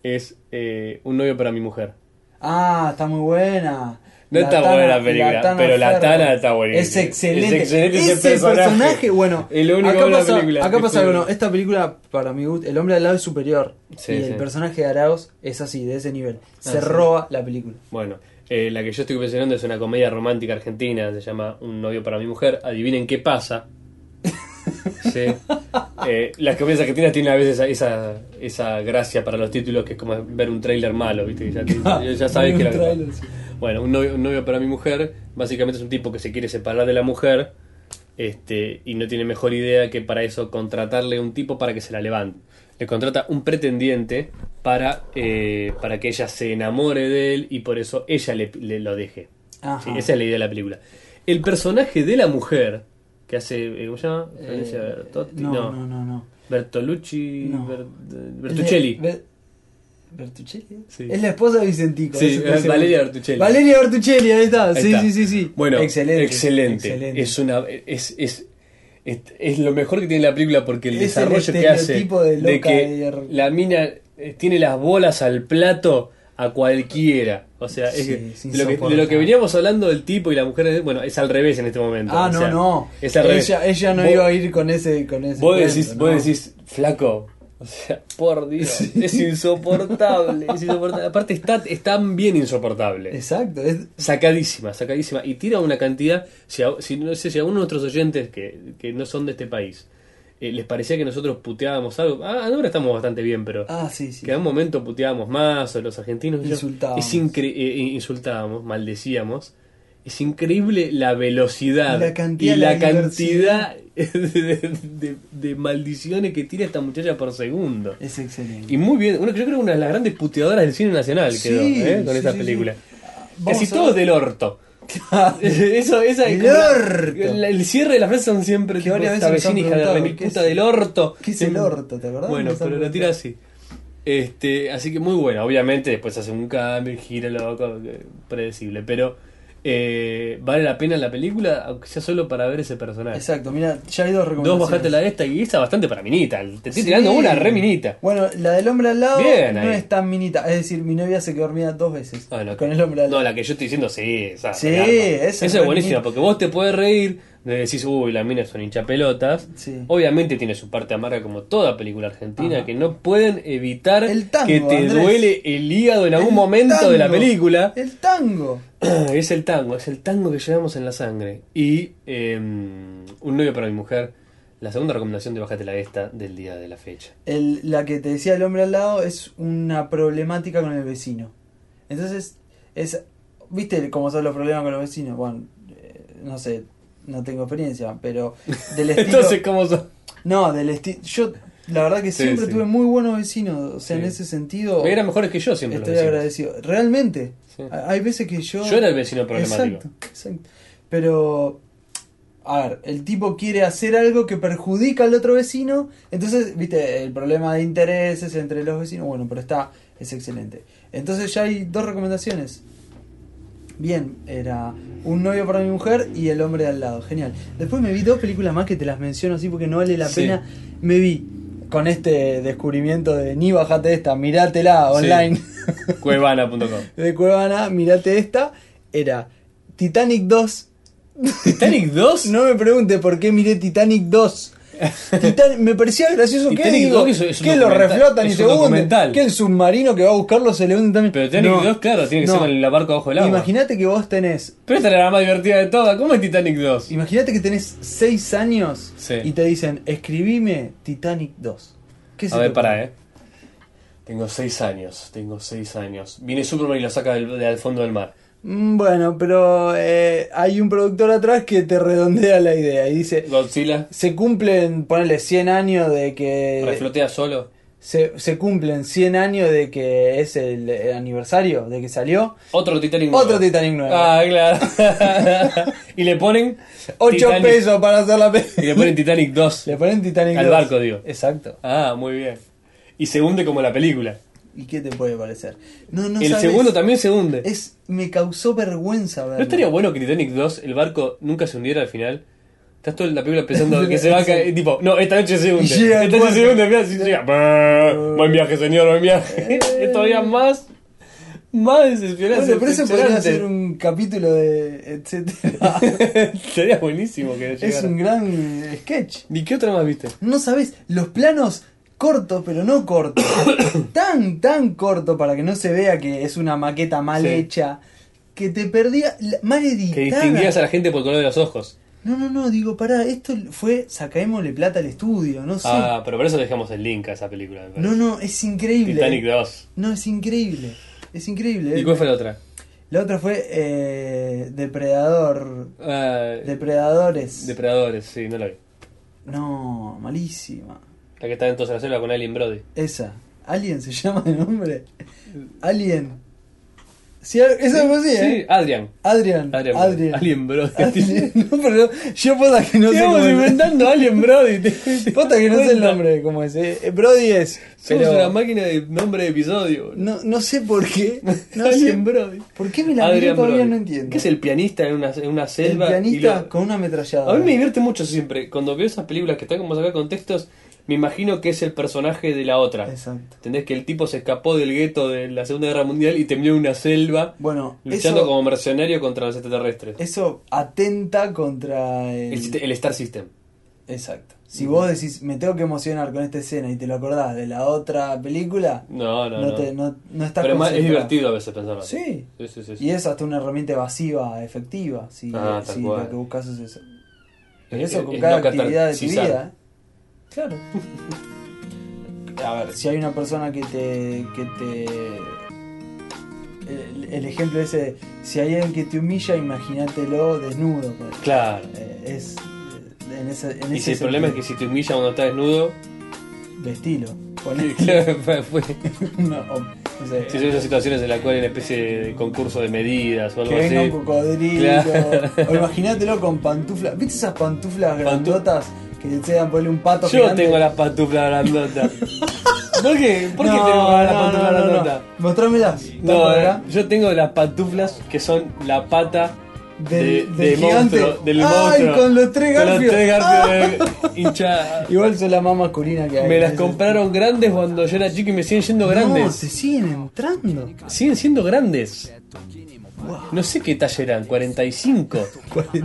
Speaker 1: Es eh, un novio para mi mujer.
Speaker 2: Ah, está muy buena.
Speaker 1: No está
Speaker 2: Tana-
Speaker 1: buena la película,
Speaker 2: Tana
Speaker 1: pero la
Speaker 2: Ferro.
Speaker 1: Tana está buenísima.
Speaker 2: Es excelente.
Speaker 1: Es excelente ese
Speaker 2: ese, personaje.
Speaker 1: personaje.
Speaker 2: bueno.
Speaker 1: Es lo único
Speaker 2: acá
Speaker 1: bueno de la
Speaker 2: pasa,
Speaker 1: película,
Speaker 2: acá
Speaker 1: te
Speaker 2: pasa
Speaker 1: juro.
Speaker 2: algo, no, Esta película, para mi gusto, el hombre al lado es superior.
Speaker 1: Sí,
Speaker 2: y el
Speaker 1: sí.
Speaker 2: personaje de Araos es así, de ese nivel. Se
Speaker 1: sí.
Speaker 2: roba la película.
Speaker 1: Bueno, eh, la que yo estoy mencionando es una comedia romántica argentina, se llama Un novio para mi mujer. Adivinen qué pasa. Sí. Eh, las comedias argentinas tienen a veces esa, esa, esa gracia para los títulos que es como ver un tráiler malo, ¿viste? Que Ya, te- ya- ya sabes que
Speaker 2: Ah, Un
Speaker 1: la
Speaker 2: tráiler, sí.
Speaker 1: Bueno, un novio, un novio para mi mujer básicamente es un tipo que se quiere separar de la mujer este, y no tiene mejor idea que para eso contratarle un tipo para que se la levante. Le contrata un pretendiente para, eh, para que ella se enamore de él y por eso ella le, le lo deje.
Speaker 2: Ajá.
Speaker 1: Sí, esa es la idea de la película. El personaje de la mujer que hace, eh, ¿cómo se llama? Florencia
Speaker 2: Eh,
Speaker 1: Bertotti,
Speaker 2: no,
Speaker 1: no.
Speaker 2: no, no, no.
Speaker 1: Bertolucci,
Speaker 2: No.
Speaker 1: Ber- Bertuccelli.
Speaker 2: El de- Ber- Bertuccelli.
Speaker 1: Sí.
Speaker 2: Es la esposa de Vicentico.
Speaker 1: Sí,
Speaker 2: eso te
Speaker 1: es Valeria
Speaker 2: aseguro.
Speaker 1: Bertuccelli.
Speaker 2: Valeria Bertuccelli, ahí está.
Speaker 1: Ahí
Speaker 2: sí,
Speaker 1: está.
Speaker 2: sí, sí, sí.
Speaker 1: Bueno,
Speaker 2: excelente.
Speaker 1: excelente. Es una es, es, es, es lo mejor que tiene la película porque el
Speaker 2: Es el
Speaker 1: desarrollo que hace
Speaker 2: estereotipo de loca er-
Speaker 1: que
Speaker 2: de-
Speaker 1: la mina eh, tiene las bolas al plato a cualquiera. O sea, es
Speaker 2: Sí,
Speaker 1: que-
Speaker 2: sin
Speaker 1: de, lo que, de lo que
Speaker 2: soportar.
Speaker 1: veníamos hablando del tipo y la mujer, bueno, es al revés en este momento.
Speaker 2: Ah,
Speaker 1: o
Speaker 2: no,
Speaker 1: sea,
Speaker 2: no.
Speaker 1: Es al revés.
Speaker 2: Ella, ella no
Speaker 1: Vos-
Speaker 2: iba a ir con ese. Con ese
Speaker 1: Vos
Speaker 2: cuento,
Speaker 1: decís,
Speaker 2: ¿no?
Speaker 1: vos decís, flaco. O sea, por Dios, es insoportable, es insoportable. Aparte está, es tan bien insoportable.
Speaker 2: Exacto. Es,
Speaker 1: Sacadísima, sacadísima. Y tira una cantidad. Si a, si, no sé, si a uno de nuestros oyentes que, que no son de este país eh, les parecía que nosotros puteábamos algo. Ah, ahora estamos bastante bien, pero.
Speaker 2: ah, sí, sí.
Speaker 1: Que a un momento puteábamos más, o los argentinos. yo-
Speaker 2: Insultábamos.
Speaker 1: Es incre- eh, eh, insultábamos, maldecíamos. Es increíble la velocidad
Speaker 2: La cantidad,
Speaker 1: y la,
Speaker 2: la
Speaker 1: cantidad de, de- de maldiciones que tira esta muchacha por segundo.
Speaker 2: Es excelente.
Speaker 1: Y muy bien, una- yo creo que una de las grandes puteadoras del cine nacional
Speaker 2: Sí,
Speaker 1: quedó ¿eh? con
Speaker 2: sí,
Speaker 1: esta
Speaker 2: sí,
Speaker 1: película.
Speaker 2: sí.
Speaker 1: Casi
Speaker 2: Vamos a
Speaker 1: todo es
Speaker 2: ver.
Speaker 1: del orto. Eso, esa
Speaker 2: Del
Speaker 1: como la-
Speaker 2: orto.
Speaker 1: El, el cierre de las frases son siempre
Speaker 2: Que
Speaker 1: tipo,
Speaker 2: varias
Speaker 1: esta
Speaker 2: veces nos han
Speaker 1: vecina hija de
Speaker 2: preguntado,
Speaker 1: remil
Speaker 2: ¿qué es
Speaker 1: puta
Speaker 2: el-
Speaker 1: del orto. Em,
Speaker 2: ¿qué es el orto? ¿Te acordás?
Speaker 1: Bueno,
Speaker 2: Nos han
Speaker 1: pero lo tira así. Este, así que muy bueno. Obviamente después hace un cambio, gira loco, que- predecible. Pero eh, vale la pena la película, aunque sea solo para ver ese personaje.
Speaker 2: Exacto, mira, ya hay dos
Speaker 1: Dos,
Speaker 2: recomendaciones.
Speaker 1: bajate la de esta y esta bastante para minita. Te estoy
Speaker 2: Sí.
Speaker 1: tirando una re minita.
Speaker 2: Bueno, la del hombre al lado
Speaker 1: Bien,
Speaker 2: no
Speaker 1: ahí.
Speaker 2: es tan minita. Es decir, mi novia se quedó dormida dos veces
Speaker 1: Ah, no,
Speaker 2: con
Speaker 1: que-
Speaker 2: el hombre al
Speaker 1: No,
Speaker 2: lado.
Speaker 1: la que yo estoy diciendo, sí, esa.
Speaker 2: Sí,
Speaker 1: regarpa. Esa
Speaker 2: esa es
Speaker 1: es buenísima,
Speaker 2: buenísima.
Speaker 1: porque vos te puedes reír, de decís, uy, las minas son hinchapelotas.
Speaker 2: Sí.
Speaker 1: Obviamente tiene su parte amarga, como toda película argentina,
Speaker 2: Ajá.
Speaker 1: que no pueden evitar
Speaker 2: El tango,
Speaker 1: que te
Speaker 2: Andrés.
Speaker 1: duele el hígado en algún
Speaker 2: El
Speaker 1: momento de la
Speaker 2: tango.
Speaker 1: película.
Speaker 2: El tango.
Speaker 1: es el tango, es el tango que llevamos en la sangre. Y eh, Un novio para mi mujer, la segunda recomendación de Bájate la Esta del día de la fecha.
Speaker 2: El- la que te decía el hombre al lado es una problemática con el vecino. Entonces, es, ¿viste cómo son los problemas con los vecinos? Bueno, eh, no sé, no tengo experiencia, pero del estilo...
Speaker 1: Entonces, ¿cómo son?
Speaker 2: No, del estilo... Yo, la verdad que
Speaker 1: Sí,
Speaker 2: siempre
Speaker 1: sí.
Speaker 2: tuve muy buenos vecinos, o sea,
Speaker 1: Sí.
Speaker 2: en ese sentido...
Speaker 1: Eran mejores que yo siempre. los
Speaker 2: oh, Estoy
Speaker 1: vecinos.
Speaker 2: agradecido. Realmente.
Speaker 1: Sí.
Speaker 2: Hay veces que yo...
Speaker 1: Yo era el vecino problemático.
Speaker 2: Exacto, exacto. Pero, a ver, el tipo quiere hacer algo que perjudica al otro vecino. Entonces, viste, el problema de intereses entre los vecinos. Bueno, pero está, es excelente. Entonces ya hay dos recomendaciones. Bien, era un novio para mi mujer y el hombre de al lado. Genial. Después me vi dos películas más que te las menciono así porque no vale la
Speaker 1: Sí.
Speaker 2: pena. Me vi con este descubrimiento de ni bajate esta, mirátela
Speaker 1: Sí.
Speaker 2: online
Speaker 1: Cuevana.com.
Speaker 2: de Cuevana, mirate esta, era Titanic 2.
Speaker 1: ¿Titanic 2?
Speaker 2: No me pregunte por qué miré Titanic 2. Titan- me parecía gracioso que
Speaker 1: Titanic
Speaker 2: digo,
Speaker 1: 2 es un
Speaker 2: que lo
Speaker 1: documental-
Speaker 2: reflotan y
Speaker 1: es
Speaker 2: se
Speaker 1: un
Speaker 2: hunden,
Speaker 1: documental.
Speaker 2: que el submarino que va a buscarlo se le hunde también.
Speaker 1: Pero Titanic
Speaker 2: No,
Speaker 1: 2, claro, tiene que
Speaker 2: no.
Speaker 1: ser con la barca bajo el agua.
Speaker 2: Imagínate que vos tenés,
Speaker 1: Pero esta era la más divertida de todas. ¿Cómo es Titanic 2?
Speaker 2: imagínate que tenés 6 años
Speaker 1: Sí.
Speaker 2: y te dicen, "Escribime Titanic 2." ¿Qué
Speaker 1: A
Speaker 2: se te
Speaker 1: ver,
Speaker 2: ocurre?
Speaker 1: pará, eh. Tengo 6 años, tengo 6 años. Viene Superman y lo saca del, del fondo del mar.
Speaker 2: Mm, Bueno, pero eh, hay un productor atrás que te redondea la idea y dice,
Speaker 1: Godzilla
Speaker 2: se cumplen, ponele 100 años de que.
Speaker 1: reflotea solo.
Speaker 2: Se, se cumplen 100 años de que es el, eh, aniversario de que salió.
Speaker 1: Otro Titanic nuevo.
Speaker 2: Otro Titanic nuevo.
Speaker 1: Ah, claro. y le ponen
Speaker 2: 8
Speaker 1: Titanic-
Speaker 2: pesos para hacer la
Speaker 1: Y le
Speaker 2: película.
Speaker 1: ponen Titanic 2.
Speaker 2: Le ponen Titanic
Speaker 1: Al
Speaker 2: 2.
Speaker 1: barco, digo.
Speaker 2: Exacto.
Speaker 1: Ah, muy bien. Y se hunde como la película.
Speaker 2: ¿Y qué te puede parecer? No, no
Speaker 1: el
Speaker 2: sabes.
Speaker 1: segundo también se hunde.
Speaker 2: Es, me causó vergüenza verlo.
Speaker 1: ¿No estaría bueno que Titanic 2, el barco, nunca se hundiera al final? Estás toda la película pensando que se va a caer. y Tipo, no, esta noche se hunde.
Speaker 2: Y llega
Speaker 1: esta
Speaker 2: el
Speaker 1: noche se
Speaker 2: cuarto.
Speaker 1: hunde. mirá, sí, llega. Brrr, Buen viaje, señor, buen viaje. es todavía más. Más desesperante.
Speaker 2: Bueno, pero eso podría
Speaker 1: decepcionante.
Speaker 2: ser un capítulo de. etcétera.
Speaker 1: Sería buenísimo que
Speaker 2: es
Speaker 1: llegara.
Speaker 2: un gran eh, sketch.
Speaker 1: ¿Y qué otra más viste?
Speaker 2: No sabes, los planos cortos, pero no cortos. tan, tan corto para que no se vea que es una maqueta mal
Speaker 1: Sí.
Speaker 2: hecha. Que te perdía. la- Mal editada.
Speaker 1: Que distinguías a la gente por el color de los ojos.
Speaker 2: No, no, no, digo, pará, esto fue sacaémosle plata al estudio, no sé.
Speaker 1: Ah, pero por eso dejamos el link a esa película. me parece.
Speaker 2: no, no, Eh, es increíble.
Speaker 1: Titanic 2.
Speaker 2: No, es increíble. Es increíble.
Speaker 1: ¿Y cuál fue la otra?
Speaker 2: La otra fue eh, Depredador.
Speaker 1: Ah,
Speaker 2: Depredadores.
Speaker 1: Depredadores, sí, no la vi.
Speaker 2: no, malísima.
Speaker 1: La que está dentro de la selva con Alien Brody.
Speaker 2: Esa. ¿Alien se llama de nombre? Alien. Sí, eso es así,
Speaker 1: Sí,
Speaker 2: ¿eh?
Speaker 1: Adrian.
Speaker 2: Adrian.
Speaker 1: Adrian. Brody. Alien
Speaker 2: Adrian.
Speaker 1: Brody.
Speaker 2: Adrian. No, pero yo posta que no sé
Speaker 1: Estamos
Speaker 2: cómo es.
Speaker 1: inventando Alien Brody. te- te-
Speaker 2: Posta que no sé el
Speaker 1: cuenta.
Speaker 2: nombre, cómo es. eh. Eh, Brody es.
Speaker 1: Somos una
Speaker 2: Pero
Speaker 1: máquina de nombre de episodio. boludo.
Speaker 2: no, no sé por qué. No sé.
Speaker 1: Alien Brody.
Speaker 2: ¿Por qué me la miré todavía no entiendo?
Speaker 1: Que es el pianista en una, en una
Speaker 2: El
Speaker 1: selva. y
Speaker 2: pianista
Speaker 1: lo-
Speaker 2: con una
Speaker 1: A
Speaker 2: ametralladora.
Speaker 1: mí me divierte mucho siempre. Cuando veo esas películas que están como sacadas de contextos, me imagino que es el personaje de la otra.
Speaker 2: Exacto.
Speaker 1: ¿Entendés? Que el tipo se escapó del gueto de la Segunda Guerra Mundial y terminó en una selva
Speaker 2: Bueno,
Speaker 1: luchando
Speaker 2: eso,
Speaker 1: como mercenario contra los extraterrestres.
Speaker 2: eso atenta contra
Speaker 1: El, sist- el Star System.
Speaker 2: Exacto. Si vos decís, me tengo que emocionar con esta escena y te lo acordás de la otra película,
Speaker 1: No, no,
Speaker 2: no,
Speaker 1: no.
Speaker 2: te, no, no estás
Speaker 1: Pero es más- es
Speaker 2: concentrado.
Speaker 1: divertido a veces pensarlo. así.
Speaker 2: Sí.
Speaker 1: Sí, sí, sí. sí.
Speaker 2: Y es hasta una herramienta evasiva efectiva, si,
Speaker 1: Ah, tal
Speaker 2: si
Speaker 1: cual.
Speaker 2: lo que buscas es eso. Pero
Speaker 1: Es-
Speaker 2: eso con
Speaker 1: es
Speaker 2: cada
Speaker 1: no catar-
Speaker 2: actividad de tu
Speaker 1: sí, sabe.
Speaker 2: vida. ¿eh? Claro. A ver, si hay una persona que te. que te. El, el ejemplo ese de, si hay alguien que te humilla, imagínatelo desnudo. por ejemplo.
Speaker 1: Claro.
Speaker 2: Eh, es. En ese, en
Speaker 1: Y
Speaker 2: ese
Speaker 1: si el problema es que
Speaker 2: sentido.
Speaker 1: si te humilla cuando estás desnudo,
Speaker 2: De estilo. Ponele.
Speaker 1: claro, fue- fue-
Speaker 2: No, o- no sé,
Speaker 1: si son esas situaciones en las cuales hay una especie de concurso de medidas o
Speaker 2: que
Speaker 1: algo
Speaker 2: venga
Speaker 1: así.
Speaker 2: un cocodrilo.
Speaker 1: Claro.
Speaker 2: O imagínatelo con pantuflas. ¿Viste esas pantuflas
Speaker 1: Pantu-
Speaker 2: grandotas que te dan ponerle un pato
Speaker 1: Yo
Speaker 2: gigante?
Speaker 1: tengo las pantuflas grandotas. ¿Por qué? ¿Por qué
Speaker 2: No,
Speaker 1: tengo las
Speaker 2: no,
Speaker 1: pantuflas
Speaker 2: no, no,
Speaker 1: grandotas?
Speaker 2: no. Mostrámelas. ¿Están
Speaker 1: No,
Speaker 2: por
Speaker 1: eh,
Speaker 2: acá?
Speaker 1: yo tengo las pantuflas que son la pata de,
Speaker 2: Del-
Speaker 1: de
Speaker 2: del gigante.
Speaker 1: monstruo, del
Speaker 2: Ay,
Speaker 1: monstruo.
Speaker 2: con los tres
Speaker 1: Con
Speaker 2: garfios.
Speaker 1: los tres garfios de- hincha.
Speaker 2: Igual son la más masculina que hay.
Speaker 1: Me las
Speaker 2: Entonces-
Speaker 1: compraron grandes cuando yo era chico y me siguen siendo
Speaker 2: No,
Speaker 1: grandes.
Speaker 2: se siguen entrando.
Speaker 1: Siguen siendo grandes. No sé qué talla eran, 45.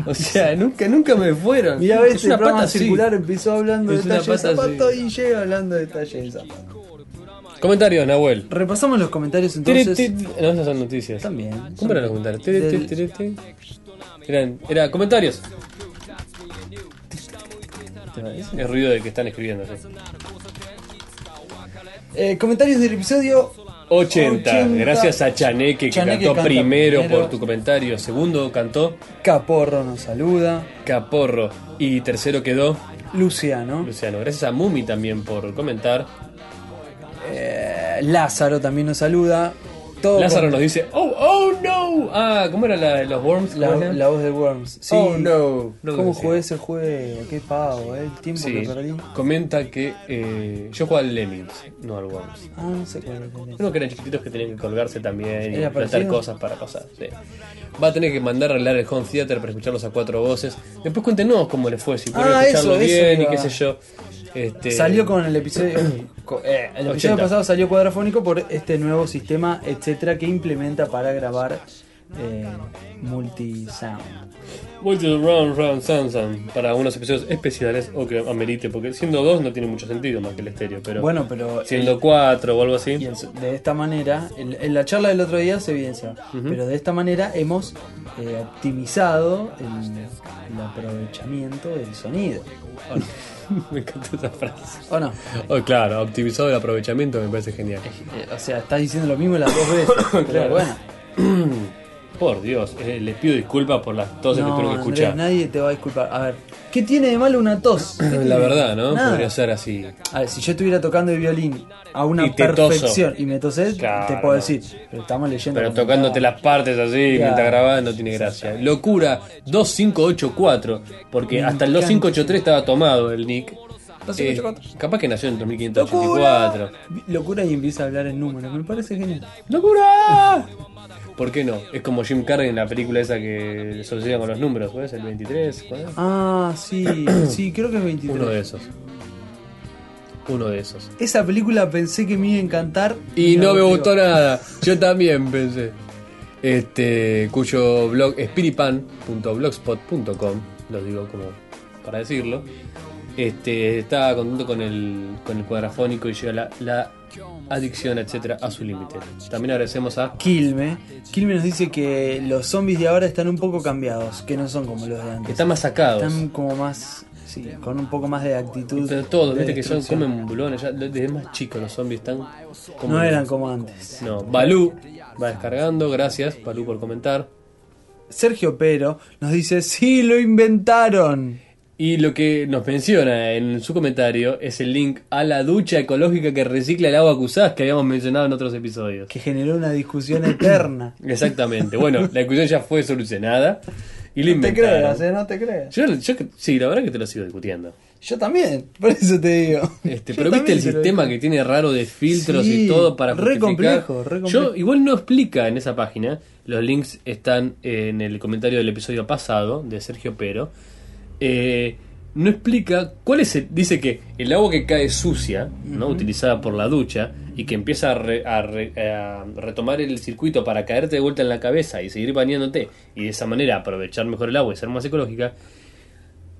Speaker 1: O sea, nunca, nunca me fueron.
Speaker 2: Mirá, ves,
Speaker 1: es
Speaker 2: el
Speaker 1: una
Speaker 2: programa
Speaker 1: pata
Speaker 2: circular
Speaker 1: circular.
Speaker 2: empezó hablando
Speaker 1: Es
Speaker 2: de
Speaker 1: una
Speaker 2: talle de
Speaker 1: pata
Speaker 2: zapato y llega hablando de talle de zapato.
Speaker 1: Comentarios, Nahuel.
Speaker 2: Repasamos los comentarios
Speaker 1: Tiri,
Speaker 2: entonces.
Speaker 1: tiri, No, esas son noticias.
Speaker 2: También.
Speaker 1: ¿Cómo eran los comentarios? Tiri,
Speaker 2: Del-
Speaker 1: tiri, tiri, tiri. Eran, era comentarios. Es ruido de que están escribiendo. sí.
Speaker 2: Eh, comentarios del episodio
Speaker 1: 80.
Speaker 2: 80.
Speaker 1: Gracias a Chaneque que
Speaker 2: Chaneque
Speaker 1: cantó
Speaker 2: canta
Speaker 1: primero,
Speaker 2: primero.
Speaker 1: por tu comentario. Segundo cantó
Speaker 2: Caporro nos saluda.
Speaker 1: Caporro. Y tercero quedó
Speaker 2: Luciano.
Speaker 1: Luciano. Gracias a Mumi también por comentar.
Speaker 2: Eh, Lázaro también nos saluda. todo
Speaker 1: Lázaro
Speaker 2: con-
Speaker 1: nos dice, oh, oh no. Ah, ¿cómo era la de los Worms?
Speaker 2: La,
Speaker 1: ¿Cómo era?
Speaker 2: la voz de Worms. Sí.
Speaker 1: Oh, no. No
Speaker 2: ¿Cómo
Speaker 1: conocía.
Speaker 2: jugué ese juego? Qué pavo, eh, el tiempo
Speaker 1: Sí.
Speaker 2: que perdí.
Speaker 1: Comenta que eh, yo jugaba al Lemmings, no al Worms.
Speaker 2: Ah, no sé cuál era.
Speaker 1: Uno que eran chiquititos que tenían que colgarse también y
Speaker 2: ¿Era
Speaker 1: plantar
Speaker 2: parecido?
Speaker 1: cosas para pasar. sí. Va a tener que mandar a arreglar el home theater para escucharlos a cuatro voces. Después cuéntenos cómo les fue, si pudieron
Speaker 2: Ah,
Speaker 1: escucharlo
Speaker 2: eso, eso
Speaker 1: bien y
Speaker 2: iba.
Speaker 1: qué sé yo. Este,
Speaker 2: Salió con el episodio. co- eh, el episodio
Speaker 1: 80.
Speaker 2: pasado salió cuadrafónico por este nuevo sistema, etcétera, que implementa para grabar eh, multisound.
Speaker 1: Multi Round Round Sansan para unos episodios especiales o que amerite, porque siendo dos no tiene mucho sentido más que el estéreo, pero
Speaker 2: Bueno, pero.
Speaker 1: siendo cuatro o algo así.
Speaker 2: y en su- de esta manera, en, en la charla del otro día se evidencia, pero de esta manera hemos eh, optimizado el, el aprovechamiento del sonido.
Speaker 1: Oh, no. Me encanta esa frase.
Speaker 2: ¿O no?
Speaker 1: Oh, claro, optimizado el aprovechamiento me parece genial.
Speaker 2: Eh, o sea, estás diciendo lo mismo las dos veces. pero
Speaker 1: Claro.
Speaker 2: bueno.
Speaker 1: Por Dios, eh, les pido disculpas por las toses que
Speaker 2: No,
Speaker 1: tuve que
Speaker 2: Andrés,
Speaker 1: escuchar.
Speaker 2: nadie te va a disculpar. A ver, ¿qué tiene de malo una tos? ¿Qué tiene?
Speaker 1: La verdad, ¿no?
Speaker 2: Nada.
Speaker 1: Podría ser así.
Speaker 2: A ver, si yo estuviera tocando el violín a una
Speaker 1: Y te toso.
Speaker 2: perfección y me tosé,
Speaker 1: Claro,
Speaker 2: te puedo
Speaker 1: no.
Speaker 2: decir. Pero estamos leyendo.
Speaker 1: Pero
Speaker 2: como
Speaker 1: tocándote
Speaker 2: estaba.
Speaker 1: las partes así,
Speaker 2: Claro.
Speaker 1: mientras grabás, no tiene gracia. Locura 2584, porque
Speaker 2: Me
Speaker 1: hasta el
Speaker 2: encanta.
Speaker 1: 2583 estaba tomado el Nick.
Speaker 2: 2584.
Speaker 1: Eh, capaz que nació en el
Speaker 2: ¡Locura!
Speaker 1: 2584.
Speaker 2: Locura y empieza a hablar en números. Me parece genial.
Speaker 1: ¡Locura! ¿Por qué no? Es como Jim Carrey en la película esa que se obsesiona con los números, ¿cuál es? ¿El 23? ¿Cuál es?
Speaker 2: Ah, sí, sí, creo que es 23.
Speaker 1: Uno de esos. Uno de esos.
Speaker 2: Esa película pensé que me iba a encantar.
Speaker 1: Y no me
Speaker 2: digo,
Speaker 1: gustó nada. Yo también pensé. Este, cuyo blog es piripan.blogspot.com, lo digo como para decirlo. Este, está contento con el, con el cuadrafónico y llega la, la adicción, etcétera, a su límite. También agradecemos a.
Speaker 2: Quilme. Quilme nos dice que los zombies de ahora están un poco cambiados, que no son como los de antes.
Speaker 1: que Están más sacados.
Speaker 2: Están como más. Sí, con un poco más de actitud.
Speaker 1: Pero todos,
Speaker 2: de
Speaker 1: viste que son,
Speaker 2: destrucción.
Speaker 1: comen bulones. Ya, desde más chicos los zombies están. como-
Speaker 2: No eran como antes.
Speaker 1: No. Balú va descargando. Gracias, Balú, por comentar.
Speaker 2: Sergio Pero nos dice: ¡Sí, lo inventaron!
Speaker 1: Y lo que nos menciona en su comentario es el link a la ducha ecológica que recicla el agua que usás que habíamos mencionado en otros episodios.
Speaker 2: Que generó una discusión eterna.
Speaker 1: Exactamente. Bueno, la discusión ya fue solucionada y lo
Speaker 2: No te
Speaker 1: inventaron.
Speaker 2: creas, eh, no te creas.
Speaker 1: Yo, yo que- sí, la verdad que te lo sigo discutiendo.
Speaker 2: Yo también, por eso te digo.
Speaker 1: Este,
Speaker 2: Yo
Speaker 1: pero viste el
Speaker 2: también te lo
Speaker 1: sistema
Speaker 2: digo.
Speaker 1: que tiene raro de filtros
Speaker 2: Sí,
Speaker 1: y todo para
Speaker 2: re
Speaker 1: justificar.
Speaker 2: complejo, re complejo.
Speaker 1: Yo igual no explica en esa página. Los links están en el comentario del episodio pasado de Sergio Pero. Eh, no explica cuál es el- dice que el agua que cae sucia, ¿no? utilizada por la ducha y que empieza a, re- a re- a retomar el circuito para caerte de vuelta en la cabeza y seguir bañándote y de esa manera aprovechar mejor el agua y ser más ecológica,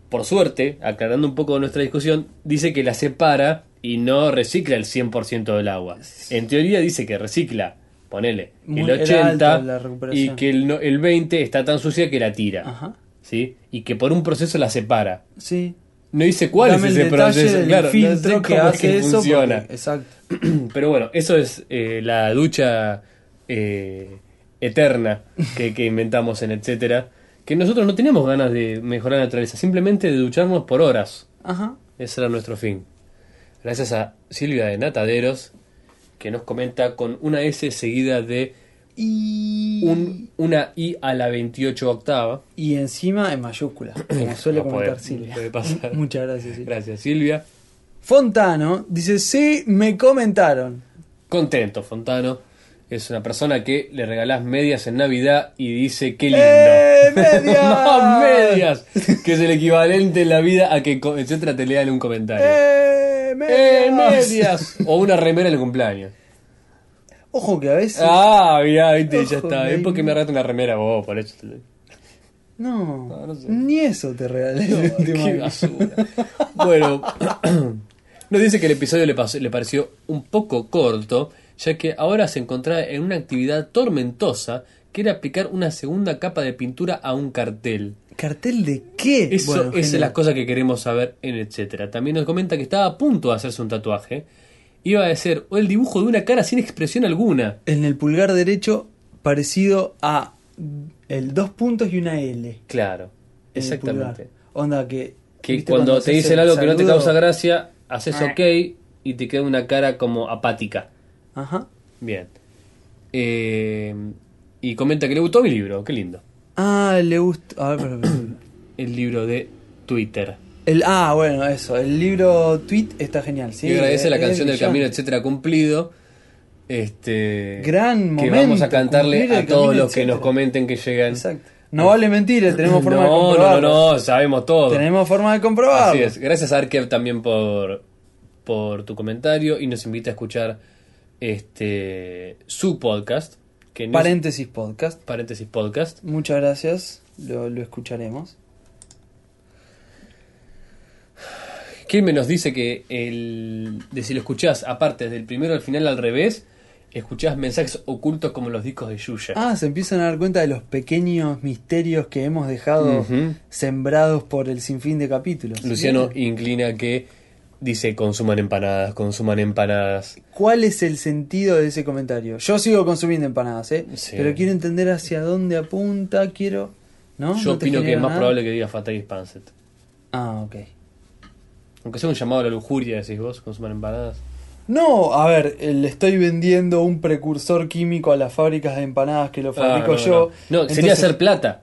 Speaker 1: por suerte, aclarando un poco nuestra discusión, dice que la separa y no recicla el 100% del agua. En teoría dice que recicla, ponele,
Speaker 2: Muy-
Speaker 1: el
Speaker 2: era
Speaker 1: 80
Speaker 2: alta la recuperación.
Speaker 1: y que el, no- el 20 está tan sucia que la tira.
Speaker 2: Ajá.
Speaker 1: ¿sí? Y que por un proceso la separa.
Speaker 2: Sí.
Speaker 1: No dice cuál
Speaker 2: Dame
Speaker 1: es
Speaker 2: el
Speaker 1: ese
Speaker 2: detalle
Speaker 1: proceso,
Speaker 2: del
Speaker 1: claro, no sé
Speaker 2: filtro
Speaker 1: cómo
Speaker 2: que
Speaker 1: es
Speaker 2: hace
Speaker 1: que
Speaker 2: eso.
Speaker 1: funciona.
Speaker 2: porque- exacto.
Speaker 1: Pero bueno, eso es eh, la ducha eh, eterna que, que inventamos en etcétera. Que nosotros no teníamos ganas de mejorar la naturaleza, simplemente de ducharnos por horas.
Speaker 2: Ajá.
Speaker 1: Ese era nuestro fin. Gracias a Silvia de Nataderos, que nos comenta con una S seguida de
Speaker 2: Y.
Speaker 1: un, una I a la 28 octava.
Speaker 2: Y encima en mayúscula, como suele
Speaker 1: No puede-
Speaker 2: comentar Silvia.
Speaker 1: puede pasar.
Speaker 2: Muchas gracias, Silvia.
Speaker 1: Gracias, Silvia.
Speaker 2: Fontano dice: Sí, me comentaron.
Speaker 1: Contento, Fontano. Es una persona que le regalás medias en Navidad y dice qué lindo.
Speaker 2: ¡Eh, medias!
Speaker 1: Más medias! Que es el equivalente en la vida a que, co- etcétera, te lean un comentario.
Speaker 2: ¡Eh,
Speaker 1: ¡Eh,
Speaker 2: medias!
Speaker 1: medias! O una remera en el cumpleaños.
Speaker 2: Ojo que a veces.
Speaker 1: Ah, mirá, viste, ya
Speaker 2: Ojo,
Speaker 1: está. Es
Speaker 2: me-
Speaker 1: porque me arreglaste una remera vos, por eso. te lo-
Speaker 2: No,
Speaker 1: no sé.
Speaker 2: ni eso te regalé el último
Speaker 1: Qué
Speaker 2: año.
Speaker 1: basura. Bueno, nos dice que el episodio le, pasó- le pareció un poco corto, ya que ahora se encontraba en una actividad tormentosa que era aplicar una segunda capa de pintura a un cartel.
Speaker 2: ¿Cartel de qué?
Speaker 1: Eso
Speaker 2: Eh, Bueno,
Speaker 1: esa es
Speaker 2: genial.
Speaker 1: la cosa que queremos saber en etcétera. También nos comenta que estaba a punto de hacerse un tatuaje. Iba a ser o el dibujo de una cara sin expresión alguna.
Speaker 2: En el pulgar derecho, parecido a el dos puntos y una L. en el
Speaker 1: Claro, exactamente.
Speaker 2: pulgar. Onda que.
Speaker 1: Que
Speaker 2: ¿viste
Speaker 1: cuando, te
Speaker 2: haces
Speaker 1: dicen
Speaker 2: el
Speaker 1: algo que no te
Speaker 2: saludo? Ah.
Speaker 1: causa gracia, haces ok y te queda una cara como apática.
Speaker 2: Ajá.
Speaker 1: Bien. Eh, y comenta que le gustó mi libro, qué lindo.
Speaker 2: Ah, le gusta. A ver, espera, espera.
Speaker 1: El libro de Twitter.
Speaker 2: El, ah, bueno, eso. El libro Tweet está genial. Sí, eh,
Speaker 1: y agradece la
Speaker 2: Es
Speaker 1: canción del
Speaker 2: brillante.
Speaker 1: camino, etcétera, cumplido. Este,
Speaker 2: Gran
Speaker 1: Que
Speaker 2: momento,
Speaker 1: vamos a cantarle
Speaker 2: cumplir
Speaker 1: a
Speaker 2: el
Speaker 1: todos
Speaker 2: camino,
Speaker 1: los que nos
Speaker 2: etcétera.
Speaker 1: comenten que llegan.
Speaker 2: Exacto. No vale mentira, tenemos forma de
Speaker 1: no, no,
Speaker 2: comprobarlo.
Speaker 1: no, no, sabemos todo.
Speaker 2: Tenemos forma de
Speaker 1: Así
Speaker 2: comprobarlo.
Speaker 1: es. Gracias, Arkev, también por, por tu comentario y nos invita a escuchar este su podcast. Que no es-
Speaker 2: Paréntesis podcast.
Speaker 1: paréntesis podcast.
Speaker 2: Muchas gracias. Lo, lo escucharemos.
Speaker 1: Kirme nos dice que el, de si lo escuchás, aparte, del primero al final al revés, escuchás mensajes ocultos como los discos de Yuya.
Speaker 2: Ah, se empiezan a dar cuenta de los pequeños misterios que hemos dejado
Speaker 1: Ujú.
Speaker 2: sembrados por el sinfín de capítulos.
Speaker 1: Luciano inclina que dice consuman empanadas, consuman empanadas.
Speaker 2: ¿Cuál es el sentido de ese comentario? Yo sigo consumiendo empanadas, ¿eh?
Speaker 1: Sí.
Speaker 2: Pero quiero entender hacia dónde apunta, quiero... ¿No?
Speaker 1: Yo
Speaker 2: ¿No te
Speaker 1: opino que es
Speaker 2: genera
Speaker 1: más
Speaker 2: nada?
Speaker 1: probable que diga Fatay Spanset.
Speaker 2: Ah, ok.
Speaker 1: Aunque sea un llamado a la lujuria, decís vos, consuman empanadas.
Speaker 2: No, a ver, eh, le estoy vendiendo un precursor químico a las fábricas de empanadas que lo
Speaker 1: Ah,
Speaker 2: fabrico
Speaker 1: no,
Speaker 2: yo.
Speaker 1: No, No, sería
Speaker 2: Entonces,
Speaker 1: hacer plata.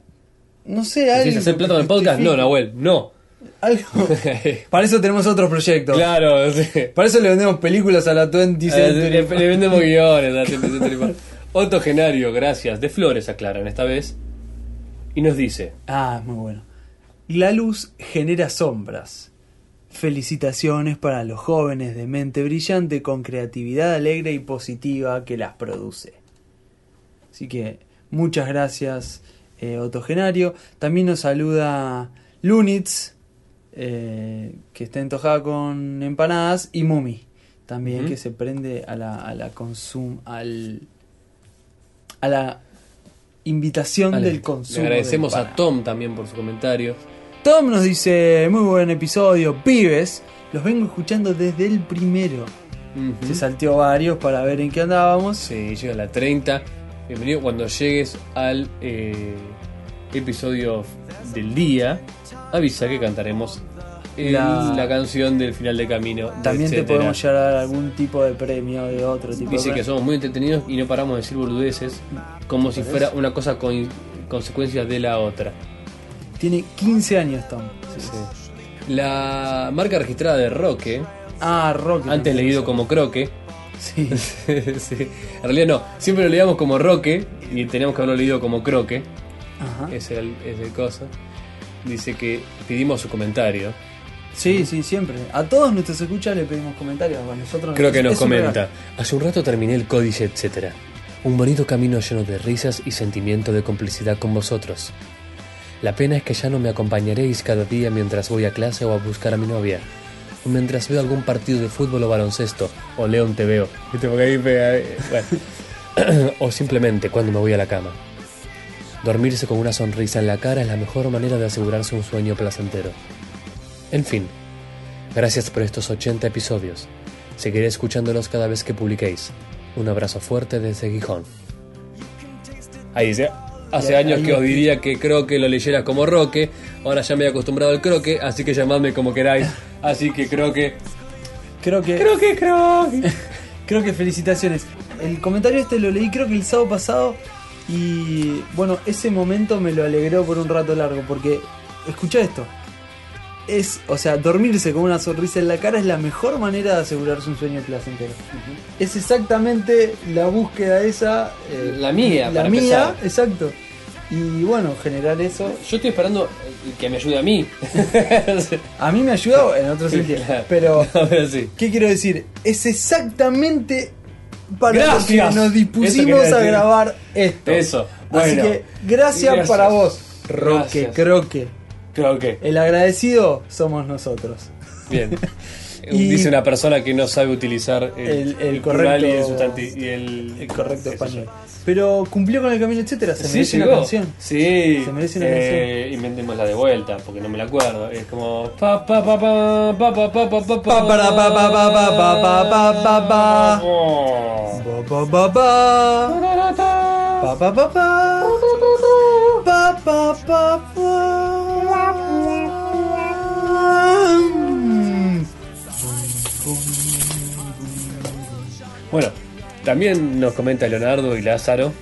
Speaker 2: No sé, algo.
Speaker 1: ¿Decís hacer
Speaker 2: que
Speaker 1: plata con el podcast? No,
Speaker 2: justifique-
Speaker 1: Nahuel, no.
Speaker 2: Algo. Para eso tenemos otros proyectos.
Speaker 1: claro, sí.
Speaker 2: Para eso le vendemos películas a la 20
Speaker 1: Eh,
Speaker 2: Century.
Speaker 1: Le, le vendemos guiones. ah, a Siempre Siempre Siempre. Otto Genario, gracias. De Flores aclaran esta vez. Y nos dice:
Speaker 2: Ah, es muy bueno. La luz genera sombras. Felicitaciones para los jóvenes de mente brillante con creatividad alegre y positiva que las produce. Así que muchas gracias, eh, Otogenario. También nos saluda Lunitz, eh, que está entojada con empanadas, y Mumi, también
Speaker 1: Ujú.
Speaker 2: que se prende a la, a la consum, al, a la invitación
Speaker 1: Ale,
Speaker 2: del consumo.
Speaker 1: le agradecemos
Speaker 2: de
Speaker 1: a
Speaker 2: empanadas.
Speaker 1: Tom también por su comentario.
Speaker 2: Tom nos dice, muy buen episodio, pibes. Los vengo escuchando desde el primero.
Speaker 1: Ujú.
Speaker 2: Se salteó varios para ver en qué andábamos.
Speaker 1: Sí, llega a la 30. Bienvenido cuando llegues al eh, episodio del día. Avisa que cantaremos el-
Speaker 2: La-
Speaker 1: la... canción del final de camino. de
Speaker 2: También te
Speaker 1: etcétera.
Speaker 2: podemos llegar a dar algún tipo de premio de otro tipo.
Speaker 1: Dice
Speaker 2: de
Speaker 1: que
Speaker 2: premio.
Speaker 1: somos muy entretenidos y no paramos de decir boludeces como si fuera una cosa con consecuencia de la otra.
Speaker 2: Tiene 15 años Tom.
Speaker 1: La marca registrada de Roque,
Speaker 2: Ah, Roque.
Speaker 1: antes
Speaker 2: también.
Speaker 1: leído como Croque,
Speaker 2: Sí.
Speaker 1: sí, en realidad no, siempre lo leíamos como Roque y teníamos que haberlo leído como Croque,
Speaker 2: Ajá.
Speaker 1: es el, es el cosa. Dice que pedimos su comentario.
Speaker 2: Sí, sí, siempre. A todos nuestros escuchas le pedimos comentarios. A nosotros
Speaker 1: Creo que nos
Speaker 2: es un regalo.
Speaker 1: comenta. Hace un rato terminé el códice, etcétera. Un bonito camino lleno de risas y sentimiento de complicidad con vosotros. La pena es que ya no me acompañaréis cada día mientras voy a clase o a buscar a mi novia. O mientras veo algún partido de fútbol o baloncesto. O leo un TVO. Viste, porque ahí pega, eh, bueno. o simplemente cuando me voy a la cama. Dormirse con una sonrisa en la cara es la mejor manera de asegurarse un sueño placentero. En fin, Gracias por estos 80 episodios. Seguiré escuchándolos cada vez que publiquéis. Un abrazo fuerte desde Gijón. Ahí dice. Hace
Speaker 2: Ya,
Speaker 1: años
Speaker 2: ahí
Speaker 1: que os
Speaker 2: lo-
Speaker 1: diría que creo que lo leyeras como Roque. Ahora ya me he acostumbrado al croque, así que llamadme como queráis. Así que creo que.
Speaker 2: Creo que...
Speaker 1: Creo que croque.
Speaker 2: Creo que felicitaciones. El comentario este lo leí creo que el sábado pasado y bueno, ese momento me lo alegró por un rato largo porque escucha esto. Es, o sea, dormirse con una sonrisa en la cara es la mejor manera de asegurarse un sueño placentero. Es exactamente la búsqueda esa, eh,
Speaker 1: La mía,
Speaker 2: la
Speaker 1: para
Speaker 2: mía,
Speaker 1: empezar.
Speaker 2: exacto. Y bueno, generar eso
Speaker 1: Yo estoy esperando que me ayude a mí.
Speaker 2: a mí me ayudó en otro sentido,
Speaker 1: Claro.
Speaker 2: pero
Speaker 1: No, pero sí.
Speaker 2: ¿Qué quiero decir? Es exactamente para lo
Speaker 1: Gracias.
Speaker 2: que nos
Speaker 1: Eso quería
Speaker 2: dispusimos a
Speaker 1: decir.
Speaker 2: grabar esto.
Speaker 1: Eso.
Speaker 2: Así
Speaker 1: Bueno.
Speaker 2: que gracias,
Speaker 1: Gracias.
Speaker 2: para vos, Roque
Speaker 1: Gracias.
Speaker 2: Croque.
Speaker 1: Creo que.
Speaker 2: El agradecido somos nosotros.
Speaker 1: Bien.
Speaker 2: Y-
Speaker 1: Dice una persona que no sabe utilizar el,
Speaker 2: El- el
Speaker 1: plural y el
Speaker 2: correcto-
Speaker 1: sustantivo. Y el,
Speaker 2: El correcto
Speaker 1: qué sé yo.
Speaker 2: español. Pero cumplió con el camino, etcétera. Se merece una
Speaker 1: llegó.
Speaker 2: canción.
Speaker 1: Sí.
Speaker 2: Se merece una
Speaker 1: eh, Inventemos la de vuelta, porque no me la acuerdo. Es como. Pa, pa, pa, pa, pa, pa, pa, pa, pa,
Speaker 2: Pa, para, pa, pa, pa, pa, pa, pa, pa, pa, pa.
Speaker 1: Oh.
Speaker 2: Ba, ba, ba, ba. Ba, ba, ba, ba. Ba, ba, ba, ba. Mm.
Speaker 1: Bueno, También nos comenta Leonardo y Lázaro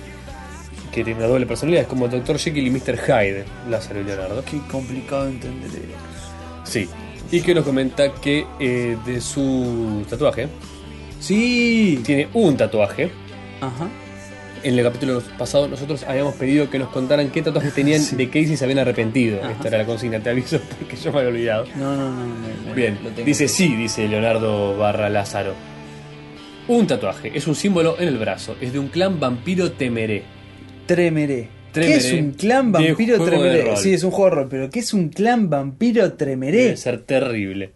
Speaker 1: que tiene una doble personalidad, es como Dr. Jekyll y Mr. Hyde, Lázaro y Leonardo.
Speaker 2: Qué complicado entender. eh.
Speaker 1: Sí. Y que nos comenta que eh, de su tatuaje,
Speaker 2: Sí.
Speaker 1: tiene un tatuaje.
Speaker 2: Ajá.
Speaker 1: En el capítulo pasado nosotros habíamos pedido que nos contaran qué tatuajes tenían, de qué y si se habían arrepentido. Esta era la consigna, te aviso porque yo me había olvidado.
Speaker 2: No, no, no. no, no,
Speaker 1: Bien,
Speaker 2: lo tengo.
Speaker 1: dice sí, dice Leonardo barra Lázaro. Un tatuaje, es un símbolo en el brazo, es de un clan vampiro temeré.
Speaker 2: Tremeré.
Speaker 1: Tremeré.
Speaker 2: ¿Qué es un clan
Speaker 1: De
Speaker 2: vampiro
Speaker 1: juego de
Speaker 2: tremeré?
Speaker 1: rol.
Speaker 2: Sí, es un juego de rol, pero ¿qué es un clan vampiro tremeré?
Speaker 1: Debe ser terrible.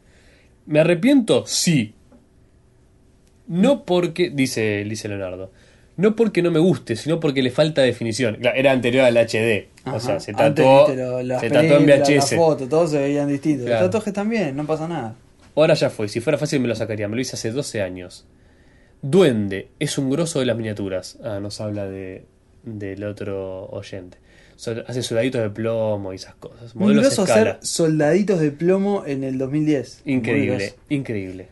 Speaker 1: ¿Me arrepiento? Sí. No porque, dice, dice Leonardo, no porque no me guste, sino porque le falta definición. Claro, era anterior al HD, o
Speaker 2: Ajá.
Speaker 1: sea, se
Speaker 2: Antes,
Speaker 1: tatuó,
Speaker 2: viste, lo- las
Speaker 1: se tatuó en
Speaker 2: películas,
Speaker 1: VHS.
Speaker 2: Las fotos, todos se veían distintos.
Speaker 1: Claro.
Speaker 2: Los tatuajes también, no pasa nada.
Speaker 1: Ahora ya fue, si fuera fácil me lo sacaría, me lo hice hace 12 años. Duende, es un grosso de las miniaturas. Ah, nos habla de, del otro oyente. So- hace soldaditos de plomo y esas cosas.
Speaker 2: Un
Speaker 1: Modelos
Speaker 2: grosso
Speaker 1: a escala.
Speaker 2: hacer soldaditos de plomo en el 2010. Muy
Speaker 1: Increíble,
Speaker 2: grosso.
Speaker 1: increíble.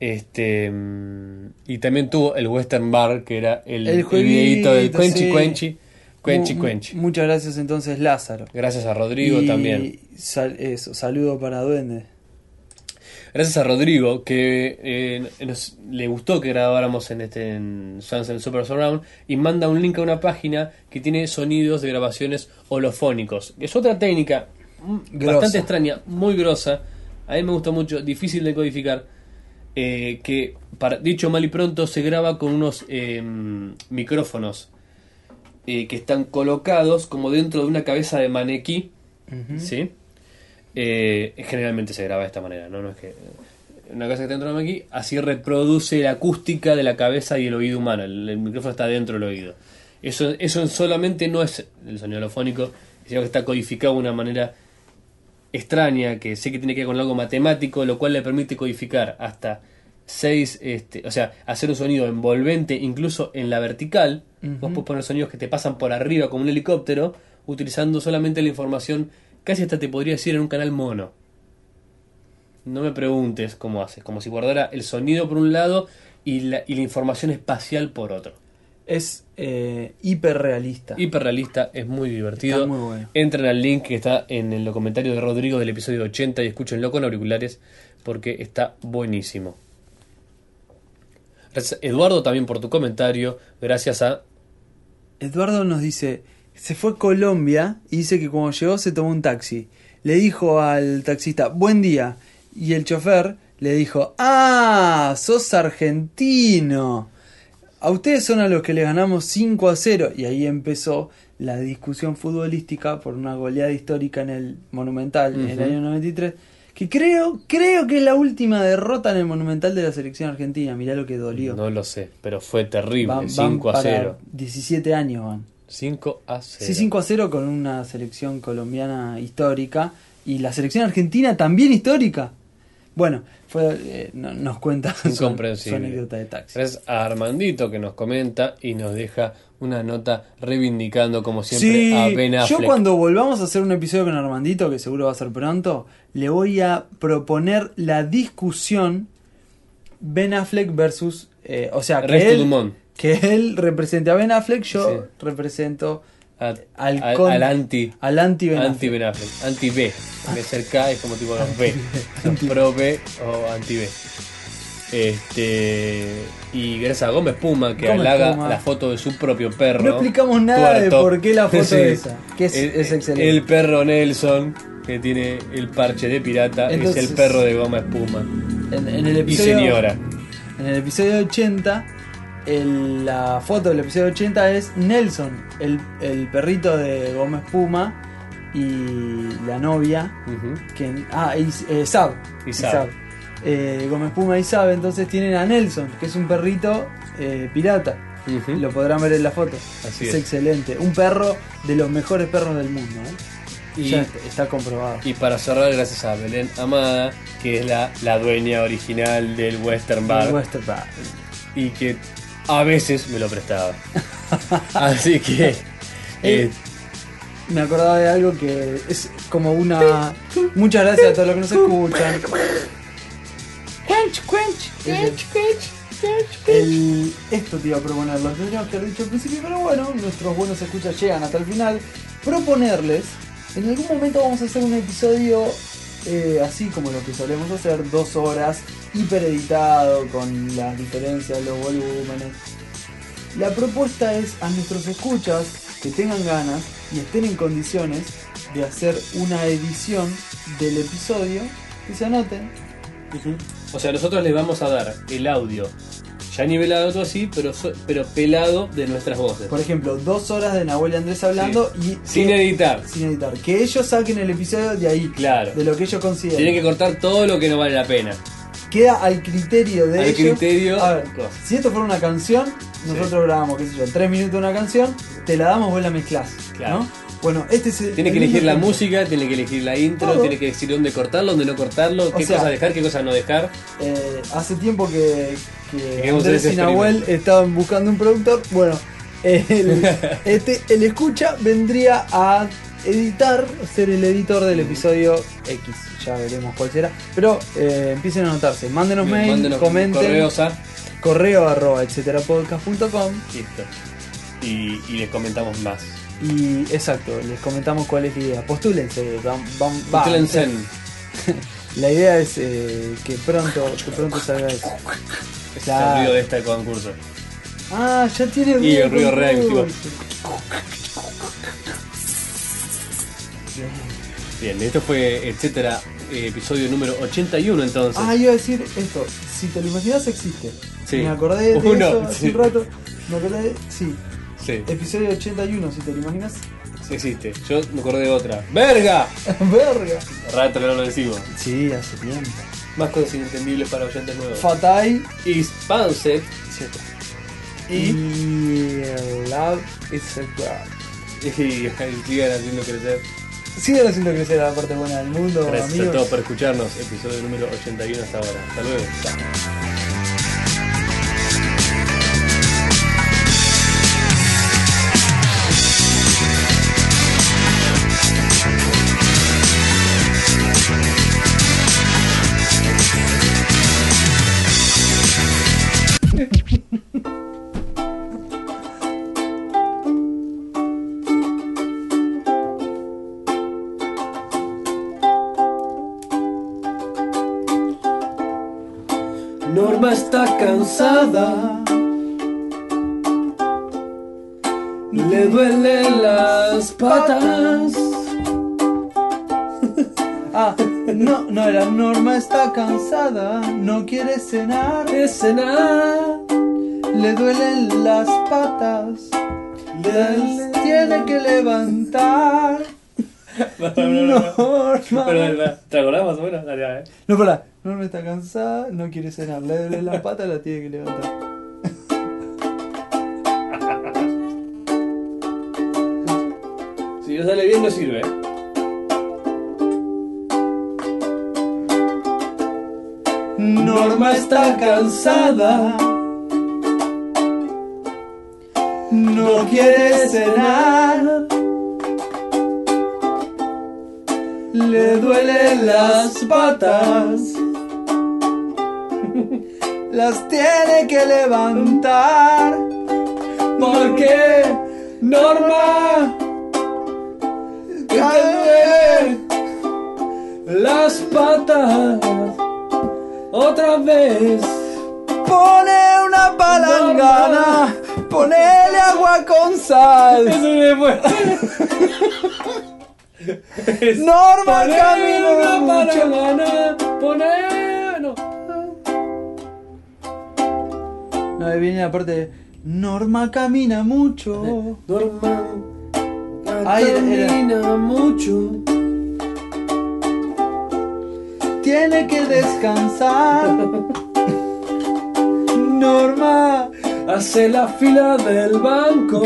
Speaker 1: Este mm, y también tuvo el Western Bar, que era el,
Speaker 2: El
Speaker 1: el
Speaker 2: jueguito,
Speaker 1: videíto del Quenchi
Speaker 2: sí.
Speaker 1: Quenchi. Quenchi
Speaker 2: Mu-
Speaker 1: Quenchi.
Speaker 2: Muchas gracias entonces, Lázaro.
Speaker 1: Gracias a Rodrigo
Speaker 2: Y
Speaker 1: también.
Speaker 2: sal- eso, saludo para Duende.
Speaker 1: Gracias a Rodrigo que eh, nos, le gustó que grabáramos en este en Sunset Super Surround y manda un link a una página que tiene sonidos de grabaciones holofónicos. Es otra técnica mm,
Speaker 2: Grosa.
Speaker 1: bastante extraña, muy grosa. A mí me gustó mucho, difícil de codificar. eh, que para, dicho mal y pronto se graba con unos eh, micrófonos eh, que están colocados como dentro de una cabeza de manequí. ¿sí? Eh, generalmente se graba de esta manera, ¿no? No es que. Una cabeza que está dentro de un manequí, así reproduce la acústica de la cabeza y el oído humano. El, el micrófono está dentro del oído. Eso, eso solamente no es el sonido alofónico, sino que está codificado de una manera extraña, que sé que tiene que ver con algo matemático, lo cual le permite codificar hasta seis, este, o sea, hacer un sonido envolvente incluso en la vertical. Vos podés poner sonidos que te pasan por arriba como un helicóptero, utilizando solamente la información, casi hasta te podría decir en un canal mono. No me preguntes cómo haces, como si guardara el sonido por un lado y la, y la información espacial por otro.
Speaker 2: Es eh, hiperrealista.
Speaker 1: Hiperrealista, es muy divertido.
Speaker 2: Está muy bueno.
Speaker 1: Entren al link que está en el comentario de Rodrigo del episodio 80 y escúchenlo con auriculares porque está buenísimo. Gracias, Eduardo, también por tu comentario. Gracias a.
Speaker 2: Eduardo nos dice, se fue a Colombia y dice que cuando llegó se tomó un taxi. Le dijo al taxista, buen día. Y el chofer le dijo, ah, sos argentino. A ustedes son a los que le ganamos 5 a 0. Y ahí empezó la discusión futbolística por una goleada histórica en el Monumental en el
Speaker 1: Ujú.
Speaker 2: año 93. Que creo, creo que es la última derrota en el Monumental de la selección argentina. Mirá lo que dolió.
Speaker 1: No lo sé, pero fue terrible.
Speaker 2: Van- van
Speaker 1: 5 a
Speaker 2: para
Speaker 1: 0.
Speaker 2: 17 años van.
Speaker 1: 5 a 0.
Speaker 2: Sí, 5 a 0 con una selección colombiana histórica y la selección argentina también histórica. Bueno, fue, eh, no- nos cuenta su, su
Speaker 1: Incomprensible.
Speaker 2: anécdota de taxi.
Speaker 1: Gracias a Armandito que nos comenta y nos deja una nota reivindicando, como siempre, a Ben
Speaker 2: yo
Speaker 1: Affleck.
Speaker 2: cuando volvamos a hacer un episodio con Armandito, que seguro va a ser pronto, le voy a proponer la discusión Ben Affleck versus... eh, o sea, que
Speaker 1: Resto
Speaker 2: él,
Speaker 1: Dumont.
Speaker 2: que él represente a Ben Affleck, yo
Speaker 1: Sí.
Speaker 2: represento
Speaker 1: A-
Speaker 2: al,
Speaker 1: al,
Speaker 2: con-
Speaker 1: al anti.
Speaker 2: al anti Ben
Speaker 1: Anti
Speaker 2: Affleck.
Speaker 1: Ben Affleck, anti B. Me cerca es como tipo los B, los pro B o anti B. Este y gracias a Gómez Puma que
Speaker 2: Gómez
Speaker 1: halaga
Speaker 2: Puma.
Speaker 1: la foto de su propio perro.
Speaker 2: No explicamos nada de por qué la foto
Speaker 1: Sí.
Speaker 2: esa, que es- es excelente.
Speaker 1: El perro Nelson que tiene el parche de pirata
Speaker 2: Entonces-
Speaker 1: es el perro de Gómez Puma
Speaker 2: En, en el
Speaker 1: y
Speaker 2: episodio,
Speaker 1: señora.
Speaker 2: En el episodio 80, el- la foto del episodio 80 es Nelson, el, el perrito de Gómez Puma y la novia.
Speaker 1: Ujú.
Speaker 2: Que, ah, y, eh, Sab.
Speaker 1: Y
Speaker 2: Y
Speaker 1: Sab.
Speaker 2: Sab. Eh, Gómez Puma y Sab, entonces tienen a Nelson, que es un perrito eh, pirata.
Speaker 1: Ujú.
Speaker 2: Lo podrán ver en la foto.
Speaker 1: Así
Speaker 2: es,
Speaker 1: es.
Speaker 2: excelente. Un perro de los mejores perros del mundo. ¿eh?
Speaker 1: Y-
Speaker 2: Ya está, está comprobado.
Speaker 1: Y para cerrar, gracias a Belén Amada, que es la, la dueña original del Western Bar.
Speaker 2: Western Bar.
Speaker 1: y que a veces me lo prestaba. Así que eh,
Speaker 2: Me acordaba de algo que es como una. Muchas gracias a todos los que nos escuchan. Quench, quench, quench, quench. El, esto te iba a proponer, lo tendríamos que haber dicho al principio, pero bueno, nuestros buenos escuchas llegan hasta el final. Proponerles, en algún momento vamos a hacer un episodio eh, así como lo que solemos hacer, dos horas, hipereditado, con las diferencias, los volúmenes. La propuesta es a nuestros escuchas que tengan ganas y estén en condiciones de hacer una edición del episodio, que se anoten,
Speaker 1: O sea, nosotros les vamos a dar el audio ya nivelado todo así, pero, so- pero pelado de nuestras voces.
Speaker 2: Por ejemplo, dos horas de Nahuel y Andrés hablando y.
Speaker 1: Sin
Speaker 2: que-
Speaker 1: editar.
Speaker 2: Sin editar. Que ellos saquen el episodio de ahí.
Speaker 1: Claro.
Speaker 2: De lo que ellos consideran.
Speaker 1: Tienen que cortar todo lo que no vale la pena.
Speaker 2: Queda al criterio de
Speaker 1: Al
Speaker 2: ellos.
Speaker 1: criterio.
Speaker 2: A ver,
Speaker 1: Cosa.
Speaker 2: si esto fuera una canción, nosotros grabamos, qué sé yo, tres minutos de una canción, te la damos, vos la mezclás.
Speaker 1: Claejado.
Speaker 2: ¿no? Bueno, este es el.
Speaker 1: Tiene
Speaker 2: el
Speaker 1: que elegir
Speaker 2: mismo
Speaker 1: la
Speaker 2: ejemplo.
Speaker 1: música, tiene que elegir la intro,
Speaker 2: Todo.
Speaker 1: tiene que decir dónde cortarlo, dónde no cortarlo, qué
Speaker 2: sea-
Speaker 1: cosa dejar, qué cosa no dejar.
Speaker 2: Eh, hace tiempo que, que
Speaker 1: queremos hacer
Speaker 2: Andrés
Speaker 1: ese
Speaker 2: y Nahuel
Speaker 1: experimento.
Speaker 2: estaban buscando un productor. Bueno, el, este, el escucha vendría a editar, ser el editor
Speaker 1: Mm.
Speaker 2: del episodio X. Ya veremos cuál será. Pero eh, empiecen a anotarse. Mándenos mail,
Speaker 1: Mándenos
Speaker 2: comenten.
Speaker 1: correos a-
Speaker 2: Correo arroba etcétera podcast.com.
Speaker 1: Listo. Y, y les comentamos más.
Speaker 2: Y exacto, les comentamos cuál es la idea. Postúlense. vam- vam- va.
Speaker 1: Postúlense.
Speaker 2: La idea es eh, que pronto, que pronto salga eso.
Speaker 1: Ese es
Speaker 2: Claro.
Speaker 1: el ruido de este concurso.
Speaker 2: Ah, ya tiene
Speaker 1: Y el ruido
Speaker 2: con
Speaker 1: real,
Speaker 2: todo.
Speaker 1: Bien, esto fue, etcétera, eh, episodio número 81 entonces.
Speaker 2: Ah, iba a decir esto. Si te lo imaginas, existe.
Speaker 1: Sí.
Speaker 2: Me acordé de
Speaker 1: Uno,
Speaker 2: eso hace
Speaker 1: sí.
Speaker 2: un rato. Me acordé de... Sí.
Speaker 1: sí,
Speaker 2: Episodio 81, si te lo imaginas.
Speaker 1: existe. Yo me acordé de otra. ¡Verga!
Speaker 2: Verga.
Speaker 1: Rato que no lo decimos.
Speaker 2: Sí, hace tiempo.
Speaker 1: Más cosas inentendibles para oyentes nuevos.
Speaker 2: Fatai.
Speaker 1: Expanse y,
Speaker 2: Y... el Love is a crowd.
Speaker 1: y sigan haciendo crecer.
Speaker 2: Sigan haciendo crecer la parte buena del mundo,
Speaker 1: Gracias a
Speaker 2: amigos.
Speaker 1: todos por escucharnos. Episodio número 81 hasta ahora. Hasta luego. Chao. Norma está cansada. Le duelen las patas.
Speaker 2: Ah, no, no, la norma está cansada. No quiere cenar.
Speaker 1: De cenar.
Speaker 2: Le duelen las patas. Les tiene que levantar. Norma.
Speaker 1: Perdón, ¿te acordás más o menos? Dale, dale.
Speaker 2: No, pará. Norma está cansada, no quiere cenar. Le duele la pata, la tiene que levantar.
Speaker 1: Si no sale bien, no sirve.
Speaker 2: Norma está cansada. No quiere cenar. Le duelen las patas. Las tiene que levantar. Porque Norma cae las patas otra vez. Pone una palangana, ponele agua con sal. Norma camino mucho. No, ahí viene la parte de Norma camina mucho. Ahí camina mucho. Tiene que descansar. Norma
Speaker 1: Hace la fila del banco.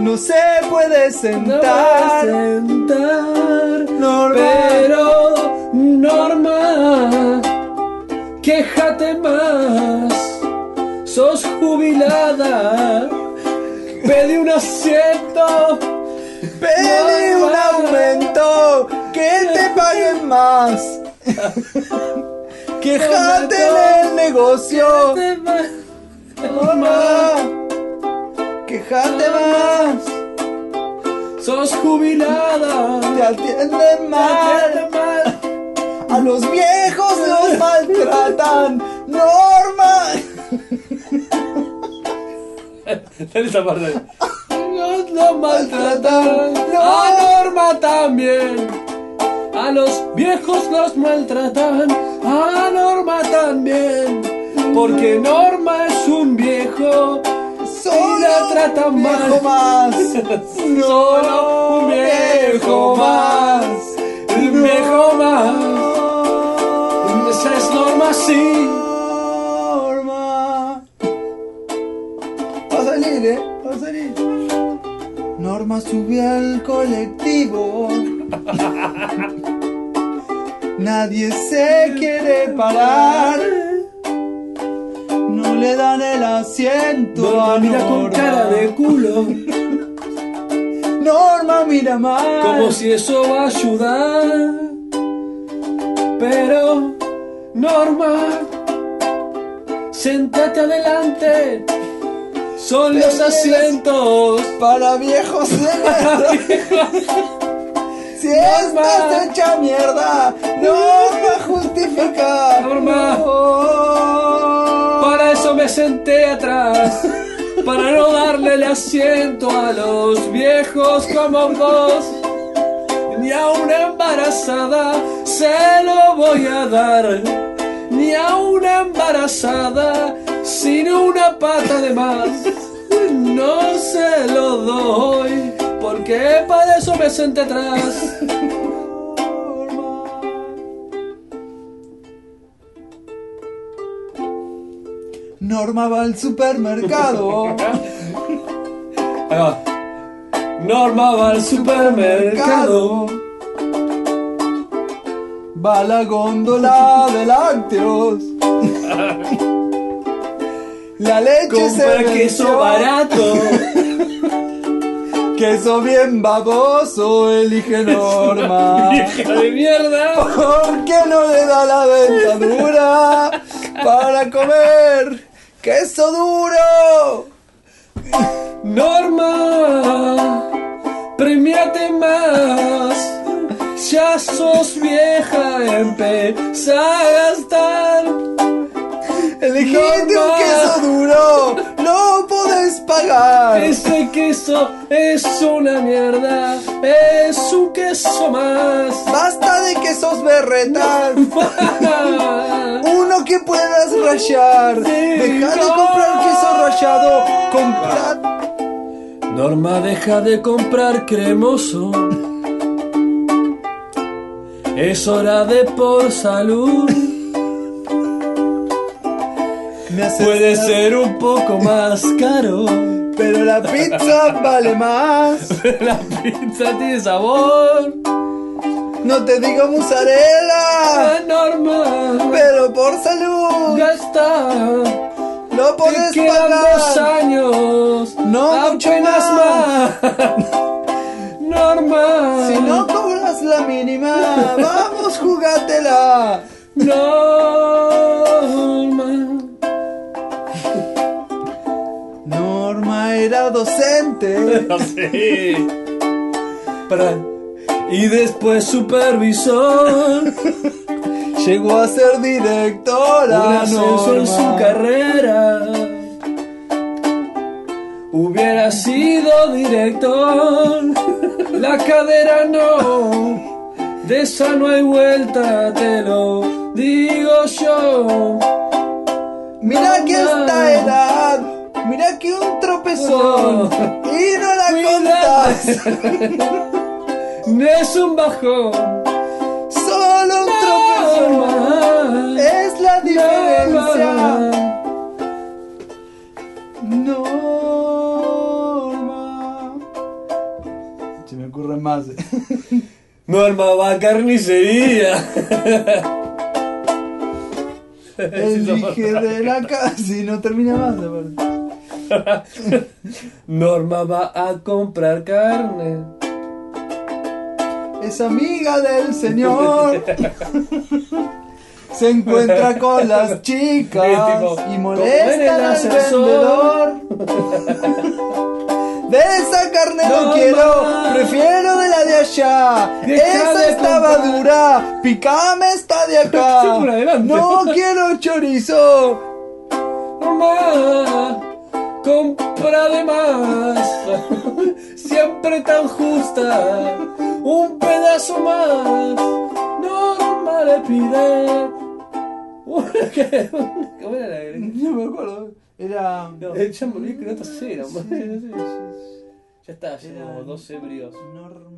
Speaker 2: no se puede sentar. Norma.
Speaker 1: Pero Norma, quéjate más. Sos jubilada. Pedí un asiento.
Speaker 2: Pedí un aumento, que te paguen más. Quejate en el negocio. Mamá. Quejate más.
Speaker 1: Sos jubilada.
Speaker 2: Te atienden mal. A los viejos los maltratan. Norma.
Speaker 1: Dale esa parte. Nos lo maltratan. A Norma también. A los viejos los maltratan. A Norma también. Porque Norma es un viejo. Y la tratan
Speaker 2: viejo
Speaker 1: mal.
Speaker 2: más.
Speaker 1: Solo un viejo más. Un viejo más. Esa es Norma, sí.
Speaker 2: Norma. Va a salir, eh. Va a salir. Norma subió al colectivo. Nadie se quiere parar. No le dan el asiento
Speaker 1: Norma
Speaker 2: a
Speaker 1: mira con
Speaker 2: Norma.
Speaker 1: cara de culo.
Speaker 2: Norma mira mal.
Speaker 1: Como si eso va a ayudar. Pero, Norma, sentate adelante. Son los asientos.
Speaker 2: Para viejos de mierda. Si estás hecha mierda, no va a justificar.
Speaker 1: Norma.
Speaker 2: No.
Speaker 1: Para eso me senté atrás. Para no darle el asiento a los viejos como vos. Ni a una embarazada se lo voy a dar. Ni a una embarazada sin una pata de más. No se lo doy. Porque para eso me senté atrás.
Speaker 2: Norma va al supermercado.
Speaker 1: Ahí va. Norma va al supermercado.
Speaker 2: Va a la góndola de lácteos. La leche
Speaker 1: Compra
Speaker 2: se
Speaker 1: queso
Speaker 2: venció.
Speaker 1: barato.
Speaker 2: Queso bien baboso, elige Norma.
Speaker 1: Vieja de mierda.
Speaker 2: ¿Por qué no le da la dentadura para comer queso duro?
Speaker 1: Norma, premiate más. Ya sos vieja, empezá a gastar.
Speaker 2: Elegiste un
Speaker 1: Norma.
Speaker 2: queso duro, no podés pagar.
Speaker 1: Ese queso es una mierda. Es un queso más.
Speaker 2: Basta de quesos berretas, uno que puedas rayar. Deja de comprar queso rallado, comprad
Speaker 1: Norma deja de comprar cremoso. Es hora de por salud.
Speaker 2: Me hace
Speaker 1: Puede
Speaker 2: estar-
Speaker 1: ser un poco más caro.
Speaker 2: pero la pizza vale más.
Speaker 1: La pizza tiene sabor.
Speaker 2: No te digo mozzarella,
Speaker 1: La norma
Speaker 2: pero por salud.
Speaker 1: gasta.
Speaker 2: No podés
Speaker 1: Te quedan dos
Speaker 2: pagar.
Speaker 1: años.
Speaker 2: No, mucho
Speaker 1: apenas
Speaker 2: más.
Speaker 1: más. Norma.
Speaker 2: Si no cobras la mínima, vamos, jugatela.
Speaker 1: Norma.
Speaker 2: Norma era docente.
Speaker 1: Sí. Para. Y después supervisor.
Speaker 2: Llegó a ser directora.
Speaker 1: un ascenso en su
Speaker 2: Norma.
Speaker 1: carrera. Hubiera sido director, la cadera no, de esa no hay vuelta, te lo digo yo.
Speaker 2: Mira que
Speaker 1: Norma.
Speaker 2: esta edad. Mira que un tropezón.
Speaker 1: No.
Speaker 2: Y no la
Speaker 1: Cuídate.
Speaker 2: contás.
Speaker 1: No es un bajón,
Speaker 2: Solo un tropezón.
Speaker 1: normal,
Speaker 2: Es la diferencia.
Speaker 1: normal.
Speaker 2: Norma. Se me ocurre más.
Speaker 1: Norma va a carnicería.
Speaker 2: Elige de la casa y no termina más. aparte.
Speaker 1: Norma va a comprar carne.
Speaker 2: Es amiga del señor. se encuentra con las chicas
Speaker 5: Sí, tipo,
Speaker 2: y
Speaker 5: como en el
Speaker 2: molesta al
Speaker 5: ascensor.
Speaker 2: vendedor. De esa carne no,
Speaker 5: No
Speaker 2: quiero,
Speaker 5: más.
Speaker 2: prefiero de la de allá.
Speaker 5: Deja
Speaker 2: esa
Speaker 5: de
Speaker 2: estaba
Speaker 5: comprar.
Speaker 2: dura, picame esta de
Speaker 5: Sí, por
Speaker 2: acá.
Speaker 5: adelante.
Speaker 2: No quiero chorizo.
Speaker 5: Mamá, compra de más, siempre tan justa, un pedazo más, no le pide. ¿Cómo era la greca?
Speaker 2: No me acuerdo. Era.
Speaker 5: No,
Speaker 2: Sí,
Speaker 5: ya me olvidé que no te cero.
Speaker 2: sí, sí, sí.
Speaker 5: Ya está, ya
Speaker 2: Era-
Speaker 5: como dos ebrios.
Speaker 2: Norma.